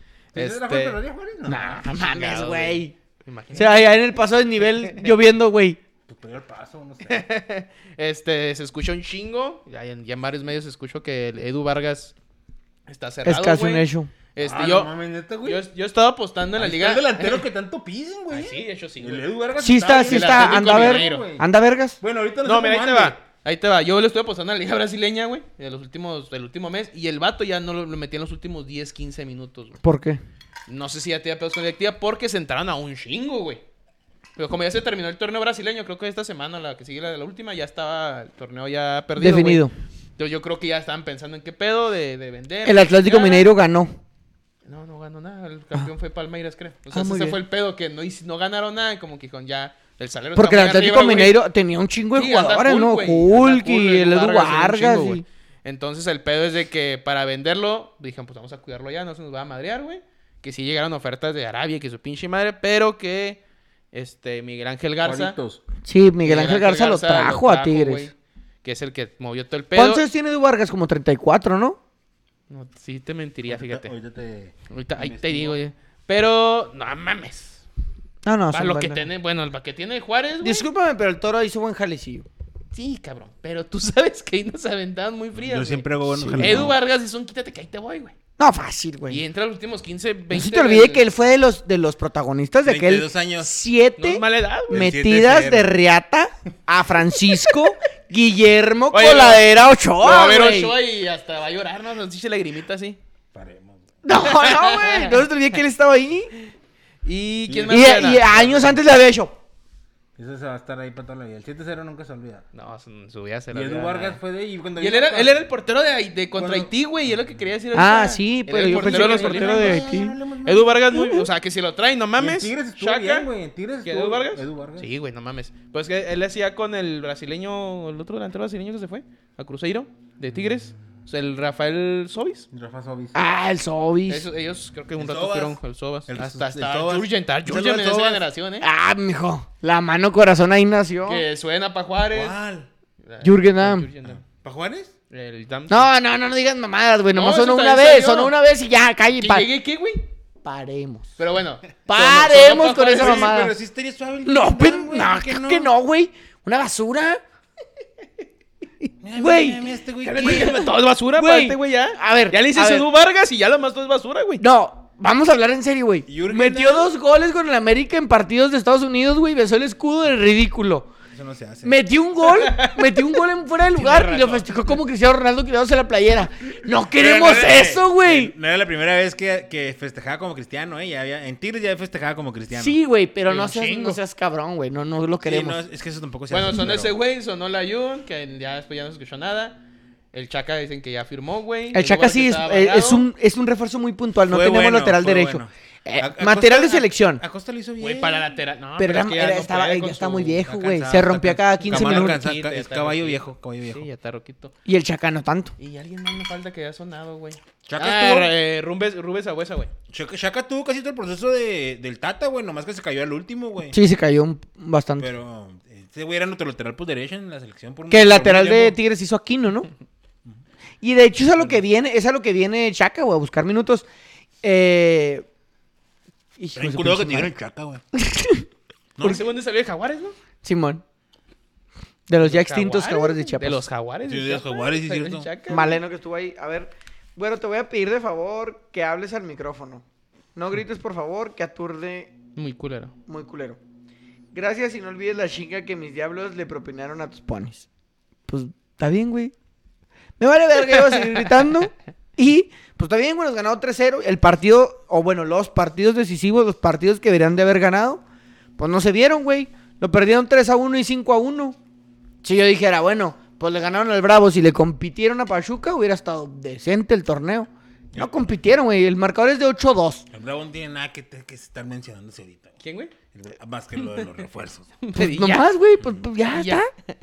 Speaker 4: se la fue para María Juárez? No.
Speaker 2: este, Nah,
Speaker 3: mames,
Speaker 2: mames,
Speaker 3: güey.
Speaker 2: güey.
Speaker 3: O sea, allá en el paso de nivel lloviendo, güey.
Speaker 4: Pues pegó el paso, no sé.
Speaker 2: Este, se escucha un chingo. Ya en, ya en varios medios se escuchó que el Edu Vargas está cerrado.
Speaker 3: Es casi un
Speaker 2: güey.
Speaker 3: hecho.
Speaker 2: Este,
Speaker 4: Ah,
Speaker 2: yo,
Speaker 4: no mames, neta, güey.
Speaker 2: yo, yo estaba apostando en la
Speaker 4: Ahí
Speaker 2: liga.
Speaker 4: está el delantero que tanto piden, güey.
Speaker 2: Ah, sí, de hecho sí,
Speaker 4: El
Speaker 2: güey.
Speaker 4: Edu Vargas
Speaker 3: Sí está,
Speaker 4: bien.
Speaker 3: sí
Speaker 2: el
Speaker 3: está.
Speaker 2: Atlético
Speaker 3: Anda, a ver,
Speaker 2: Mineiro.
Speaker 4: güey.
Speaker 3: anda vergas.
Speaker 4: Bueno, ahorita
Speaker 2: No,
Speaker 4: sé
Speaker 2: mira, ahí
Speaker 4: cómo
Speaker 2: te
Speaker 4: ande.
Speaker 2: va. Ahí te va. Yo le estoy apostando en la liga brasileña, güey. De los últimos, del último mes. Y el vato ya no lo, lo metí en los últimos 10, 15 minutos, güey.
Speaker 3: ¿Por qué?
Speaker 2: No sé si ya tenía pedos con la directiva porque se entraron a un chingo, güey. Pero como ya se terminó el torneo brasileño, creo que esta semana, la que sigue la de la última, ya estaba el torneo ya perdido. güey.
Speaker 3: Definido.
Speaker 2: Entonces yo creo que ya estaban pensando en qué pedo de, de vender.
Speaker 3: El Atlético
Speaker 2: Nada.
Speaker 3: Mineiro ganó.
Speaker 2: No, no ganó nada. El campeón fue Palmeiras, creo. O
Speaker 3: Ah,
Speaker 2: sea,
Speaker 3: muy
Speaker 2: ese
Speaker 3: bien.
Speaker 2: fue el pedo que no, hici- no ganaron nada. y Como que con ya el salario.
Speaker 3: Porque el
Speaker 2: está muy
Speaker 3: Atlético
Speaker 2: arriba, güey.
Speaker 3: Mineiro tenía un chingo de
Speaker 2: Sí, anda
Speaker 3: jugadores,
Speaker 2: Hulk,
Speaker 3: ¿no?
Speaker 2: güey. Anda
Speaker 3: Hulk y el Edu Vargas.
Speaker 2: anda un chingo,
Speaker 3: y-
Speaker 2: güey. Entonces el pedo es de que para venderlo, dijeron, pues vamos a cuidarlo ya, no se nos va a madrear, güey. Que sí llegaron ofertas de Arabia, que su pinche madre, pero que este Miguel Ángel Garza.
Speaker 4: Juanitos.
Speaker 3: Sí, Miguel Ángel Garza lo trajo a Tigres.
Speaker 2: güey, que es el que movió todo el pedo.
Speaker 3: ¿Cuántos tiene Edu Vargas? Como 34, ¿no?
Speaker 2: No, sí te mentiría, fíjate. Ahorita,
Speaker 4: Ahorita te...
Speaker 2: ahí te digo, güey. Pero, no mames.
Speaker 3: Ah, No, no,
Speaker 2: Para
Speaker 3: son
Speaker 2: lo que
Speaker 3: buenas.
Speaker 2: tiene, bueno, el que tiene Juárez, güey.
Speaker 3: Discúlpame, pero el toro hizo buen jalecillo.
Speaker 2: Sí, cabrón. Pero tú sabes que ahí nos aventaban muy frías.
Speaker 6: Yo
Speaker 2: güey.
Speaker 6: siempre hago buenos jaleos.
Speaker 2: Edu Vargas es un quítate que ahí te voy, güey.
Speaker 3: No, fácil,
Speaker 2: Y
Speaker 3: güey.
Speaker 2: entra los últimos 15, 20.
Speaker 3: No se te olvide
Speaker 2: del-
Speaker 3: que él fue de los, de los protagonistas de aquel
Speaker 6: 22 años.
Speaker 2: No
Speaker 3: siete
Speaker 2: es mala edad, güey.
Speaker 6: Me-
Speaker 3: metidas
Speaker 6: 7-0.
Speaker 3: de Riata a Francisco Guillermo
Speaker 2: Oye,
Speaker 3: Coladera
Speaker 2: Lo va
Speaker 3: Ochoa,
Speaker 2: a ver
Speaker 3: güey.
Speaker 2: Ochoa y hasta va a llorar, ¿no? Nos dice lagrimita así.
Speaker 4: Paremos, güey.
Speaker 3: No, no, güey. No se te olvide que él estaba ahí.
Speaker 2: ¿Y quién
Speaker 3: Y,
Speaker 2: más? gana?
Speaker 3: y años antes le había hecho.
Speaker 7: Eso se va a estar ahí para toda la vida. El 7-0 nunca se olvida.
Speaker 2: No, su su vida se
Speaker 7: Y
Speaker 2: la
Speaker 7: Edu
Speaker 2: dio.
Speaker 7: Vargas fue de ahí. Cuando
Speaker 2: Y él
Speaker 7: vino
Speaker 2: era,
Speaker 7: acá-
Speaker 2: él era el portero de, Haití- de contra
Speaker 7: Cuando-
Speaker 2: Haití, güey. Y es lo que quería decir.
Speaker 3: Ah,
Speaker 2: ahorita.
Speaker 3: sí,
Speaker 2: Era
Speaker 3: pero
Speaker 2: el
Speaker 3: yo pensé
Speaker 2: portero
Speaker 3: que
Speaker 2: de
Speaker 3: el
Speaker 2: los
Speaker 3: portero de
Speaker 2: Colinas.
Speaker 3: Haití.
Speaker 2: Edu Vargas, muy- o sea, que si lo traen, no
Speaker 7: Y en
Speaker 2: mames.
Speaker 7: Tigres estuvo
Speaker 2: Chaca.
Speaker 7: bien, güey. En Tigres
Speaker 2: ¿Que
Speaker 7: estuvo-
Speaker 2: Edu Vargas?
Speaker 7: Edu Vargas.
Speaker 2: Sí, güey, no mames. Pues que él hacía con el brasileño, el otro delantero brasileño que se fue, a Cruzeiro, de Tigres. O sea, el Rafael Sobis.
Speaker 7: Rafa Sobis.
Speaker 3: Ah, el Sobis.
Speaker 2: Ellos, ellos creo que un
Speaker 4: El
Speaker 2: rato
Speaker 4: Sobas.
Speaker 2: fueron el Sobas.
Speaker 4: El-
Speaker 2: hasta
Speaker 4: el
Speaker 2: hasta
Speaker 4: Sobas.
Speaker 2: Jurgen, tal
Speaker 4: Saludos
Speaker 2: Jurgen
Speaker 4: al
Speaker 2: en esa
Speaker 4: Sobas.
Speaker 2: generación, ¿eh?
Speaker 3: Ah, mijo. La mano corazón ahí nació.
Speaker 4: Ah.
Speaker 2: Que suena pa' Juárez. Ah,
Speaker 4: ¿Cuál?
Speaker 3: Jürgen Damm.
Speaker 2: Jürgen Damm.
Speaker 4: ¿Para Juárez?
Speaker 2: El Damm.
Speaker 3: No, no, no, no digas mamadas, güey.
Speaker 2: No,
Speaker 3: Nomás
Speaker 2: eso
Speaker 3: sonó
Speaker 2: también
Speaker 3: una
Speaker 2: salió.
Speaker 3: vez, sonó una vez y ya, calle.
Speaker 2: ¿Que
Speaker 3: pa-
Speaker 2: llegue qué, güey?
Speaker 3: Paremos.
Speaker 2: Pero bueno.
Speaker 3: Paremos con
Speaker 2: sonó- sonó pa' Juárez.
Speaker 3: esa
Speaker 4: Oye,
Speaker 3: mamada.
Speaker 4: Pero sí estaría suave. el
Speaker 3: No,
Speaker 4: Jürgen
Speaker 3: pero
Speaker 4: Damm, güey,
Speaker 3: no,
Speaker 4: ¿por qué
Speaker 3: creo que no, güey. Una basura.
Speaker 4: Mira,
Speaker 3: güey.
Speaker 4: mira, mira, este güey,
Speaker 2: Ya le
Speaker 4: ¿qué?
Speaker 2: dije, Todo es basura
Speaker 3: Güey.
Speaker 2: para este güey ya.
Speaker 3: A ver,
Speaker 2: Ya le
Speaker 3: a
Speaker 2: dices
Speaker 3: ver.
Speaker 2: Edu Vargas y ya lo más todo es basura, güey.
Speaker 3: No, vamos a hablar en serio, güey.
Speaker 4: Jürgen
Speaker 3: Metió
Speaker 4: Damm.
Speaker 3: dos goles con el América en partidos de Estados Unidos, güey. Besó el escudo del ridículo.
Speaker 4: Eso no se hace.
Speaker 3: Metió un gol, metió un gol en fuera de lugar y lo festejó como Cristiano Ronaldo quitándose la playera. No queremos
Speaker 4: Pero no era-
Speaker 3: eso, güey.
Speaker 4: No era la primera vez que, que festejaba como cristiano, ¿eh? Ya había, en Tigres ya festejaba como cristiano.
Speaker 3: Sí, güey, pero
Speaker 2: Y
Speaker 3: no
Speaker 2: un
Speaker 3: seas,
Speaker 2: chingo.
Speaker 3: no seas cabrón, güey. No, no lo
Speaker 4: Sí,
Speaker 3: queremos.
Speaker 4: no, es que eso tampoco se
Speaker 2: Bueno,
Speaker 4: hace.
Speaker 2: sonó
Speaker 4: pero-
Speaker 2: ese güey, sonó la Yun, que ya después ya no se escuchó nada. El Chaca dicen que ya firmó, güey.
Speaker 3: El Chaca
Speaker 2: Vargas
Speaker 3: sí es,
Speaker 2: estaba
Speaker 3: eh,
Speaker 2: vagado.
Speaker 3: es un, es un refuerzo muy puntual. No
Speaker 4: Fue
Speaker 3: tenemos
Speaker 4: bueno,
Speaker 3: lateral
Speaker 4: fue
Speaker 3: derecho.
Speaker 4: bueno.
Speaker 3: Eh,
Speaker 4: A- Acosta-
Speaker 3: material de
Speaker 4: a-
Speaker 3: selección.
Speaker 4: Acosta lo hizo bien.
Speaker 2: Güey, para lateral. No,
Speaker 3: pero
Speaker 2: es
Speaker 3: era,
Speaker 2: que ya
Speaker 3: era-
Speaker 2: no
Speaker 3: estaba,
Speaker 2: puede
Speaker 3: ya
Speaker 2: con
Speaker 3: está
Speaker 2: su-
Speaker 3: muy viejo,
Speaker 4: está
Speaker 3: güey.
Speaker 4: cansado,
Speaker 3: Se
Speaker 4: está
Speaker 3: rompía cada 15
Speaker 4: Camano
Speaker 3: minutos.
Speaker 4: cansa-
Speaker 2: Sí,
Speaker 4: ca-
Speaker 2: ya
Speaker 4: es
Speaker 2: está
Speaker 4: caballo
Speaker 2: roquito.
Speaker 4: viejo, caballo viejo.
Speaker 2: Sí, ya está roquito.
Speaker 3: Y el Chaca no tanto.
Speaker 2: Y alguien más me falta que haya sonado, güey.
Speaker 4: Chaca
Speaker 2: ah,
Speaker 4: estuvo-
Speaker 2: eh, Rumbes, Rubes Agüesa, güey.
Speaker 4: Shaka, Shaka tuvo casi todo el proceso de, del Tata, güey. Nomás que se cayó al último, güey.
Speaker 3: Sí, se cayó un- bastante.
Speaker 4: Pero este güey era nuestro lateral por derecha en la selección. Por
Speaker 3: que el
Speaker 4: por
Speaker 3: lateral
Speaker 4: mucho
Speaker 3: de
Speaker 4: tiempo.
Speaker 3: Tigres hizo Aquino, ¿no? Y de hecho es a lo que viene, es a lo que viene Chaca, güey, a buscar minutos. Eh... hijo
Speaker 4: Bien
Speaker 3: de su
Speaker 4: curado que
Speaker 3: pinche madre.
Speaker 4: tiene el Chaca, güey.
Speaker 2: No, ese güey salió de Jaguares, ¿no?
Speaker 3: Simón. De los ya extintos jaguares de Chiapas.
Speaker 2: De los Jaguares.
Speaker 4: Sí, de los
Speaker 2: Chiapas,
Speaker 4: Jaguares, sí,
Speaker 2: salió el
Speaker 4: cierto.
Speaker 2: Chaca, güey.
Speaker 3: Maleno que estuvo ahí. A ver, bueno, te voy a pedir de favor que hables al micrófono. No grites, por favor, que aturde
Speaker 2: Muy culero.
Speaker 3: muy culero. Gracias y no olvides la chinga que mis diablos le propinaron a tus ponis. Pues está bien, güey. Me vale ver que iba a seguir gritando. Y pues está bien, güey, nos ganó 3-0. El partido, o bueno, los partidos decisivos, los partidos que deberían de haber ganado, pues no se vieron, güey. Lo perdieron 3-1 y 5-1. Si yo dijera, bueno, pues le ganaron al Bravo, si le compitieron a Pachuca, hubiera estado decente el torneo. No compitieron, güey. El marcador es de 8-2.
Speaker 4: El Bravo no tiene nada que, te- que estar mencionándose ahorita. güey.
Speaker 2: ¿Quién, güey?
Speaker 4: El Bra- Más que lo de los refuerzos.
Speaker 2: Y
Speaker 3: Pues,
Speaker 2: ya.
Speaker 3: nomás, güey, pues, pues, ya
Speaker 2: Y ya.
Speaker 3: está.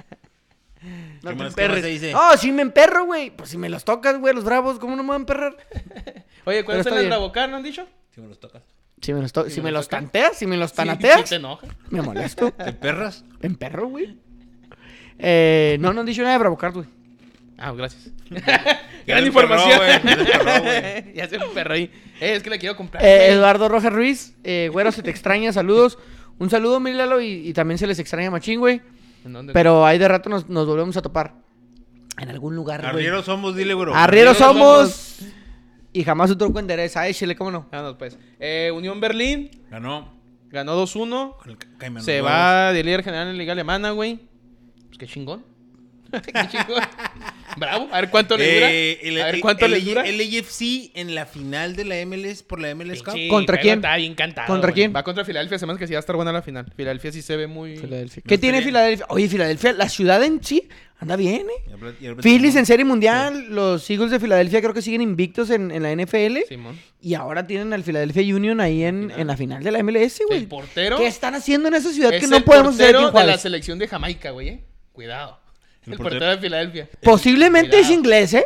Speaker 4: ¿Qué más- qué más
Speaker 3: perres.
Speaker 4: se dice?
Speaker 3: No, sí me emperro, güey. Pues si me los tocas, güey, los bravos, ¿cómo no me van a emperrar?
Speaker 2: Oye,
Speaker 3: Pero
Speaker 2: ¿cuándo
Speaker 3: está
Speaker 2: está el
Speaker 3: bien.
Speaker 2: Bravocar, no han dicho?
Speaker 4: Si me los tocas.
Speaker 3: Si me los, to-
Speaker 2: Si
Speaker 3: si
Speaker 2: me
Speaker 3: me
Speaker 2: los
Speaker 3: los
Speaker 2: tocas.
Speaker 3: tanteas, si me los
Speaker 2: Sí,
Speaker 3: tanateas,
Speaker 2: te enoja.
Speaker 3: me molesto.
Speaker 4: ¿Te perras?
Speaker 3: Me emperro, güey. Eh, no, no han dicho nada de Bravocard, güey.
Speaker 2: Ah, gracias.
Speaker 4: Ya
Speaker 2: Gran
Speaker 4: se
Speaker 2: información.
Speaker 4: emperró, güey, ya se emperró, güey.
Speaker 2: ya se perro ahí. Eh, es que la quiero comprar.
Speaker 3: Eh,
Speaker 2: güey.
Speaker 3: Eduardo Rojas Ruiz, eh, güero, se te extraña, saludos. Un saludo, mi Lalo, y, y también se les extraña machín, güey.
Speaker 2: ¿En dónde?
Speaker 3: Pero ahí de rato nos, nos volvemos a topar. En algún lugar, güey.
Speaker 4: Arriero somos, dile, güey.
Speaker 3: Arriero
Speaker 2: Arrieros
Speaker 3: somos. Y jamás un truco endereza. Ay, chile, cómo no.
Speaker 2: Vámonos, pues. Eh, Unión Berlín
Speaker 4: Ganó.
Speaker 2: ganó 2-1.
Speaker 4: Con el ca- Caimanos
Speaker 2: Se
Speaker 4: Huevos.
Speaker 2: va de líder general en la Liga Alemana, güey. Pues qué chingón. qué chingón. Bravo. A ver cuánto le dura.
Speaker 4: Eh, el-
Speaker 2: a ver
Speaker 4: el-
Speaker 2: cuánto
Speaker 4: el-
Speaker 2: le dura.
Speaker 4: El AFC en la final de la MLS por la MLS Cup.
Speaker 2: Pinche
Speaker 3: ¿Contra
Speaker 2: perro,
Speaker 3: quién?
Speaker 2: Está bien encantado.
Speaker 3: ¿Contra quién?
Speaker 2: Va contra Filadelfia. Se me hace que sí va a estar buena la final. Filadelfia sí se ve muy.
Speaker 3: Filadelfia. ¿Qué tiene Filadelfia? Oye, Filadelfia, la ciudad en sí anda bien, ¿eh?
Speaker 4: Y ahora- y
Speaker 2: Pues,
Speaker 4: ahora-
Speaker 3: Phillies en Serie Mundial, los Eagles de Filadelfia creo que siguen invictos en, en la NFL.
Speaker 2: Simón.
Speaker 3: Y ahora tienen al Philadelphia Union ahí en, en la final de la MLS, güey.
Speaker 2: El portero.
Speaker 3: ¿Qué están haciendo en esa ciudad
Speaker 2: es
Speaker 3: que no
Speaker 2: el
Speaker 3: podemos hacer
Speaker 2: portero
Speaker 3: aquí en
Speaker 2: de la
Speaker 3: Juárez?
Speaker 2: selección de Jamaica, güey. eh. Cuidado. El,
Speaker 4: El
Speaker 2: portero,
Speaker 4: portero
Speaker 2: de Filadelfia.
Speaker 3: Posiblemente es
Speaker 2: Cuidado.
Speaker 3: inglés, ¿eh?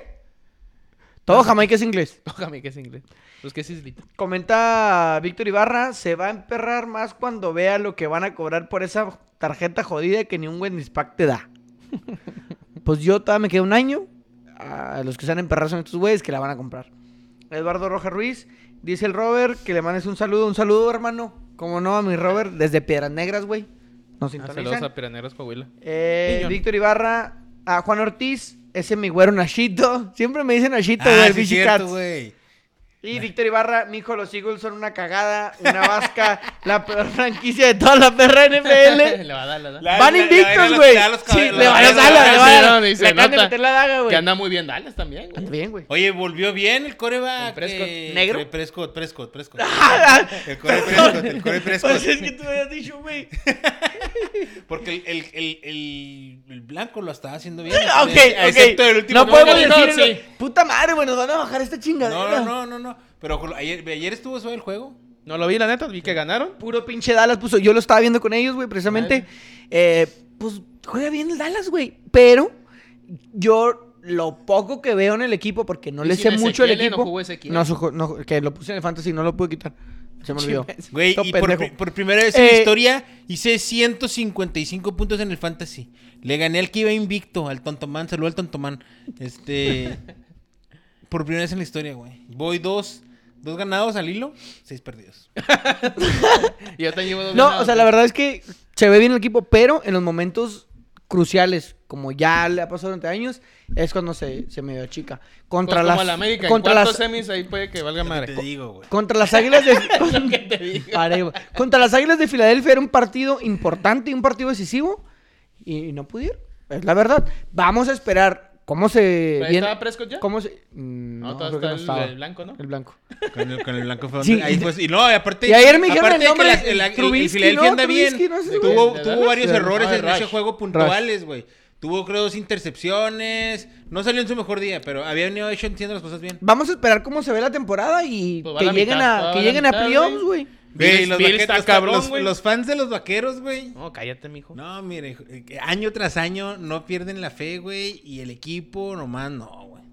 Speaker 3: Todo Jamaica es inglés.
Speaker 2: Tócame que es inglés. Pues que es islito.
Speaker 3: Comenta Víctor Ibarra, se va a emperrar más cuando vea lo que van a cobrar por esa tarjeta jodida que ni un Wendy's Pack te da. pues yo todavía me queda un año. A los que se van a emperrar son estos güeyes que la van a comprar. Eduardo Rojas Ruiz, dice el Robert que le mandes un saludo, un saludo hermano. Como no, a mi Robert, desde Piedras Negras, güey. Nos
Speaker 2: Ah, Saludos
Speaker 3: sintonizan.
Speaker 2: a Piraneros Coahuila.
Speaker 3: Eh,
Speaker 2: Niño.
Speaker 3: Víctor Ibarra, a Juan Ortiz, ese mi güero Nashito. Siempre me dicen Nashito,
Speaker 4: Ah,
Speaker 3: güey,
Speaker 4: sí,
Speaker 3: Bichi
Speaker 4: cierto,
Speaker 3: Cats.
Speaker 4: güey.
Speaker 3: Y Víctor Ibarra, mijo, los Eagles son una cagada, una vasca, la peor franquicia de toda la perra NFL.
Speaker 2: Le va a dar, le va a dar.
Speaker 4: La-
Speaker 3: Van
Speaker 4: le- le- le-
Speaker 3: invictos,
Speaker 4: le-
Speaker 3: güey.
Speaker 4: le da los
Speaker 3: Sí,
Speaker 4: caballos,
Speaker 3: le
Speaker 4: le-
Speaker 3: van a
Speaker 4: le-
Speaker 3: dar
Speaker 4: le-
Speaker 3: la, le
Speaker 2: le-
Speaker 3: van a
Speaker 2: le-
Speaker 3: Le
Speaker 2: se
Speaker 3: acaban de
Speaker 2: nota.
Speaker 3: meter la daga, güey.
Speaker 2: Que anda muy bien Dallas también, güey.
Speaker 3: Anda bien, güey.
Speaker 4: Oye, volvió bien el coreback.
Speaker 2: El Prescott.
Speaker 4: eh,
Speaker 3: ¿Negro?
Speaker 4: Pre- Prescott, Prescott, Prescott. el core Prescott, el core Prescott.
Speaker 3: Ah, Pues es que tú habías dicho, güey.
Speaker 4: Porque el, el, el, el, el blanco lo estaba haciendo bien.
Speaker 3: Ok,
Speaker 4: Ex- Excepto
Speaker 3: ok.
Speaker 4: el último.
Speaker 3: no podemos
Speaker 2: no,
Speaker 3: decir.
Speaker 2: sí.
Speaker 3: el- Puta madre, güey, nos van a bajar esta
Speaker 4: No,
Speaker 3: chingadera.
Speaker 4: no, no, no, no. Pero con- ayer, ayer estuvo suave el juego.
Speaker 2: No lo vi, la neta, vi que ganaron.
Speaker 3: Puro pinche Dallas puso. Yo lo estaba viendo con ellos, güey, precisamente. Eh, pues juega bien el Dallas, güey. Pero yo lo poco que veo en el equipo, porque no
Speaker 2: ¿Y
Speaker 3: le
Speaker 2: sin
Speaker 3: sé mucho el
Speaker 2: Ezequiel, eh? ¿No
Speaker 3: equipo.
Speaker 2: jugó Ezequiel?
Speaker 3: No, su- no, que lo puse en el fantasy, no lo pude quitar. Se me olvidó.
Speaker 4: Güey,
Speaker 3: Todo
Speaker 4: y por,
Speaker 3: pendejo.
Speaker 4: pri- por primera vez en
Speaker 3: Eh,
Speaker 4: mi historia hice 155 puntos en el fantasy. Le gané al que iba invicto, al Tontomán. Saludo al Tontomán. Este. por primera vez en la historia, güey. Voy dos, dos ganados al hilo, seis perdidos.
Speaker 2: Y yo te llevo dos
Speaker 3: No,
Speaker 2: ganados,
Speaker 3: o sea, la verdad es que se ve bien el equipo, pero en los momentos cruciales, como ya le ha pasado durante años, es cuando se, se medio chica. Contra
Speaker 2: Pues
Speaker 3: las.
Speaker 2: como a la América,
Speaker 3: contra
Speaker 2: en
Speaker 3: las.
Speaker 2: cuartos em- semis ahí puede que valga madre.
Speaker 4: Te digo, güey.
Speaker 3: Contra las Águilas de Pare, güey. Contra las Águilas de Filadelfia era un partido importante y un partido decisivo y no pudieron. Es la verdad. Vamos a esperar cómo se
Speaker 2: ¿Pero ahí
Speaker 3: viene-
Speaker 2: estaba Prescott ya?
Speaker 3: Eh, ¿Cómo se Mm,
Speaker 2: No,
Speaker 3: no,
Speaker 2: todavía
Speaker 3: creo que no
Speaker 2: está el-
Speaker 3: estaba.
Speaker 2: el blanco, ¿no?
Speaker 3: El blanco.
Speaker 4: Con el, con el blanco fue
Speaker 3: Sí.
Speaker 4: donde- ahí fue- y no, y aparte.
Speaker 3: Y ayer me dijeron
Speaker 4: aparte
Speaker 3: el
Speaker 4: de que
Speaker 3: nombre,
Speaker 4: la- el- el- el
Speaker 3: Trubisky,
Speaker 4: Filadelfia
Speaker 3: ¿no?
Speaker 4: anda bien.
Speaker 3: Trubisky, no sé, güey.
Speaker 4: tuvo
Speaker 2: ¿De
Speaker 4: tuvo
Speaker 2: Dallas?
Speaker 4: varios
Speaker 2: Sí.
Speaker 4: errores
Speaker 2: Ah,
Speaker 4: en ese
Speaker 2: Rush.
Speaker 4: juego puntuales, güey. Tuvo, creo, dos intercepciones. No salió en su mejor día, pero había venido hecho haciendo las cosas bien.
Speaker 3: Vamos a esperar cómo se ve la temporada y
Speaker 2: Pues va
Speaker 3: que
Speaker 2: la
Speaker 3: lleguen
Speaker 2: mitad,
Speaker 3: a
Speaker 2: va
Speaker 3: que
Speaker 2: la
Speaker 3: lleguen a
Speaker 2: mitad,
Speaker 3: playoffs, güey.
Speaker 4: Güey,
Speaker 2: Bills-
Speaker 4: los,
Speaker 2: Bills
Speaker 4: vaqueros,
Speaker 2: está cabrón,
Speaker 4: los-
Speaker 2: güey.
Speaker 4: los fans de los vaqueros, güey.
Speaker 2: No, cállate, mijo.
Speaker 4: No, mire, eh, año tras año no pierden la fe, güey. Y el equipo nomás no, güey.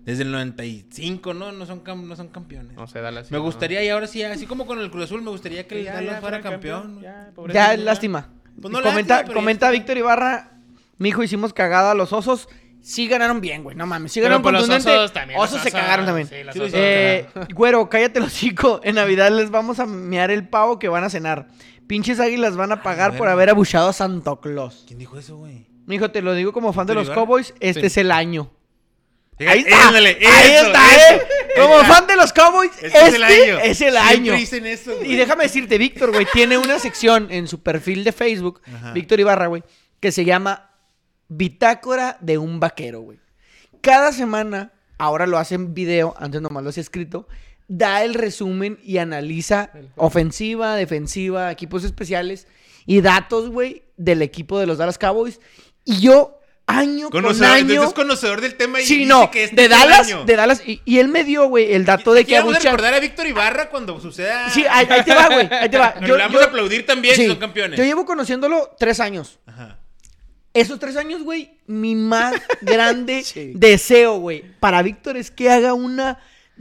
Speaker 4: Desde el 95, no, no son, cam- no son campeones.
Speaker 2: No sé, Dallas. sí,
Speaker 4: me
Speaker 2: no.
Speaker 4: gustaría, y ahora sí, así como con el Cruz Azul, me gustaría que el Dallas fuera campeón. güey.
Speaker 2: Ya, pobre
Speaker 3: Ya,
Speaker 2: niño,
Speaker 3: lástima.
Speaker 4: Pues no
Speaker 3: comenta
Speaker 4: lástima, pero
Speaker 3: comenta
Speaker 4: ya está.
Speaker 3: Víctor Ibarra, mijo, hicimos cagada a los osos. Sí ganaron bien, güey. No mames, sí
Speaker 2: Pero
Speaker 3: ganaron
Speaker 2: pues los
Speaker 3: contundente.
Speaker 2: osos también, los
Speaker 3: Osos se
Speaker 2: osos,
Speaker 3: cagaron también.
Speaker 2: sí, los
Speaker 4: Sí, los
Speaker 2: osos
Speaker 3: Eh,
Speaker 2: cagaron.
Speaker 3: güero, cállate los hocico. En Navidad les vamos a mear el pavo que van a cenar. Pinches águilas van a pagar por
Speaker 4: güero.
Speaker 3: haber abuchado a Santo Claus.
Speaker 4: ¿Quién dijo eso, güey?
Speaker 3: Mijo, te lo digo como fan de
Speaker 4: ¿Víctor
Speaker 3: los
Speaker 4: Ibarra?
Speaker 3: Cowboys, este
Speaker 2: Sí.
Speaker 3: es el año.
Speaker 4: Eh,
Speaker 3: Ahí está.
Speaker 4: ándale,
Speaker 3: Ahí
Speaker 4: eso,
Speaker 3: está,
Speaker 4: eso.
Speaker 3: ¿eh? Como
Speaker 4: está.
Speaker 3: fan de los Cowboys,
Speaker 4: Este es el año.
Speaker 3: Es el
Speaker 4: Siempre
Speaker 3: año.
Speaker 4: dicen eso, güey.
Speaker 3: Y déjame decirte, Víctor, güey, tiene una sección en su perfil de Facebook, Víctor Ibarra, güey, que se llama Bitácora de un vaquero, güey. Cada semana, ahora lo hace en video, antes nomás lo hacía escrito, da el resumen y analiza ofensiva, defensiva, equipos especiales y datos, güey, del equipo de los Dallas Cowboys. Y yo, año con
Speaker 4: Conocedor,
Speaker 3: año...
Speaker 4: entonces es conocedor del tema y
Speaker 3: Sí,
Speaker 4: dice
Speaker 3: no,
Speaker 4: que este
Speaker 3: de
Speaker 4: es el
Speaker 3: Dallas,
Speaker 4: año.
Speaker 3: de Dallas. Y, y él me dio, güey, el dato de que
Speaker 4: Quiero
Speaker 3: abucha-
Speaker 4: recordar a Víctor Ibarra cuando suceda.
Speaker 3: Sí, ahí, ahí te va, güey, ahí te va.
Speaker 4: Pero le vamos a aplaudir también si
Speaker 3: sí,
Speaker 4: son campeones.
Speaker 3: Yo llevo conociéndolo tres años.
Speaker 4: Ajá.
Speaker 3: Esos tres años, güey, mi más grande deseo, güey, para Víctor es que haga una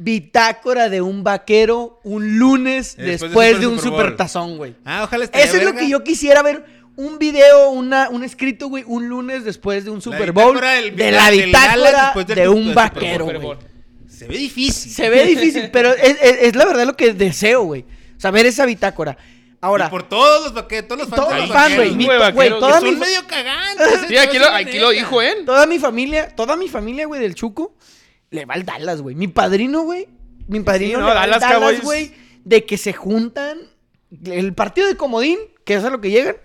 Speaker 3: bitácora de un vaquero un lunes
Speaker 4: Después de
Speaker 3: después,
Speaker 4: Super
Speaker 3: de un
Speaker 4: Super Bowl.
Speaker 3: supertazón, güey.
Speaker 4: Ah, ojalá esté.
Speaker 3: Eso es lo que yo quisiera ver. Un video, una, un escrito, güey, un lunes después de un Super Bowl.
Speaker 4: bitácora del-
Speaker 3: de la
Speaker 4: del Dallas
Speaker 3: bitácora
Speaker 4: después del
Speaker 3: de
Speaker 4: Super
Speaker 3: un
Speaker 4: Bowl.
Speaker 3: vaquero,
Speaker 2: Super
Speaker 3: güey.
Speaker 2: Bowl.
Speaker 4: Se ve difícil.
Speaker 3: Se ve difícil, pero es, es- es la verdad lo que deseo, güey. Saber esa bitácora. Ahora,
Speaker 4: Y por todos los vaqueros, todos los fans.
Speaker 3: todos
Speaker 4: de
Speaker 3: los
Speaker 4: los
Speaker 3: fans, güey.
Speaker 4: vaqueros,
Speaker 3: mi-
Speaker 2: güey,
Speaker 3: güey,
Speaker 2: vaqueros,
Speaker 3: toda
Speaker 4: que
Speaker 3: mi,
Speaker 4: son medio cagantes.
Speaker 2: Sí, aquí lo, aquí lo dijo ¿eh? él.
Speaker 3: toda mi familia, toda mi familia, güey, del Chuco, le va al Dallas, güey. Mi padrino, güey. Mi padrino
Speaker 2: Sí, no,
Speaker 3: le va al
Speaker 2: Dallas
Speaker 3: Dallas,
Speaker 2: Cowboys.
Speaker 3: güey. De que se juntan. El partido de Comodín, que es a lo que llegan.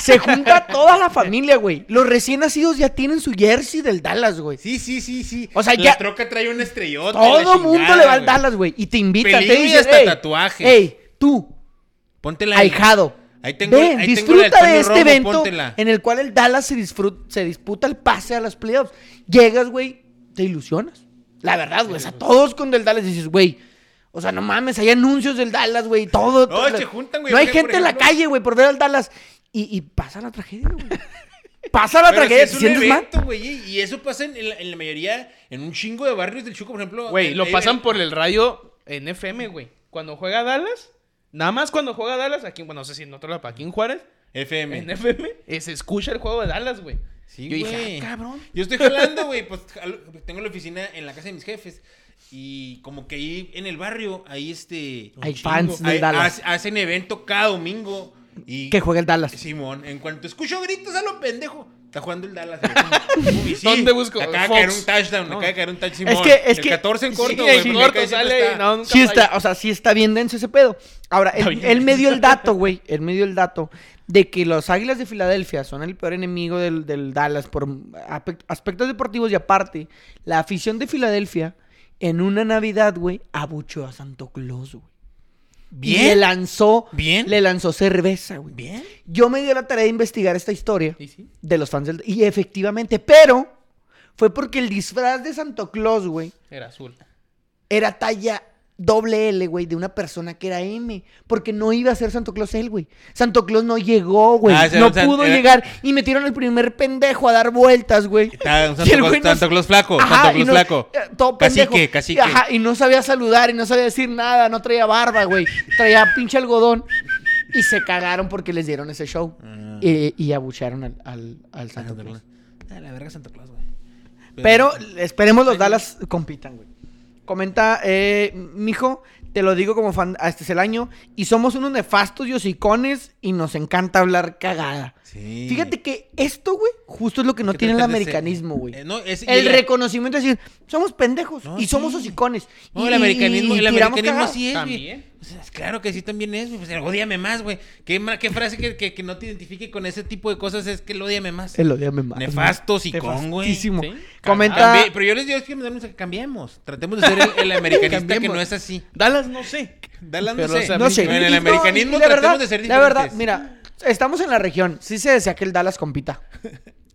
Speaker 3: Se junta toda la familia, güey. Los recién nacidos ya tienen su jersey del Dallas, güey.
Speaker 4: Sí, sí, sí, sí.
Speaker 3: O sea,
Speaker 4: la
Speaker 3: ya-
Speaker 4: troca trae un estrellote.
Speaker 3: Todo
Speaker 4: el
Speaker 3: mundo le va al Dallas, güey. Y te invitan. Te
Speaker 4: Pelín y
Speaker 3: dicen,
Speaker 4: hasta
Speaker 3: "Ey,
Speaker 4: tatuajes".
Speaker 3: Ey, tú,
Speaker 4: Póntela ahí.
Speaker 3: ahijado.
Speaker 4: Ahí tengo-
Speaker 3: Ven,
Speaker 4: ahí tengo
Speaker 3: disfruta
Speaker 4: la del Toño
Speaker 3: de este
Speaker 4: Romo,
Speaker 3: evento
Speaker 4: póntela.
Speaker 3: en el cual el Dallas se, disfrut- se disputa el pase a las playoffs. Llegas, güey, te ilusionas. La verdad, güey. O sea, todos con el Dallas dices, güey. O sea, no mames, hay anuncios del Dallas, güey. Todo. todo-
Speaker 4: se juntan, güey,
Speaker 3: No hay
Speaker 4: porque, por
Speaker 3: gente en la
Speaker 4: ejemplo-
Speaker 3: calle, güey, por ver al Dallas. Y, y pasa la tragedia, güey. Pasa la
Speaker 4: Pero sí
Speaker 3: tragedia.
Speaker 4: es
Speaker 3: ¿Te
Speaker 4: un
Speaker 3: sientes mal?
Speaker 4: evento, güey. y- Y eso pasa en, en la, en la mayoría, en un chingo de barrios del Chuco, por ejemplo.
Speaker 2: Güey,
Speaker 4: en-
Speaker 2: lo
Speaker 4: ahí-
Speaker 2: pasan por el radio en FM, güey. Cuando juega Dallas, nada más cuando juega Dallas, aquí, bueno, no sé si en otro lado, para aquí en Juárez,
Speaker 4: FM.
Speaker 2: en FM, eh, se escucha el juego de Dallas, güey.
Speaker 4: Sí,
Speaker 2: Yo dije,
Speaker 4: güey.
Speaker 2: ah, cabrón.
Speaker 4: Yo estoy jalando, güey. Pues jalo- tengo la oficina en la casa de mis jefes. Y como que ahí en el barrio, ahí este.
Speaker 3: Hay
Speaker 4: un chingo.
Speaker 3: fans del
Speaker 4: Hay-
Speaker 3: Dallas.
Speaker 4: hace- Hacen evento cada domingo. Y
Speaker 3: Que juega el Dallas.
Speaker 4: Simón, en cuanto escucho gritos a lo pendejo, Está jugando el Dallas. güey. Uy, sí,
Speaker 2: ¿Dónde busco?
Speaker 4: Le acaba de caer
Speaker 2: Fox.
Speaker 4: un touchdown. Le acaba de caer un touchdown.
Speaker 3: Es que- es
Speaker 4: el
Speaker 3: que-
Speaker 4: 14 en corto,
Speaker 2: Sí,
Speaker 4: güey.
Speaker 2: en
Speaker 4: porque
Speaker 2: corto
Speaker 4: casi no
Speaker 2: sale y no, nunca
Speaker 3: Sí está,
Speaker 2: falla.
Speaker 3: o sea, sí está bien denso ese pedo. Ahora, él, él me dio el dato, güey. Él me dio el dato de que los Águilas de Filadelfia son el peor enemigo del, del Dallas por aspect- aspectos deportivos y aparte, la afición de Filadelfia en una Navidad, güey, abuchó a Santo Claus, güey. Y le
Speaker 4: Bien.
Speaker 3: lanzó,
Speaker 4: Bien.
Speaker 3: le lanzó cerveza, güey.
Speaker 4: Bien.
Speaker 3: Yo me dio la tarea de investigar esta historia
Speaker 2: ¿Y "Ah, sí?
Speaker 3: de los fans del... Y efectivamente, pero fue porque el disfraz de Santo Claus, güey,
Speaker 2: Era azul.
Speaker 3: era talla doble L, güey, de una persona que era M. Porque no iba a ser Santo Claus él, güey. Santo Claus no llegó, güey.
Speaker 4: Ah, ese
Speaker 3: no
Speaker 4: era un San-
Speaker 3: pudo
Speaker 4: era-
Speaker 3: llegar. Y metieron al primer pendejo a dar vueltas, güey. Y
Speaker 4: Está un
Speaker 3: el
Speaker 4: Santo,
Speaker 3: güey
Speaker 4: Claus,
Speaker 3: no-
Speaker 4: Santo Claus flaco.
Speaker 3: Ajá,
Speaker 4: Santo
Speaker 3: y
Speaker 4: Claus
Speaker 3: no-
Speaker 4: flaco.
Speaker 3: eh, Todo pendejo.
Speaker 4: cacique, cacique.
Speaker 3: Ajá, y no sabía saludar y no sabía decir nada. No traía barba, güey. Traía pinche algodón. Y se cagaron porque les dieron ese show.
Speaker 4: Ah.
Speaker 3: Eh, y abucharon al, al, al Santo
Speaker 4: Santo
Speaker 3: Claus.
Speaker 4: Claus. Ah, la verga Santo Claus, güey. Ah,
Speaker 3: Pero esperemos los Dallas compitan, güey. Comenta, eh, mijo, te lo digo como fan, este es el año, y somos unos nefastos y hocicones y nos encanta hablar cagada.
Speaker 4: Sí.
Speaker 3: Fíjate que esto, güey, justo es lo que no
Speaker 4: Que
Speaker 3: tiene el
Speaker 4: tratan de
Speaker 3: americanismo,
Speaker 4: ser-
Speaker 3: güey.
Speaker 4: Eh, no, es- y
Speaker 3: el
Speaker 4: la-
Speaker 3: reconocimiento es decir, somos pendejos
Speaker 4: No,
Speaker 3: y somos
Speaker 4: sí.
Speaker 3: hocicones.
Speaker 4: no,
Speaker 3: y-
Speaker 4: el americanismo,
Speaker 3: y
Speaker 4: el
Speaker 3: tiramos
Speaker 4: americanismo
Speaker 3: cagada.
Speaker 4: así es, güey.
Speaker 2: También.
Speaker 4: O sea, es Pues, claro que sí también es, güey. Pues el odiame más, güey. ¿Qué, ma- qué frase que, que, que no te identifique con ese tipo de cosas es que el odiame más.
Speaker 3: El odiame más.
Speaker 4: Nefasto, hocicón, güey.
Speaker 3: Nefastísimo.
Speaker 2: Sí.
Speaker 3: Comenta.
Speaker 4: Cambi- Pero yo les digo es que me dan que cambiemos. Tratemos de ser el, el americanista que
Speaker 2: Cambiemos.
Speaker 4: no es así.
Speaker 2: Dallas no sé.
Speaker 4: Dallas no
Speaker 2: Pero los
Speaker 4: sé.
Speaker 2: americanos-
Speaker 3: No sé.
Speaker 4: Pero En el
Speaker 3: No,
Speaker 4: americanismo
Speaker 3: y la
Speaker 4: tratemos
Speaker 3: verdad-
Speaker 4: de ser
Speaker 3: La
Speaker 4: diferentes.
Speaker 3: verdad, mira, estamos en la región. Sí se desea que el Dallas compita.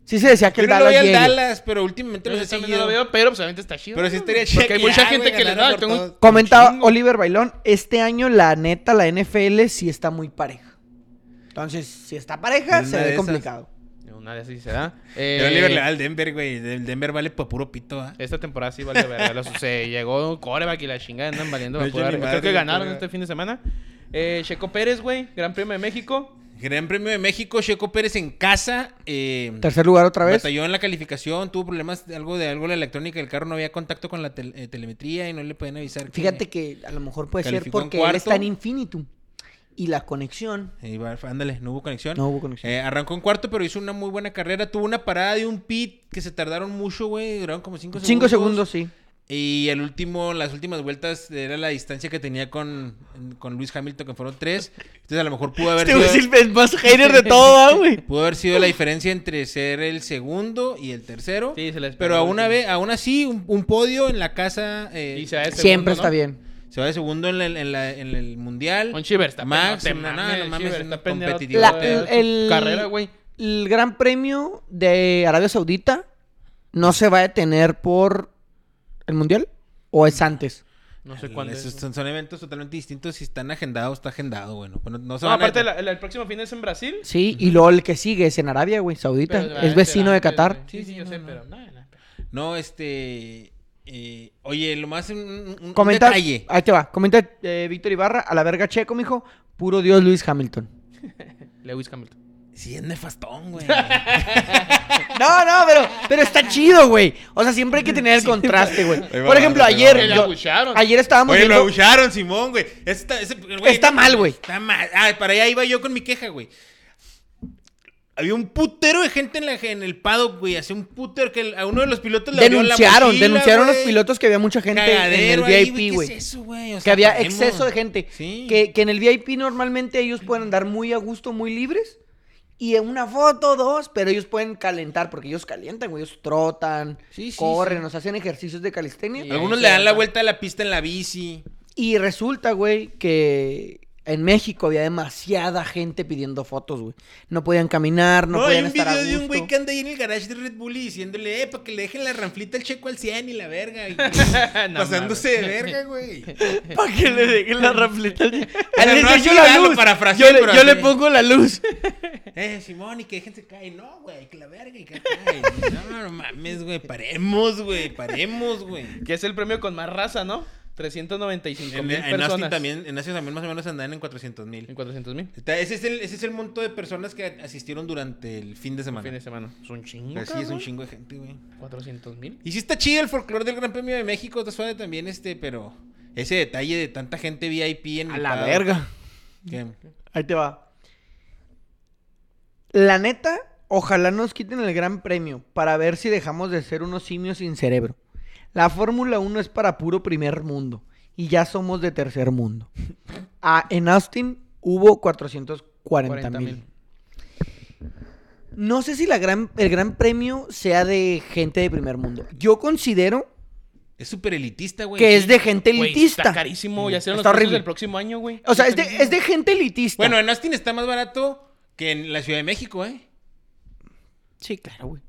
Speaker 3: Sí se desea que
Speaker 4: Yo
Speaker 3: el
Speaker 4: no lo
Speaker 3: Dallas
Speaker 4: voy al
Speaker 3: llegue.
Speaker 4: Dallas, pero últimamente los
Speaker 2: Yo
Speaker 4: he
Speaker 2: también no lo
Speaker 4: seguido.
Speaker 2: veo, pero pues obviamente está chido.
Speaker 4: Pero sí
Speaker 2: ¿no?
Speaker 4: estaría chido
Speaker 2: Porque hay mucha gente que le da. tengo-
Speaker 3: Comentaba Oliver Bailón, este año la neta, la NFL sí está muy pareja. Entonces, si está pareja,
Speaker 4: Una
Speaker 3: se
Speaker 4: de
Speaker 3: ve
Speaker 4: esas.
Speaker 3: complicado.
Speaker 2: Una de esas sí se da. Eh,
Speaker 4: Yo Oliver le da al Denver, güey. El Denver vale pa' puro pito, ¿ah?
Speaker 2: Esta temporada sí vale verga. Los, se llegó un coreback y la chingada andan valiendo.
Speaker 4: No he
Speaker 2: pa'
Speaker 4: hecho
Speaker 2: pura
Speaker 4: ni
Speaker 2: verga.
Speaker 4: madre,
Speaker 2: Creo que
Speaker 4: güey,
Speaker 2: ganaron
Speaker 4: pura-
Speaker 2: este fin de semana. Eh, Checo Pérez, güey. Gran Premio de México.
Speaker 4: Gran Premio de México, Checo Pérez en casa. Eh,
Speaker 3: Tercer lugar otra vez.
Speaker 4: Batalló en la calificación, tuvo problemas de algo de algo de la electrónica, el carro no había contacto con la tel- eh, telemetría y no le podían avisar. que-
Speaker 3: Fíjate que a lo mejor puede ser
Speaker 4: Calificó en
Speaker 3: porque él
Speaker 4: cuarto.
Speaker 3: está en Infinitum. Y la conexión.
Speaker 4: Eh, iba- ándale, no hubo conexión.
Speaker 3: No hubo conexión.
Speaker 4: Eh, arrancó en cuarto, pero hizo una muy buena carrera. Tuvo una parada de un pit que se tardaron mucho, güey. Duraron como cinco segundos.
Speaker 3: Cinco segundos, sí.
Speaker 4: Y el último, las últimas vueltas era la distancia que tenía con, con Luis Hamilton, que fueron tres. Entonces a lo mejor pudo
Speaker 3: Este
Speaker 4: haber sido,
Speaker 3: más hater de todo, ah, güey.
Speaker 4: pudo haber sido la diferencia entre ser el segundo y el tercero.
Speaker 2: Sí, se les
Speaker 4: pero aún, a ve- aún así, un, un podio en la casa. eh,
Speaker 2: Y se va de segundo,
Speaker 3: Siempre
Speaker 2: ¿no?
Speaker 3: está bien.
Speaker 4: se va de segundo en, la- en la- en el mundial.
Speaker 2: Un Chiverstappen.
Speaker 4: Max,
Speaker 2: te
Speaker 4: no, no, no mames,
Speaker 2: Chiverstappen
Speaker 4: una
Speaker 2: era otro-
Speaker 4: competitividad.
Speaker 3: La,
Speaker 4: Digo,
Speaker 3: el,
Speaker 2: su
Speaker 3: el-
Speaker 2: Carrera, güey.
Speaker 3: El Gran Premio de Arabia Saudita no se va a detener por el Mundial o es antes.
Speaker 2: No sé cuándo
Speaker 4: Esos
Speaker 2: es.
Speaker 4: son, son eventos totalmente distintos. Si están agendados, está agendado, bueno. Bueno, no se
Speaker 2: No,
Speaker 4: van a-
Speaker 2: aparte, la- el, el próximo fin es en Brasil.
Speaker 3: Sí, y luego el que sigue es en Arabia, güey, Saudita.
Speaker 2: pero
Speaker 3: es
Speaker 2: antes,
Speaker 3: vecino de
Speaker 2: antes,
Speaker 3: Qatar.
Speaker 2: güey. Sí,
Speaker 4: Sí,
Speaker 2: sí,
Speaker 4: sí,
Speaker 2: yo
Speaker 4: no,
Speaker 2: sé,
Speaker 4: no.
Speaker 2: pero. no, no.
Speaker 4: No, este. eh, oye, lo más. Un, un- un
Speaker 3: Comenta,
Speaker 4: detalle.
Speaker 3: ahí te va. Comenta eh, Víctor Ibarra, a la verga Checo, mijo. Puro Dios Luis Hamilton.
Speaker 2: Lewis Hamilton.
Speaker 4: Sí, es nefastón, güey.
Speaker 3: No, no, pero, pero está chido, güey. O sea, siempre hay que tener el contraste, güey.
Speaker 4: Ahí va,
Speaker 3: Por ejemplo,
Speaker 4: ahí va, ahí
Speaker 3: ayer.
Speaker 2: va.
Speaker 3: yo-
Speaker 2: Le abucharon.
Speaker 3: ayer estábamos
Speaker 4: Oye, lo
Speaker 3: viendo-
Speaker 4: abucharon, Simón, güey. Está, ese- güey,
Speaker 3: Está mal, güey.
Speaker 4: Está mal. Ah, para allá iba yo con mi queja, güey. Había un putero de gente en, la, en el paddock, güey. Hacía un putero que el- a uno de los pilotos le abrió la
Speaker 3: Denunciaron,
Speaker 4: mochila,
Speaker 3: denunciaron los
Speaker 4: güey.
Speaker 3: pilotos que había mucha gente
Speaker 4: Cagadero
Speaker 3: en
Speaker 4: ahí,
Speaker 3: el VIP,
Speaker 4: ¿Qué
Speaker 3: güey.
Speaker 4: es eso, güey? O
Speaker 3: que
Speaker 4: sea,
Speaker 3: había
Speaker 4: paremos.
Speaker 3: exceso de gente.
Speaker 4: Sí.
Speaker 3: Que, que en el VIP normalmente ellos pueden andar muy a gusto, muy libres. Y en una foto, dos, pero ellos pueden calentar, porque ellos calientan, güey. Ellos trotan,
Speaker 4: Sí, sí,
Speaker 3: corren,
Speaker 4: sí.
Speaker 3: nos hacen ejercicios de calistenia.
Speaker 2: Y-
Speaker 4: Algunos
Speaker 2: ahí
Speaker 4: le
Speaker 2: se
Speaker 4: dan la
Speaker 2: va.
Speaker 4: vuelta a la pista en la bici.
Speaker 3: Y resulta, güey, que en México había demasiada gente pidiendo fotos, güey. No podían caminar, no,
Speaker 4: No, hay
Speaker 3: podían
Speaker 4: un
Speaker 3: estar a
Speaker 4: video de
Speaker 3: gusto.
Speaker 4: un güey que anda ahí en el garage de Red Bull y diciéndole, eh, para que le dejen la ranflita al checo al 100 y la verga. y-
Speaker 2: No
Speaker 4: pasándose de verga, güey.
Speaker 3: Para que le dejen la rafleta.
Speaker 4: sea, no así, ah, lo parafraseé, pero así.
Speaker 3: la luz.
Speaker 4: Eh, Simón, y que déjense caer. No, güey, que la verga y que cae. No, no mames, güey. Paremos, güey. Paremos, güey.
Speaker 2: Que es el premio con más raza, ¿no? 395
Speaker 4: En,
Speaker 2: mil
Speaker 4: en Austin
Speaker 2: personas.
Speaker 4: también, en Austin también más o menos andan en 400
Speaker 2: En
Speaker 4: mil.
Speaker 2: 400 mil.
Speaker 4: Ese es, el, ese es el monto de personas que asistieron durante el fin de semana.
Speaker 2: Fin de semana. Es un chingo.
Speaker 3: Pues
Speaker 4: Así es un
Speaker 2: cabrón.
Speaker 4: chingo de gente, güey.
Speaker 2: 400 mil.
Speaker 4: Y sí está chido el folclore del Gran Premio de México, está suave también este, pero ese detalle de tanta gente VIP en
Speaker 3: A
Speaker 4: el
Speaker 3: la
Speaker 4: paddock,
Speaker 3: verga.
Speaker 4: que-
Speaker 3: Ahí te va. La neta, Ojalá nos quiten el gran premio para ver si dejamos de ser unos simios sin cerebro. La Fórmula 1 es para puro primer mundo y ya somos de tercer mundo. Ah, en Austin hubo 440 mil. No sé si la gran, el gran premio sea de gente de primer mundo. Yo considero
Speaker 4: Es súper elitista, güey.
Speaker 3: que es de gente
Speaker 2: Güey,
Speaker 3: elitista.
Speaker 2: Está carísimo, ya serán los
Speaker 3: Está
Speaker 2: precios
Speaker 3: horrible.
Speaker 2: del próximo año, güey.
Speaker 3: o sea, es de, es de gente elitista.
Speaker 4: Bueno, en Austin está más barato que en la Ciudad de México, ¿eh?
Speaker 3: sí, claro, güey.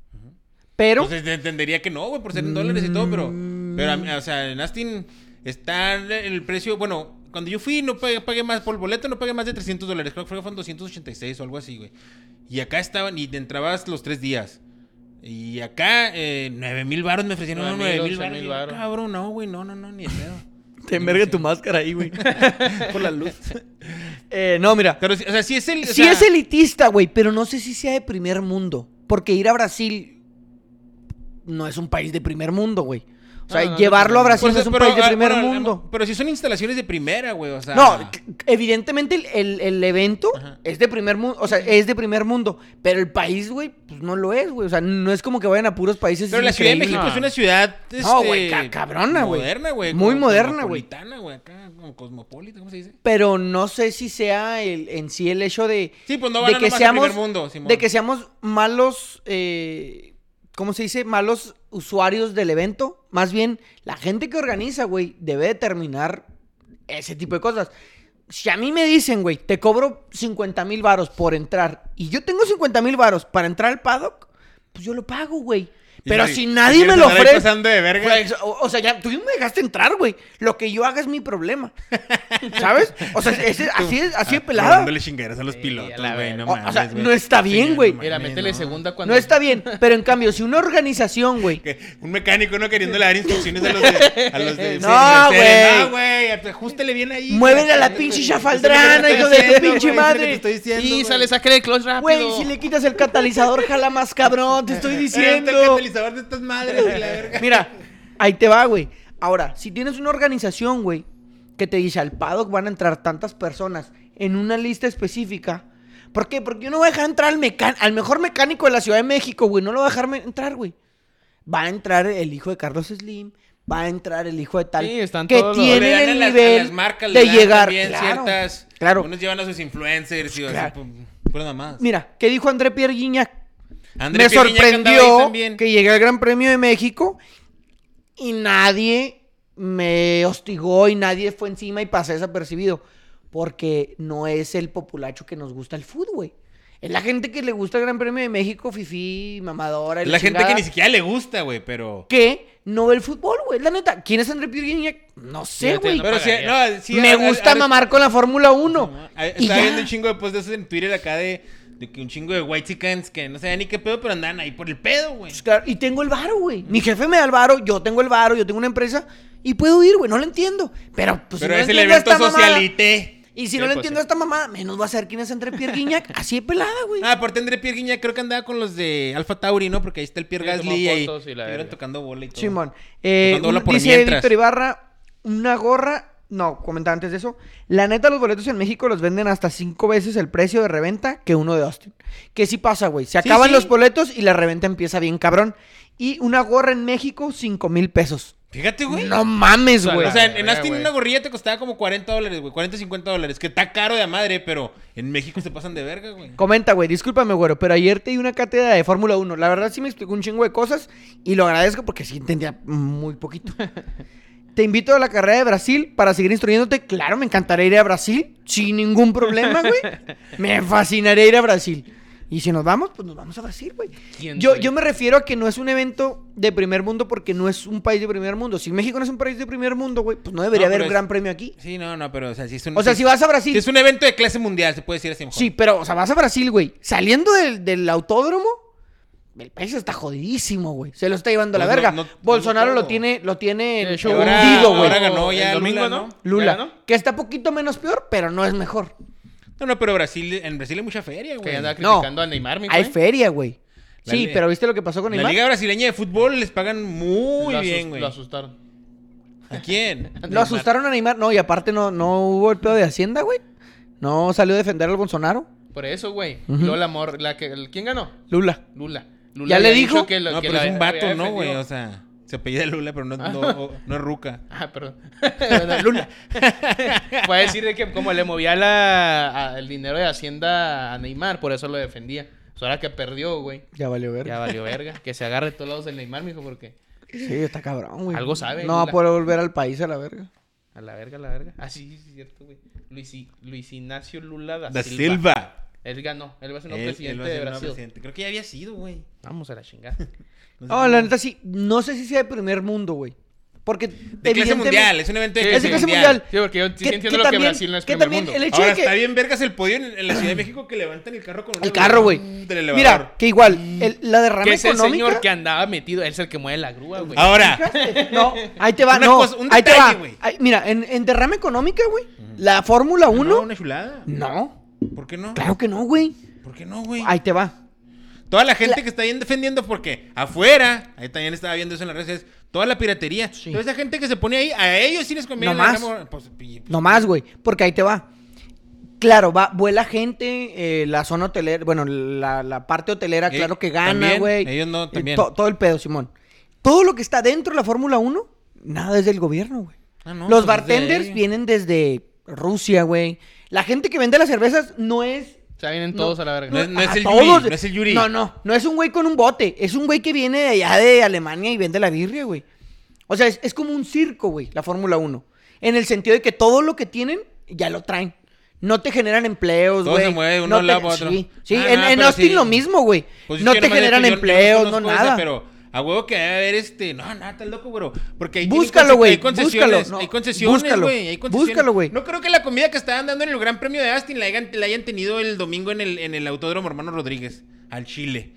Speaker 3: Pero
Speaker 4: Entonces te entendería que no, güey, por ser en dólares y todo, pero.
Speaker 3: Mm.
Speaker 4: Pero, a mí- o sea, en Astin está el precio. Bueno, cuando yo fui, no pagué, pagué más por el boleto, no pagué más de 300 dólares. Creo que fueron 286 o algo así, güey. Y acá estaban, y te entrabas los tres días. Y acá, eh, 9 mil baros me ofrecieron. No,
Speaker 2: 9,000,
Speaker 4: 9 mil
Speaker 2: 11,000
Speaker 4: baros.
Speaker 2: varos.
Speaker 4: Yo, Cabrón, no, güey, no, no, no, ni de pedo.
Speaker 3: te envergue tu máscara ahí, güey.
Speaker 4: por la luz.
Speaker 3: Eh, no, mira.
Speaker 4: Pero, sí, o sea, sí es el. o
Speaker 3: Sí
Speaker 4: sea,
Speaker 3: es elitista, güey, pero no sé si sea de primer mundo. Porque ir a Brasil no es un país de primer mundo, güey. O sea,
Speaker 2: No, no,
Speaker 3: llevarlo
Speaker 2: no,
Speaker 3: a Brasil
Speaker 4: por
Speaker 3: no
Speaker 4: eso,
Speaker 3: es un
Speaker 4: pero,
Speaker 3: país de
Speaker 4: ah,
Speaker 3: primer
Speaker 4: bueno,
Speaker 3: mundo.
Speaker 4: Pero sí son instalaciones de primera, güey, o sea.
Speaker 3: No, c- c- evidentemente el, el- el evento
Speaker 4: Ajá.
Speaker 3: es de primer mundo, o sea, es de primer mundo, pero el país, güey, pues no lo es, güey. O sea, no es como que vayan a puros países.
Speaker 4: Pero la Ciudad de
Speaker 3: increíbles.
Speaker 4: México es una ciudad. este,
Speaker 3: No, güey, ca- cabrona, güey.
Speaker 4: Moderna, güey.
Speaker 3: Muy
Speaker 4: como-
Speaker 3: moderna, güey.
Speaker 4: Cosmopolitana, güey, acá, como cosmopolita, ¿cómo se dice?
Speaker 3: Pero no sé si sea el, en sí el hecho de,
Speaker 4: Sí, pues no
Speaker 3: de
Speaker 4: van a
Speaker 3: que
Speaker 4: nomás al
Speaker 3: seamos,
Speaker 4: primer mundo, Simón.
Speaker 3: de que seamos malos, eh, ¿cómo se dice? Malos usuarios del evento. Más bien, la gente que organiza, güey, debe determinar ese tipo de cosas. Si a mí me dicen, güey, te cobro 50 mil varos por entrar y yo tengo 50 mil varos para entrar al paddock, pues yo lo pago, güey.
Speaker 4: Y
Speaker 3: Pero
Speaker 4: si-
Speaker 3: si
Speaker 4: si
Speaker 3: nadie me
Speaker 4: quieres
Speaker 3: lo
Speaker 4: andar ahí
Speaker 3: ofrece...
Speaker 4: pasando de verga.
Speaker 3: Pues, o, o sea, ya tú me dejaste entrar, güey. Lo que yo haga es mi problema. ¿Sabes? O sea, ese- así, es, así de
Speaker 4: Ah,
Speaker 3: pelada.
Speaker 4: Dándole chingueras a los pilotos,
Speaker 2: a la
Speaker 4: güey,
Speaker 2: verga.
Speaker 4: no
Speaker 3: O- o sea,
Speaker 4: mames, güey.
Speaker 3: no está bien,
Speaker 4: no
Speaker 3: güey.
Speaker 4: mames,
Speaker 2: Mira, métele
Speaker 4: no.
Speaker 2: segunda cuando.
Speaker 3: No está bien, pero en cambio, si una organización, güey.
Speaker 4: Que Un mecánico no queriendo dar instrucciones a los de. A los de
Speaker 3: No,
Speaker 4: Mercedes,
Speaker 3: güey.
Speaker 4: No, güey. Ajustele bien ahí.
Speaker 3: Mueven a
Speaker 4: güey.
Speaker 3: la pinche chafaldrana, hijo de tu
Speaker 4: Haciendo,
Speaker 3: pinche
Speaker 4: güey, es lo que te
Speaker 3: madre.
Speaker 4: estoy diciendo,
Speaker 2: Y
Speaker 4: güey.
Speaker 2: sale, saque el clutch rápido.
Speaker 3: Güey, si le quitas el catalizador, jala más cabrón, te estoy
Speaker 4: Eh, está
Speaker 3: diciendo.
Speaker 4: el catalizador de estas madres, y la verga.
Speaker 3: Mira, ahí te va, güey. Ahora, si tienes una organización, güey, que te dice al paddock van a entrar tantas personas en una lista específica. ¿Por qué? Porque yo no voy a dejar entrar al, mecan- al mejor mecánico de la Ciudad de México, güey. No lo voy a dejar me- entrar, güey. Va a entrar el hijo de Carlos Slim. Va a entrar el hijo de tal.
Speaker 2: Sí, están
Speaker 3: que
Speaker 2: todos los-
Speaker 4: Le
Speaker 3: tienen
Speaker 4: dan a
Speaker 3: el
Speaker 4: las- a
Speaker 3: nivel
Speaker 4: las marcas, le
Speaker 3: de
Speaker 4: dan
Speaker 3: llegar.
Speaker 4: también
Speaker 3: Claro,
Speaker 4: ciertas-
Speaker 3: claro.
Speaker 4: Unos llevan a sus influencers y así,
Speaker 3: Claro.
Speaker 4: pu- puras mamadas.
Speaker 3: Mira, ¿qué dijo André Pierre Guignac
Speaker 4: Andrés
Speaker 3: me
Speaker 4: Pierre Guignac andaba ahí
Speaker 3: sorprendió
Speaker 4: también.
Speaker 3: que llegué al Gran Premio de México y nadie me hostigó y nadie fue encima y pasé desapercibido. Porque no es el populacho que nos gusta el fútbol, güey. Es la gente que le gusta el Gran Premio de México, fifí, mamadora. y
Speaker 4: La gente que
Speaker 3: chingada,
Speaker 4: ni siquiera le gusta, güey, pero.
Speaker 3: que no ve el fútbol, güey. La neta, ¿quién es André Pierre Guignac? No sé,
Speaker 2: Fíjate,
Speaker 3: güey.
Speaker 2: no
Speaker 4: Pero sí, no, sí,
Speaker 3: me
Speaker 4: a- a-
Speaker 3: gusta
Speaker 4: ahora-
Speaker 3: mamar con la Fórmula 1.
Speaker 4: A-
Speaker 3: Y
Speaker 4: Ah, Estaba
Speaker 3: ya.
Speaker 4: viendo un chingo de posts de esos en Twitter acá de, de que un chingo de white chickens que no sabían ni qué pedo, pero andaban ahí por el pedo, güey.
Speaker 3: Pues claro, y tengo el varo, güey. Mi jefe me da el varo, yo tengo el varo, yo tengo una empresa y puedo ir, güey. No lo entiendo. Pero pues
Speaker 4: pero
Speaker 3: si no
Speaker 4: es
Speaker 3: entiendo
Speaker 4: el
Speaker 3: a
Speaker 4: evento
Speaker 3: esta mamada-
Speaker 4: socialite.
Speaker 3: y si
Speaker 2: Sí,
Speaker 3: no le
Speaker 2: pues,
Speaker 3: entiendo a esta mamada, menos va a ser quién es André Pierre Guignac. Así de pelada, güey.
Speaker 4: Ah, aparte André Pierre Guignac creo que andaba con los de Alpha Tauri, ¿no? Porque ahí está el Pierre
Speaker 2: Sí, tomó
Speaker 4: Gasly y ahí
Speaker 2: fotos y la
Speaker 4: estuvieron
Speaker 2: verga.
Speaker 4: tocando bola y todo.
Speaker 3: Simón. Eh,
Speaker 4: Tocando bola
Speaker 3: un-
Speaker 4: Pues por
Speaker 3: dice
Speaker 4: mientras.
Speaker 3: Víctor Ibarra, una gorra. No, comentaba antes de eso. La neta, los boletos en México los venden hasta cinco veces el precio de reventa que uno de Austin. Que sí pasa, güey. Se
Speaker 4: Sí,
Speaker 3: acaban
Speaker 4: sí.
Speaker 3: los boletos y la reventa empieza bien cabrón. Y una gorra en México, cinco mil pesos.
Speaker 4: Fíjate, güey.
Speaker 3: No mames,
Speaker 2: Ojalá.
Speaker 3: güey.
Speaker 4: O sea, en,
Speaker 2: Verga,
Speaker 4: en Astin
Speaker 2: güey.
Speaker 4: una gorrilla te costaba como 40 dólares, güey. 40, 50 dólares. Que está caro de madre, pero en México se pasan de verga, güey.
Speaker 3: Comenta, güey, discúlpame, güero, pero ayer te di una cátedra de Fórmula 1. La verdad sí me explicó un chingo de cosas y lo agradezco porque sí entendía muy poquito. te invito a la carrera de Brasil para seguir instruyéndote. Claro, me encantaría ir a Brasil sin ningún problema, güey. me fascinaría ir a Brasil. Y si nos vamos, pues nos vamos a Brasil, güey.
Speaker 2: ¿Quién
Speaker 3: Yo,
Speaker 2: soy?
Speaker 3: yo me refiero a que no es un evento de primer mundo porque no es un país de primer mundo. Si México no es un país de primer mundo, güey, pues no debería
Speaker 4: No,
Speaker 3: haber
Speaker 4: pero es-
Speaker 3: gran premio aquí.
Speaker 4: Sí, no, no, pero o sea, si es un,
Speaker 3: O sea, si vas a Brasil...
Speaker 4: si es un evento de clase mundial, se puede decir así mejor.
Speaker 3: Sí, pero, o sea, vas a Brasil, güey. Saliendo del, del autódromo, el país está jodidísimo, güey. Se lo está llevando a la
Speaker 4: Pues no-
Speaker 3: verga.
Speaker 4: no-
Speaker 3: Bolsonaro
Speaker 8: no todo.
Speaker 3: lo tiene, lo tiene
Speaker 2: De hecho,
Speaker 4: ahora-
Speaker 3: hundido, güey.
Speaker 4: ahora ganó
Speaker 2: el
Speaker 4: ya
Speaker 2: domingo,
Speaker 4: Lula,
Speaker 2: ¿no?
Speaker 4: ¿no?
Speaker 3: Lula,
Speaker 2: Ya ganó.
Speaker 3: que está poquito menos peor, pero no es mejor.
Speaker 4: No, no, pero Brasil, en Brasil hay mucha feria,
Speaker 2: Que
Speaker 4: güey.
Speaker 2: andaba
Speaker 3: No.
Speaker 2: criticando a Neymar, mi
Speaker 3: Hay
Speaker 2: güey.
Speaker 3: feria, güey.
Speaker 4: La
Speaker 3: Sí,
Speaker 4: liga-
Speaker 3: pero ¿viste lo que pasó con
Speaker 4: La
Speaker 3: Neymar?
Speaker 4: Liga Brasileña de Fútbol les pagan muy
Speaker 2: Lo asus-
Speaker 4: bien, güey.
Speaker 2: Lo asustaron.
Speaker 4: ¿A quién?
Speaker 3: Lo asustaron a Neymar. No, y aparte no, no hubo el pedo de Hacienda, güey. No salió a defender al Bolsonaro.
Speaker 2: Por eso, güey.
Speaker 3: Ujú.
Speaker 2: Luego la mor- la que- el- ¿Quién ganó?
Speaker 3: Lula.
Speaker 2: Lula. Lula
Speaker 3: ¿Ya le
Speaker 2: había
Speaker 3: dijo?
Speaker 2: dicho que lo-
Speaker 4: No,
Speaker 2: que
Speaker 4: pero
Speaker 2: la-
Speaker 4: es un vato,
Speaker 2: había
Speaker 4: ¿no, güey?
Speaker 2: defendido.
Speaker 4: O sea, se apellida Lula, pero no, no, no es Ruca.
Speaker 2: Ah, perdón. Luna. Fue a decir de que como le movía la, a- el dinero de Hacienda a Neymar, por eso lo defendía. Pues ahora que perdió, güey.
Speaker 3: Ya valió ver.
Speaker 2: Ya valió verga. Que se agarre de todos lados del Neymar, mijo, porque
Speaker 3: Sí, está cabrón, güey.
Speaker 2: Algo sabe,
Speaker 3: No va a
Speaker 2: Lula.
Speaker 3: poder volver al país a la verga.
Speaker 2: a la verga, a la verga. Ah, sí, sí, es cierto, güey. Luis, I- Luis Ignacio Lula da,
Speaker 4: Da
Speaker 2: Silva.
Speaker 4: Silva.
Speaker 2: Él ganó. Él va a ser
Speaker 4: Él-
Speaker 2: nuevo
Speaker 4: él va a
Speaker 2: presidente
Speaker 4: ser
Speaker 2: de
Speaker 4: nuevo
Speaker 2: Brasil.
Speaker 4: presidente. Creo que ya había sido, güey.
Speaker 2: Vamos a la chingada.
Speaker 4: No sé
Speaker 3: No,
Speaker 4: cómo.
Speaker 3: la neta sí. No sé si sea de primer mundo, güey. Porque.
Speaker 4: De clase mundial, es un evento de
Speaker 2: Sí,
Speaker 4: clase,
Speaker 2: es de clase
Speaker 4: mundial.
Speaker 2: Sí, porque yo sí
Speaker 3: Que-
Speaker 2: entiendo
Speaker 3: que
Speaker 2: lo que
Speaker 3: también-
Speaker 2: Brasil no es
Speaker 3: que
Speaker 2: primer
Speaker 3: también
Speaker 2: mundo.
Speaker 3: el hecho-
Speaker 4: Ahora
Speaker 3: de que-
Speaker 4: está bien vergas el podio en, en la Ciudad de México que levantan el carro con una-
Speaker 3: El carro, güey.
Speaker 4: Mm, Del elevador.
Speaker 3: Mira, que igual. el- la derrama
Speaker 2: Que es el
Speaker 3: económica.
Speaker 2: señor que andaba metido. Él es el que mueve la grúa, güey.
Speaker 4: Ahora,
Speaker 3: No, ahí te va,
Speaker 4: Una
Speaker 3: no.
Speaker 4: cosa- un
Speaker 3: ahí te
Speaker 4: detalle,
Speaker 3: va.
Speaker 4: güey.
Speaker 3: Ahí- mira, en, en derrama económica, güey. La Fórmula
Speaker 4: ¿uno?
Speaker 3: 1.
Speaker 4: ¿Una chulada?
Speaker 3: No,
Speaker 4: ¿Por qué no?
Speaker 3: claro que no, güey.
Speaker 4: ¿Por qué no, güey?
Speaker 3: Ahí te va.
Speaker 4: Toda la gente que está bien defendiendo porque afuera, ahí también estaba viendo eso en las redes sociales, toda la piratería. Toda esa gente que se pone ahí, a ellos sí les conviene.
Speaker 3: No más.
Speaker 4: la- pues, y- pues,
Speaker 3: Nomás, güey. Porque ahí te va. Claro, va, vuela gente, eh, la zona hotelera, bueno, la, la parte hotelera,
Speaker 4: Eh,
Speaker 3: claro que
Speaker 4: también,
Speaker 3: gana, güey.
Speaker 4: ellos no,
Speaker 3: Eh,
Speaker 4: también.
Speaker 3: to- todo el pedo, Simón. Todo lo que está dentro de la Fórmula 1, nada es del gobierno, güey.
Speaker 4: Ah,
Speaker 3: Los
Speaker 4: no, pues, es de
Speaker 3: bartenders
Speaker 4: ahí.
Speaker 3: vienen desde Rusia, güey. La gente que vende las cervezas no es
Speaker 2: O sea, vienen todos a la verga.
Speaker 4: No es-
Speaker 3: a
Speaker 4: el
Speaker 3: todos.
Speaker 4: Yuri, no es el Yuri.
Speaker 3: No, no, no es un güey con un bote. Es un güey que viene de allá de Alemania y vende la birria, güey. O sea, es, es como un circo, güey, la Fórmula 1. En el sentido de que todo lo que tienen ya lo traen. No te generan empleos,
Speaker 4: Todo
Speaker 3: güey.
Speaker 4: se mueve de
Speaker 3: no
Speaker 4: uno
Speaker 3: te-
Speaker 4: lado para otro.
Speaker 3: Sí, sí,
Speaker 4: Ah,
Speaker 3: en,
Speaker 4: nada,
Speaker 3: en
Speaker 4: pero
Speaker 3: Austin
Speaker 4: sí.
Speaker 3: lo mismo, güey.
Speaker 4: Pues es
Speaker 3: no
Speaker 4: que
Speaker 3: te
Speaker 4: nomás es
Speaker 3: generan
Speaker 4: que yo- yo
Speaker 3: empleos, no
Speaker 4: conozco esa,
Speaker 3: nada.
Speaker 4: pero a huevo que debe haber este. No, nada, estás loco, güey. Porque ahí tienen
Speaker 3: Búscalo,
Speaker 4: conce-
Speaker 3: güey,
Speaker 4: Hay concesiones.
Speaker 3: búscalo, no,
Speaker 4: hay concesiones,
Speaker 3: búscalo,
Speaker 4: güey. Hay concesiones.
Speaker 3: búscalo, güey.
Speaker 4: No creo que la comida que estaban dando en el Gran Premio de Astin la hayan, la hayan tenido el domingo en el, en el Autódromo Hermano Rodríguez, al Chile.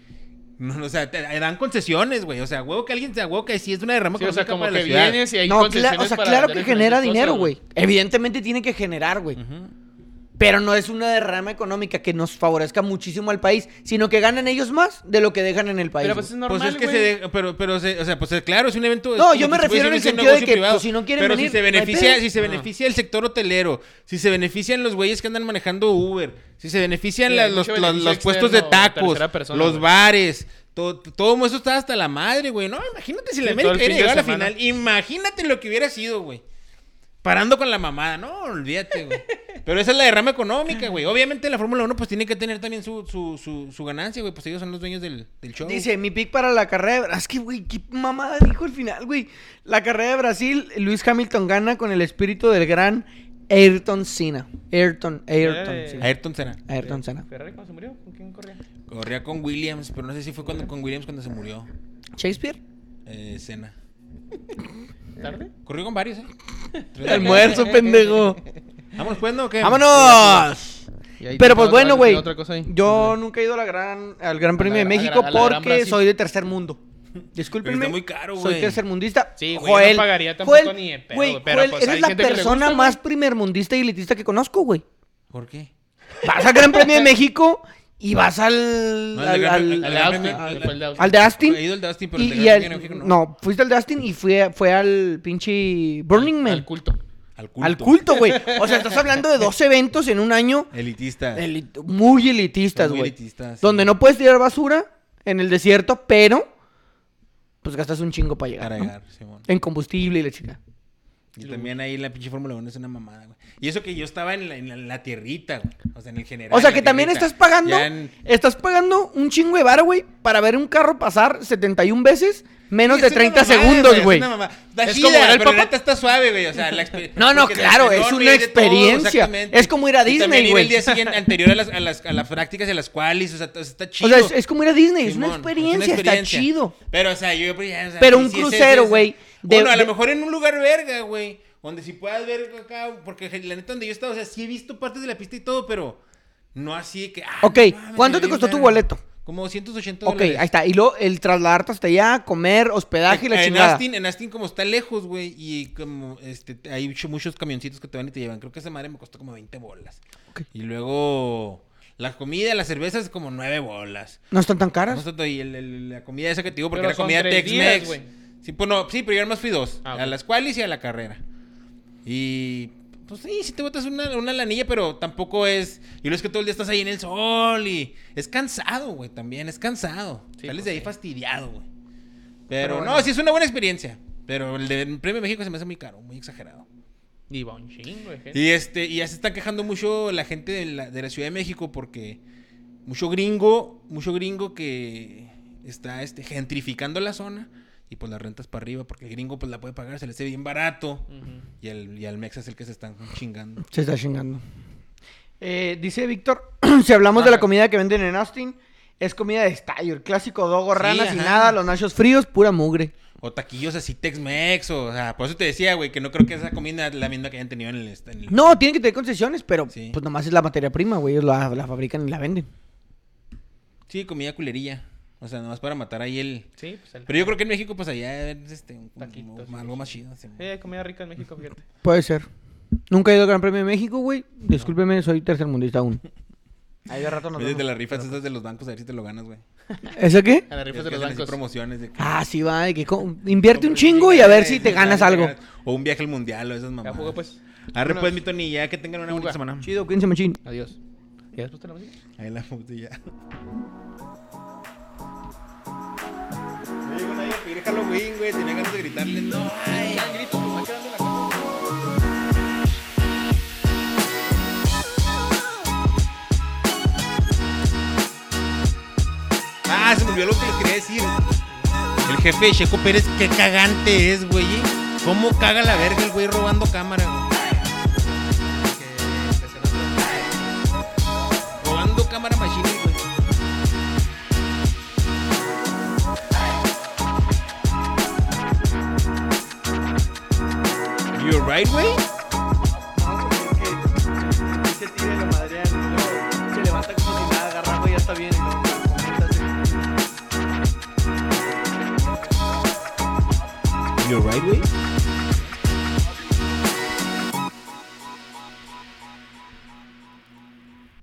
Speaker 4: No, no, o sea, te dan concesiones, güey. O sea, a huevo que alguien, a huevo que si es una derrama
Speaker 2: Sí, o sea,
Speaker 4: económica
Speaker 2: como
Speaker 4: para la
Speaker 2: que
Speaker 4: ciudad.
Speaker 2: vienes y hay
Speaker 3: No, cla-
Speaker 2: concesiones
Speaker 3: o sea,
Speaker 2: para
Speaker 3: claro
Speaker 2: vender
Speaker 3: que
Speaker 2: diferentes
Speaker 3: genera
Speaker 2: cosas,
Speaker 3: dinero, güey. Evidentemente tiene que generar, güey. Pero no es una derrama económica que nos favorezca muchísimo al país, sino que ganan ellos más de lo que dejan en el país.
Speaker 2: Pero
Speaker 3: güey.
Speaker 2: pues es normal,
Speaker 4: pues es que
Speaker 2: güey.
Speaker 4: se de- pero pero se- o sea pues claro es un evento es
Speaker 3: No,
Speaker 4: como
Speaker 3: yo
Speaker 4: que
Speaker 3: me
Speaker 4: se puede
Speaker 3: refiero en el
Speaker 4: decir es un
Speaker 3: sentido de
Speaker 4: negocio
Speaker 3: que, pues, si no quieren
Speaker 4: pero
Speaker 3: venir,
Speaker 4: si se
Speaker 3: no hay
Speaker 4: beneficia
Speaker 3: pedo.
Speaker 4: si se
Speaker 2: Ah.
Speaker 4: beneficia el sector hotelero si se benefician los güeyes que andan manejando Uber si se benefician
Speaker 2: Sí,
Speaker 4: la-
Speaker 2: hay
Speaker 4: los,
Speaker 2: mucho
Speaker 4: los-
Speaker 2: beneficio
Speaker 4: los puestos de
Speaker 2: externo,
Speaker 4: tacos
Speaker 2: tercera persona,
Speaker 4: los
Speaker 2: güey.
Speaker 4: bares todo, todo eso está hasta la madre güey no imagínate si la
Speaker 2: Sí, todo
Speaker 4: América
Speaker 2: el
Speaker 4: hubiera
Speaker 2: fin de
Speaker 4: llegado a la
Speaker 2: semana.
Speaker 4: final imagínate lo que hubiera sido güey Parando con la mamada, no, olvídate, güey. Pero esa es la derrama económica, güey. Obviamente la Fórmula 1 pues tiene que tener también su, su, su, su ganancia, güey. Pues ellos son los dueños del, del show.
Speaker 3: Dice, mi pick para la carrera de Brasil. Es que, güey, qué mamada dijo al final, güey. La carrera de Brasil, Luis Hamilton gana con el espíritu del gran Ayrton Senna. Ayrton, Ayrton
Speaker 2: Eh.
Speaker 3: Senna.
Speaker 4: Ayrton Senna.
Speaker 3: Ayrton Senna.
Speaker 2: ¿Ferrari cuando se murió? ¿Con quién corría?
Speaker 4: Corría con Williams, pero no sé si fue cuando, con Williams cuando se murió
Speaker 3: ¿Shakespeare?
Speaker 4: eh, Senna.
Speaker 2: ¿Tarde?
Speaker 4: Corrió con varios, ¿eh? Tres de acá.
Speaker 3: Almuerzo, pendejo.
Speaker 4: Vámonos, pues, ¿no? ¿Qué?
Speaker 3: ¡Vámonos!
Speaker 2: Y
Speaker 3: Pero
Speaker 2: ahí tiene
Speaker 3: pues bueno,
Speaker 2: otra- tiene
Speaker 3: güey.
Speaker 2: otra cosa ahí.
Speaker 3: Yo nunca he ido a la gran, al Gran Premio
Speaker 2: A
Speaker 3: de
Speaker 2: la- a la-
Speaker 3: México
Speaker 2: a la Gran
Speaker 3: porque
Speaker 2: Brasil.
Speaker 3: soy de tercer mundo.
Speaker 4: Pero
Speaker 3: Discúlpenme.
Speaker 4: está muy caro,
Speaker 3: Soy
Speaker 4: güey.
Speaker 3: tercermundista.
Speaker 2: Sí, güey, yo no pagaría tampoco ni de pedo,
Speaker 3: güey,
Speaker 2: güey, pero
Speaker 3: Joel,
Speaker 2: pues
Speaker 3: eres
Speaker 2: hay
Speaker 3: la
Speaker 2: gente que le
Speaker 3: persona
Speaker 2: gusta, güey.
Speaker 3: más primermundista y elitista que conozco, güey.
Speaker 4: ¿Por qué?
Speaker 3: Vas al Gran Premio de México y vas al.
Speaker 4: No, al
Speaker 3: al,
Speaker 4: de
Speaker 3: al-
Speaker 2: El
Speaker 4: Gran- al de
Speaker 2: de
Speaker 4: Gran
Speaker 2: Austin,
Speaker 4: Premio-
Speaker 2: que fue el de Austin.
Speaker 3: al de Astin.
Speaker 4: He ido al de Austin, pero
Speaker 3: Y,
Speaker 4: el de
Speaker 3: y
Speaker 4: Gran
Speaker 3: al-
Speaker 4: Premio de México
Speaker 3: no.
Speaker 4: no.
Speaker 3: fuiste al de Astin y fue, fue al pinche Burning Man.
Speaker 2: Al culto.
Speaker 4: Al culto.
Speaker 3: Al culto, güey. O sea, estás hablando de dos eventos en un año
Speaker 4: Elitista.
Speaker 3: elit- muy elitistas,
Speaker 4: Son muy
Speaker 3: güey.
Speaker 4: elitistas, sí.
Speaker 3: Donde no puedes tirar basura en el desierto, pero pues gastas un chingo para llegar.
Speaker 4: Para
Speaker 3: ¿no?
Speaker 4: llegar, Simón.
Speaker 3: En combustible y la chica.
Speaker 4: Y también ahí la pinche Fórmula 1 es una mamada, güey. Y eso que yo estaba en la, en la- en la tierrita, güey. O sea, en el general.
Speaker 3: O sea
Speaker 4: en
Speaker 3: que
Speaker 4: la
Speaker 3: también
Speaker 4: tierrita.
Speaker 3: estás pagando,
Speaker 4: Ya en-
Speaker 3: estás pagando un chingo de varo, güey, para ver un carro pasar 71 veces menos
Speaker 4: Sí,
Speaker 3: de
Speaker 4: es una
Speaker 3: 30
Speaker 4: mamada,
Speaker 3: segundos, güey.
Speaker 4: Es una mamada. Está
Speaker 2: Es
Speaker 4: chida,
Speaker 2: como ver al
Speaker 4: pero
Speaker 2: Papa.
Speaker 4: neta está suave, güey. O sea, la exper-
Speaker 3: No, no,
Speaker 4: porque la
Speaker 3: claro,
Speaker 4: experiencia
Speaker 3: es una
Speaker 4: enorme, es de todo,
Speaker 3: experiencia.
Speaker 4: exactamente.
Speaker 3: Es como ir a
Speaker 4: Y también
Speaker 3: Disney,
Speaker 4: ir
Speaker 3: güey.
Speaker 4: el día siguiente anterior a las, a las, a las prácticas y a las cuales, o sea, t- o sea, está chido.
Speaker 3: O sea, es, es como ir a Disney, es una
Speaker 4: Simón,
Speaker 3: experiencia, está
Speaker 4: experiencia.
Speaker 3: chido.
Speaker 4: Pero, o sea, yo... pues, ya, o sea,
Speaker 3: Pero
Speaker 4: sí,
Speaker 3: un
Speaker 4: sí, es-
Speaker 3: crucero,
Speaker 4: es- es-
Speaker 3: güey, de-
Speaker 4: Bueno, a
Speaker 3: de-
Speaker 4: lo mejor en un lugar verga, güey. Donde si puedas ver acá, porque la neta donde yo estaba, o sea, sí he visto partes de la pista y todo, pero no así de que... ah,
Speaker 3: Ok,
Speaker 4: no mames,
Speaker 3: ¿cuánto
Speaker 4: me
Speaker 3: te
Speaker 4: dio
Speaker 3: costó tu
Speaker 4: verga.
Speaker 3: boleto?
Speaker 4: Como 280
Speaker 3: Ok,
Speaker 4: dólares.
Speaker 3: ahí está. Y luego el trasladarte hasta allá, comer, hospedaje y la
Speaker 4: en
Speaker 3: chingada.
Speaker 4: Austin, en Austin como está lejos, güey, y como este hay mucho- muchos camioncitos que te van y te llevan. Creo que esa madre me costó como 20 bolas.
Speaker 3: Ok.
Speaker 4: Y luego la comida, las cervezas como 9 bolas.
Speaker 3: No están tan caras.
Speaker 4: Nosotros- Y el- el- la comida esa que te digo porque
Speaker 2: Pero
Speaker 4: era
Speaker 2: son
Speaker 4: comida
Speaker 2: tres días,
Speaker 4: Tex-Mex.
Speaker 2: güey.
Speaker 4: Sí, pues no, sí, pero yo nomás fui dos,
Speaker 2: Ah,
Speaker 4: a
Speaker 2: ok.
Speaker 4: las cuales y a la carrera. Y Pues sí, sí te botas una, una lanilla, pero tampoco es. Y lo es que todo el día estás ahí en el sol y. Es cansado, güey, también, es cansado.
Speaker 2: Sí,
Speaker 4: Sales
Speaker 2: pues
Speaker 4: de ahí
Speaker 2: sí.
Speaker 4: fastidiado, güey. Pero,
Speaker 9: bueno.
Speaker 4: no, sí es una buena experiencia. Pero el de Premio México se me hace muy caro, muy exagerado.
Speaker 2: Y va un chingo de gente.
Speaker 4: Y este, y ya se está quejando mucho la gente de la, de la Ciudad de México porque mucho gringo, mucho gringo que está este, gentrificando la zona y pues las rentas para arriba porque el gringo pues la puede pagar, se le hace bien barato.
Speaker 2: Ujú.
Speaker 4: Y el, y al Mexa es el que se están chingando.
Speaker 3: Se está chingando. Eh, dice Víctor, si hablamos de la comida que venden en Austin, es comida de estallo, el clásico dogo,
Speaker 4: Sí,
Speaker 3: ranas y
Speaker 4: ajá.
Speaker 3: nada, los nachos fríos, pura mugre.
Speaker 4: O taquillos así Tex-Mex, o, o sea, por eso te decía, güey, que no creo que esa comida la misma que hayan tenido en el... est- en el-
Speaker 3: No, tienen que tener concesiones, pero
Speaker 4: Sí.
Speaker 3: pues nomás es la materia prima, güey, ellos la, la fabrican y la venden.
Speaker 4: Sí, comida culerilla. O sea, nomás para matar ahí el...
Speaker 2: Sí, pues el...
Speaker 4: Pero yo creo que en México, pues allá es este, un-
Speaker 2: Taquitos,
Speaker 4: algo más chido. sí.
Speaker 2: Eh, hay comida rica en México, fíjate.
Speaker 3: Puede ser. Nunca he ido al Gran Premio de México, güey. Discúlpeme, soy tercermundista aún. Ahí de rato nos
Speaker 4: Desde
Speaker 3: vemos.
Speaker 4: las rifas esas de los bancos, a ver si te lo ganas, güey.
Speaker 3: ¿Eso qué?
Speaker 2: A las rifas
Speaker 4: Es
Speaker 2: de
Speaker 4: que
Speaker 2: los
Speaker 4: hacen así
Speaker 2: bancos.
Speaker 4: promociones. de que-
Speaker 3: Ah, sí, va, de que co- invierte un chingo y a ver si te ganas algo.
Speaker 4: O un viaje al mundial o esas
Speaker 2: Ya
Speaker 4: mamadas.
Speaker 2: jugó, pues.
Speaker 4: Arre,
Speaker 2: Vámonos.
Speaker 4: pues, mi Tony, ya que tengan una
Speaker 2: Juga.
Speaker 4: buena semana.
Speaker 3: Chido, cuídense, machín.
Speaker 2: Adiós. ¿Ya has puesto la música?
Speaker 4: Ahí la puta y ya. Me llegó una a pedir Halloween, güey. Tenía ganas de gritarle, no. Ay, grito, me está quedando la cara. Ah, se me olvidó lo que le quería decir. El jefe de Checo Pérez, qué cagante es, güey. ¿Cómo caga la verga el güey robando cámara, güey? Robando cámara machine, güey. You alright, güey?
Speaker 10: se tira y lo madrean y luego se levanta como si nada, agarra, güey, ya está bien. Y luego, comenta, se-
Speaker 4: You alright, güey?